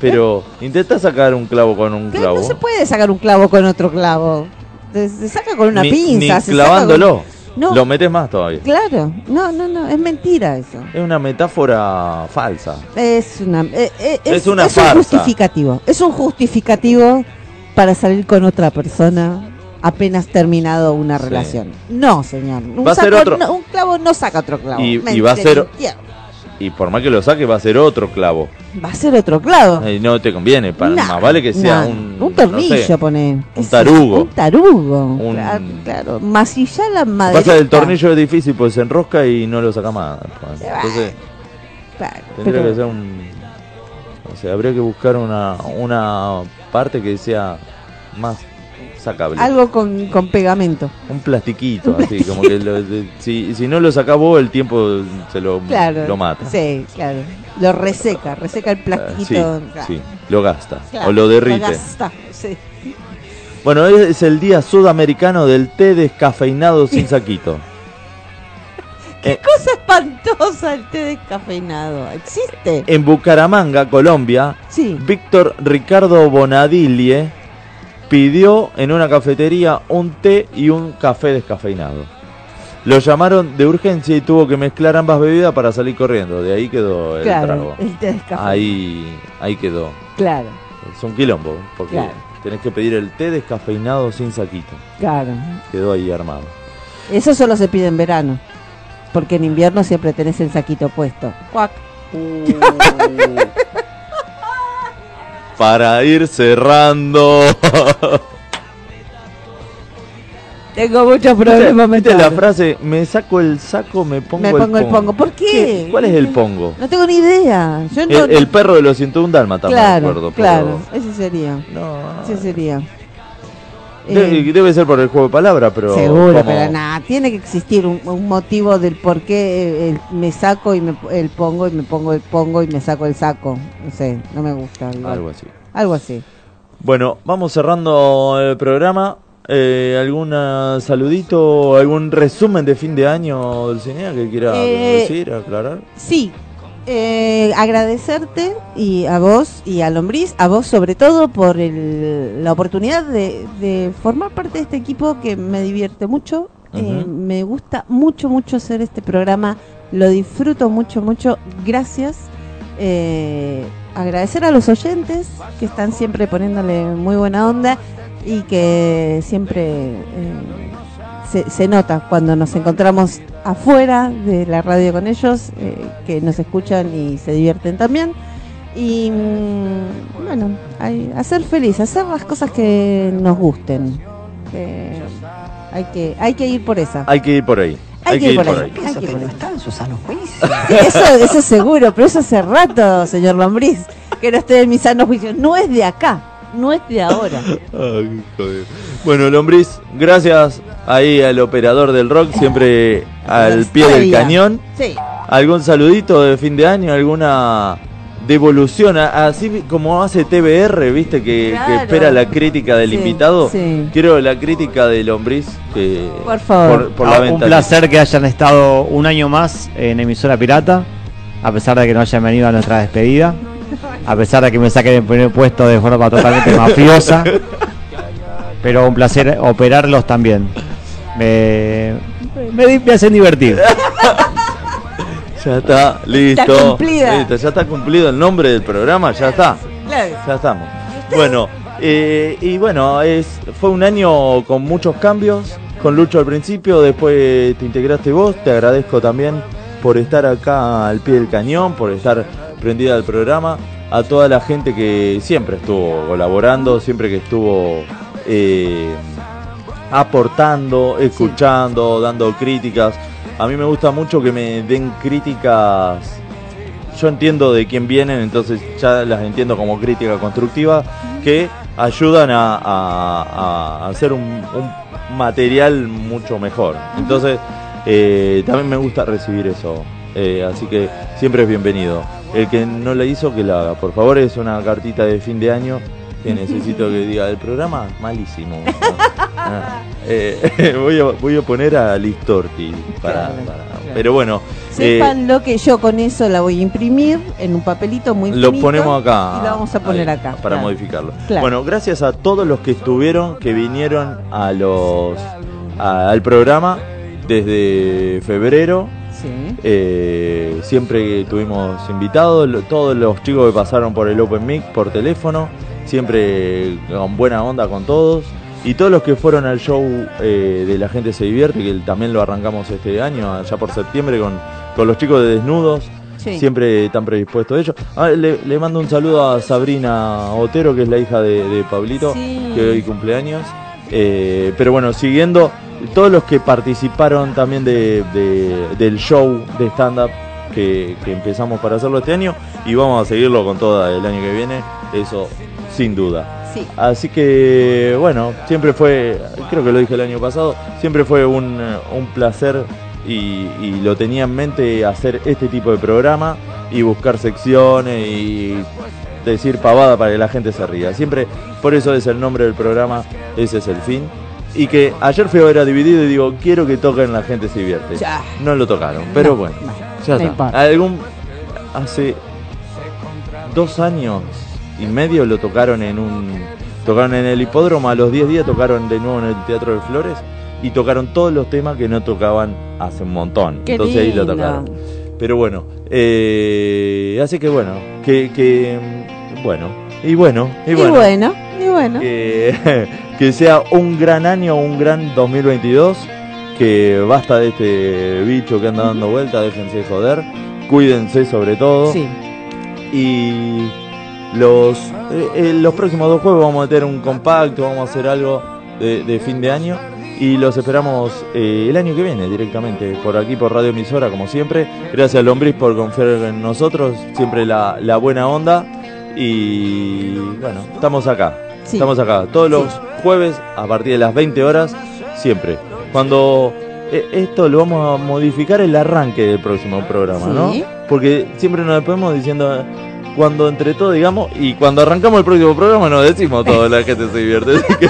Pero intenta sacar un clavo con un Claro, clavo. no se puede sacar un clavo con otro clavo. Se, se saca con una Ni- pinza. ni se saca con- clavándolo. No. Lo metes más todavía. Claro, no, no, no, es mentira eso. Es una metáfora falsa. Es una eh, eh, es, Es una es farsa. un justificativo, es un justificativo para salir con otra persona apenas terminado una Sí. relación. No, señor, un, Va a ser saco otro. no- un clavo no saca otro clavo. Y- Me- y va a te ser- mintieron. Y por más que lo saque va a ser otro clavo. va a ser otro clavo. Y no te conviene, para, No, más vale que sea no, un... tornillo no sé, pone, ¿Qué sé yo? tarugo. un tarugo, Un- claro, claro, masilla la Lo que madre. Pasa el tornillo es difícil, pues se enrosca y no lo saca más. pues. Entonces tendría que ser un... O sea, habría que buscar una, una parte que sea más sacable. algo con, con pegamento. Un plastiquito, así, como que lo- de- si, si no lo sacás vos, el tiempo se lo, Claro. lo mata. Sí, claro. Lo reseca, reseca el Eh, sí, plastiquito. Claro. sí, lo gasta Claro, o lo derrite. gasta, sí. Bueno, hoy es el día sudamericano del té descafeinado sin saquito. Eh, Cosa espantosa el té descafeinado. ¿Existe? En Bucaramanga, Colombia, Sí. Víctor Ricardo Bonadilie pidió en una cafetería un té y un café descafeinado. Lo llamaron de urgencia y tuvo que mezclar ambas bebidas para salir corriendo. De ahí quedó el Claro, trago. el té descafeinado. Ahí, ahí quedó. Claro, Es un quilombo, porque Claro. tenés que pedir el té descafeinado sin saquito. claro. Quedó ahí armado. Eso solo se pide en verano. Porque en invierno siempre tenés el saquito puesto. Cuac. Para ir cerrando. Tengo muchos problemas ¿Viste la mentales. frase, me saco el saco, me pongo, Me pongo el pongo. ¿Por qué? ¿Cuál es el pongo? No tengo ni idea. Yo no, El, el perro de los 101 dálmatas, claro, me acuerdo. pero- claro. Ese sería. Ese sería. De- Eh, debe ser por el juego de palabras, pero. Seguro, como- pero nada, tiene que existir un, un motivo del por qué eh, el- me saco y me p- el pongo y me pongo el pongo y me saco el saco. No sé, no me gusta. igual. Algo así. Algo así. Bueno, vamos cerrando el programa. Eh, ¿Algún ah, saludito, algún resumen de fin de año del cine que quiera Eh, decir, aclarar? Sí, eh, agradecerte y a vos y a Lombriz, a vos sobre todo por el- la oportunidad de, de formar parte de este equipo que me divierte mucho. Eh, Ujú. me gusta mucho, mucho hacer este programa. Lo disfruto mucho, mucho. Gracias. Eh, agradecer a los oyentes que están siempre poniéndole muy buena onda y que siempre eh, se, se nota cuando nos encontramos afuera de la radio con ellos, eh, que nos escuchan y se divierten también. Y mm, bueno, hay- hacer feliz, hacer las cosas que nos gusten. Que hay, que, hay que ir por esa. Hay que ir por ahí. Hay que ir por ahí. Hay que ir por ahí. Sí, juicio. Eso, eso seguro, pero eso hace rato, señor Lombriz, que no estoy en mis sanos juicios. No es de acá, no es de ahora. Ay, joder. Bueno, Lombriz, gracias ahí al operador del rock, siempre al pie del Previa. cañón. Sí. ¿Algún saludito de fin de año? ¿Alguna devolución? A- Así como hace TBR, viste, que, que Claro. espera la crítica del Sí, invitado. sí. Quiero la crítica de Lombriz. Que, Por favor. Por, por la Ah, un ventana. placer que hayan estado un año más en emisora pirata, a pesar de que no hayan venido a nuestra despedida, a pesar de que me saquen el primer puesto de forma totalmente mafiosa, pero un placer operarlos también. Me, me, di- me hacen divertir. Ya está, listo. cumplida. Listo, ya está cumplido el nombre del programa, ya está. Ya estamos. Bueno, eh, y bueno, es, fue un año con muchos cambios. Con Lucho al principio, después te integraste vos. Te agradezco también por estar acá al pie del cañón, por estar prendida al programa. A toda la gente que siempre estuvo colaborando, siempre que estuvo eh, aportando, escuchando, dando críticas. A mí me gusta mucho que me den críticas yo entiendo de quién vienen, entonces ya las entiendo como crítica constructiva, que ayudan a, a- a hacer un, un material mucho mejor. Entonces, eh, también me gusta recibir eso, eh, así que siempre es bienvenido. El que no la hizo, que la haga. Por favor, es una cartita de fin de año que necesito que diga el programa, malísimo. Ah, eh, voy, a, voy a poner a Listorti para, para- Pero bueno, eh, Sepan lo que yo con eso la voy a imprimir en un papelito muy lo finito ponemos acá. Y lo vamos a poner ahí, acá. Para claro. modificarlo. Claro. Bueno, gracias a todos los que estuvieron, que vinieron a los a- al programa desde febrero. Sí. Eh, siempre tuvimos invitados, lo- todos los chicos que pasaron por el Open Mic por teléfono, siempre con buena onda con todos. Y todos los que fueron al show eh, de La Gente Se Divierte, que también lo arrancamos este año, allá por septiembre, con, con los chicos de Desnudos, Sí. siempre tan predispuestos ellos. Ah, le, le mando un saludo a Sabrina Otero, que es la hija de, de Pablito, Sí. que hoy cumpleaños. Eh, pero bueno, siguiendo, todos los que participaron también de, de- del show de stand-up que, que empezamos para hacerlo este año y vamos a seguirlo con toda el año que viene, eso sin duda. Sí. Así que bueno, siempre fue, creo que lo dije el año pasado, siempre fue un, eh, un placer y, y lo tenía en mente hacer este tipo de programa y buscar secciones y decir pavada para que la gente se ría. Siempre, por eso es el nombre del programa, ese es el fin. Y que ayer fui a ver a Dividido y digo, quiero que toquen La Gente Se Divierte. Ya. No lo tocaron, pero No, bueno, no, ya no está. importa. Algún, hace dos años y medio lo tocaron en un tocaron en el hipódromo a los 10 días tocaron de nuevo en el Teatro de Flores y tocaron todos los temas que no tocaban hace un montón. Qué Entonces ahí lo lindo. tocaron. Pero bueno, eh, así que bueno, que, que, mm, bueno, y bueno, y Y bueno. bueno, y bueno. Que, que sea un gran año, un gran 2022. Que basta de este bicho que anda dando vuelta, déjense de joder. Cuídense sobre todo. Sí. Y los, eh, eh, los próximos dos juegos vamos a meter un compacto, vamos a hacer algo de, de fin de año. Y los esperamos eh, el año que viene directamente, por aquí, por Radio Emisora, como siempre. Gracias, Lombriz, por confiar en nosotros. Siempre la, la buena onda. Y bueno, estamos acá. Sí. Estamos acá todos los jueves a partir de las 20 horas, siempre. Cuando eh, esto lo vamos a modificar el arranque del próximo programa, Sí. ¿no? Porque siempre nos despedimos diciendo eh, cuando entre todo, digamos, y cuando arrancamos el próximo programa nos decimos todo, la gente se divierte. Así que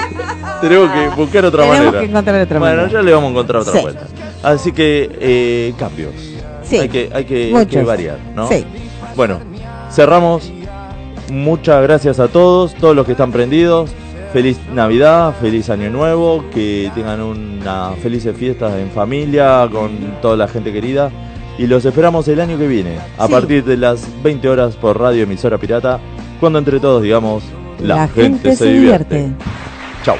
tenemos que buscar otra Tenemos manera. que encontrar otra bueno, manera. ya le vamos a encontrar otra Sí. vuelta. Así que eh, cambios. Hay que, hay que, hay que Muchos. variar, ¿no? Sí. Bueno, cerramos. Muchas gracias a todos, todos los que están prendidos. Feliz Navidad, feliz Año Nuevo, que tengan unas felices fiestas en familia, con toda la gente querida. Y los esperamos el año que viene, a Sí. partir de las 20 horas por Radio Emisora Pirata, cuando entre todos digamos, la, La gente se divierte. Chao.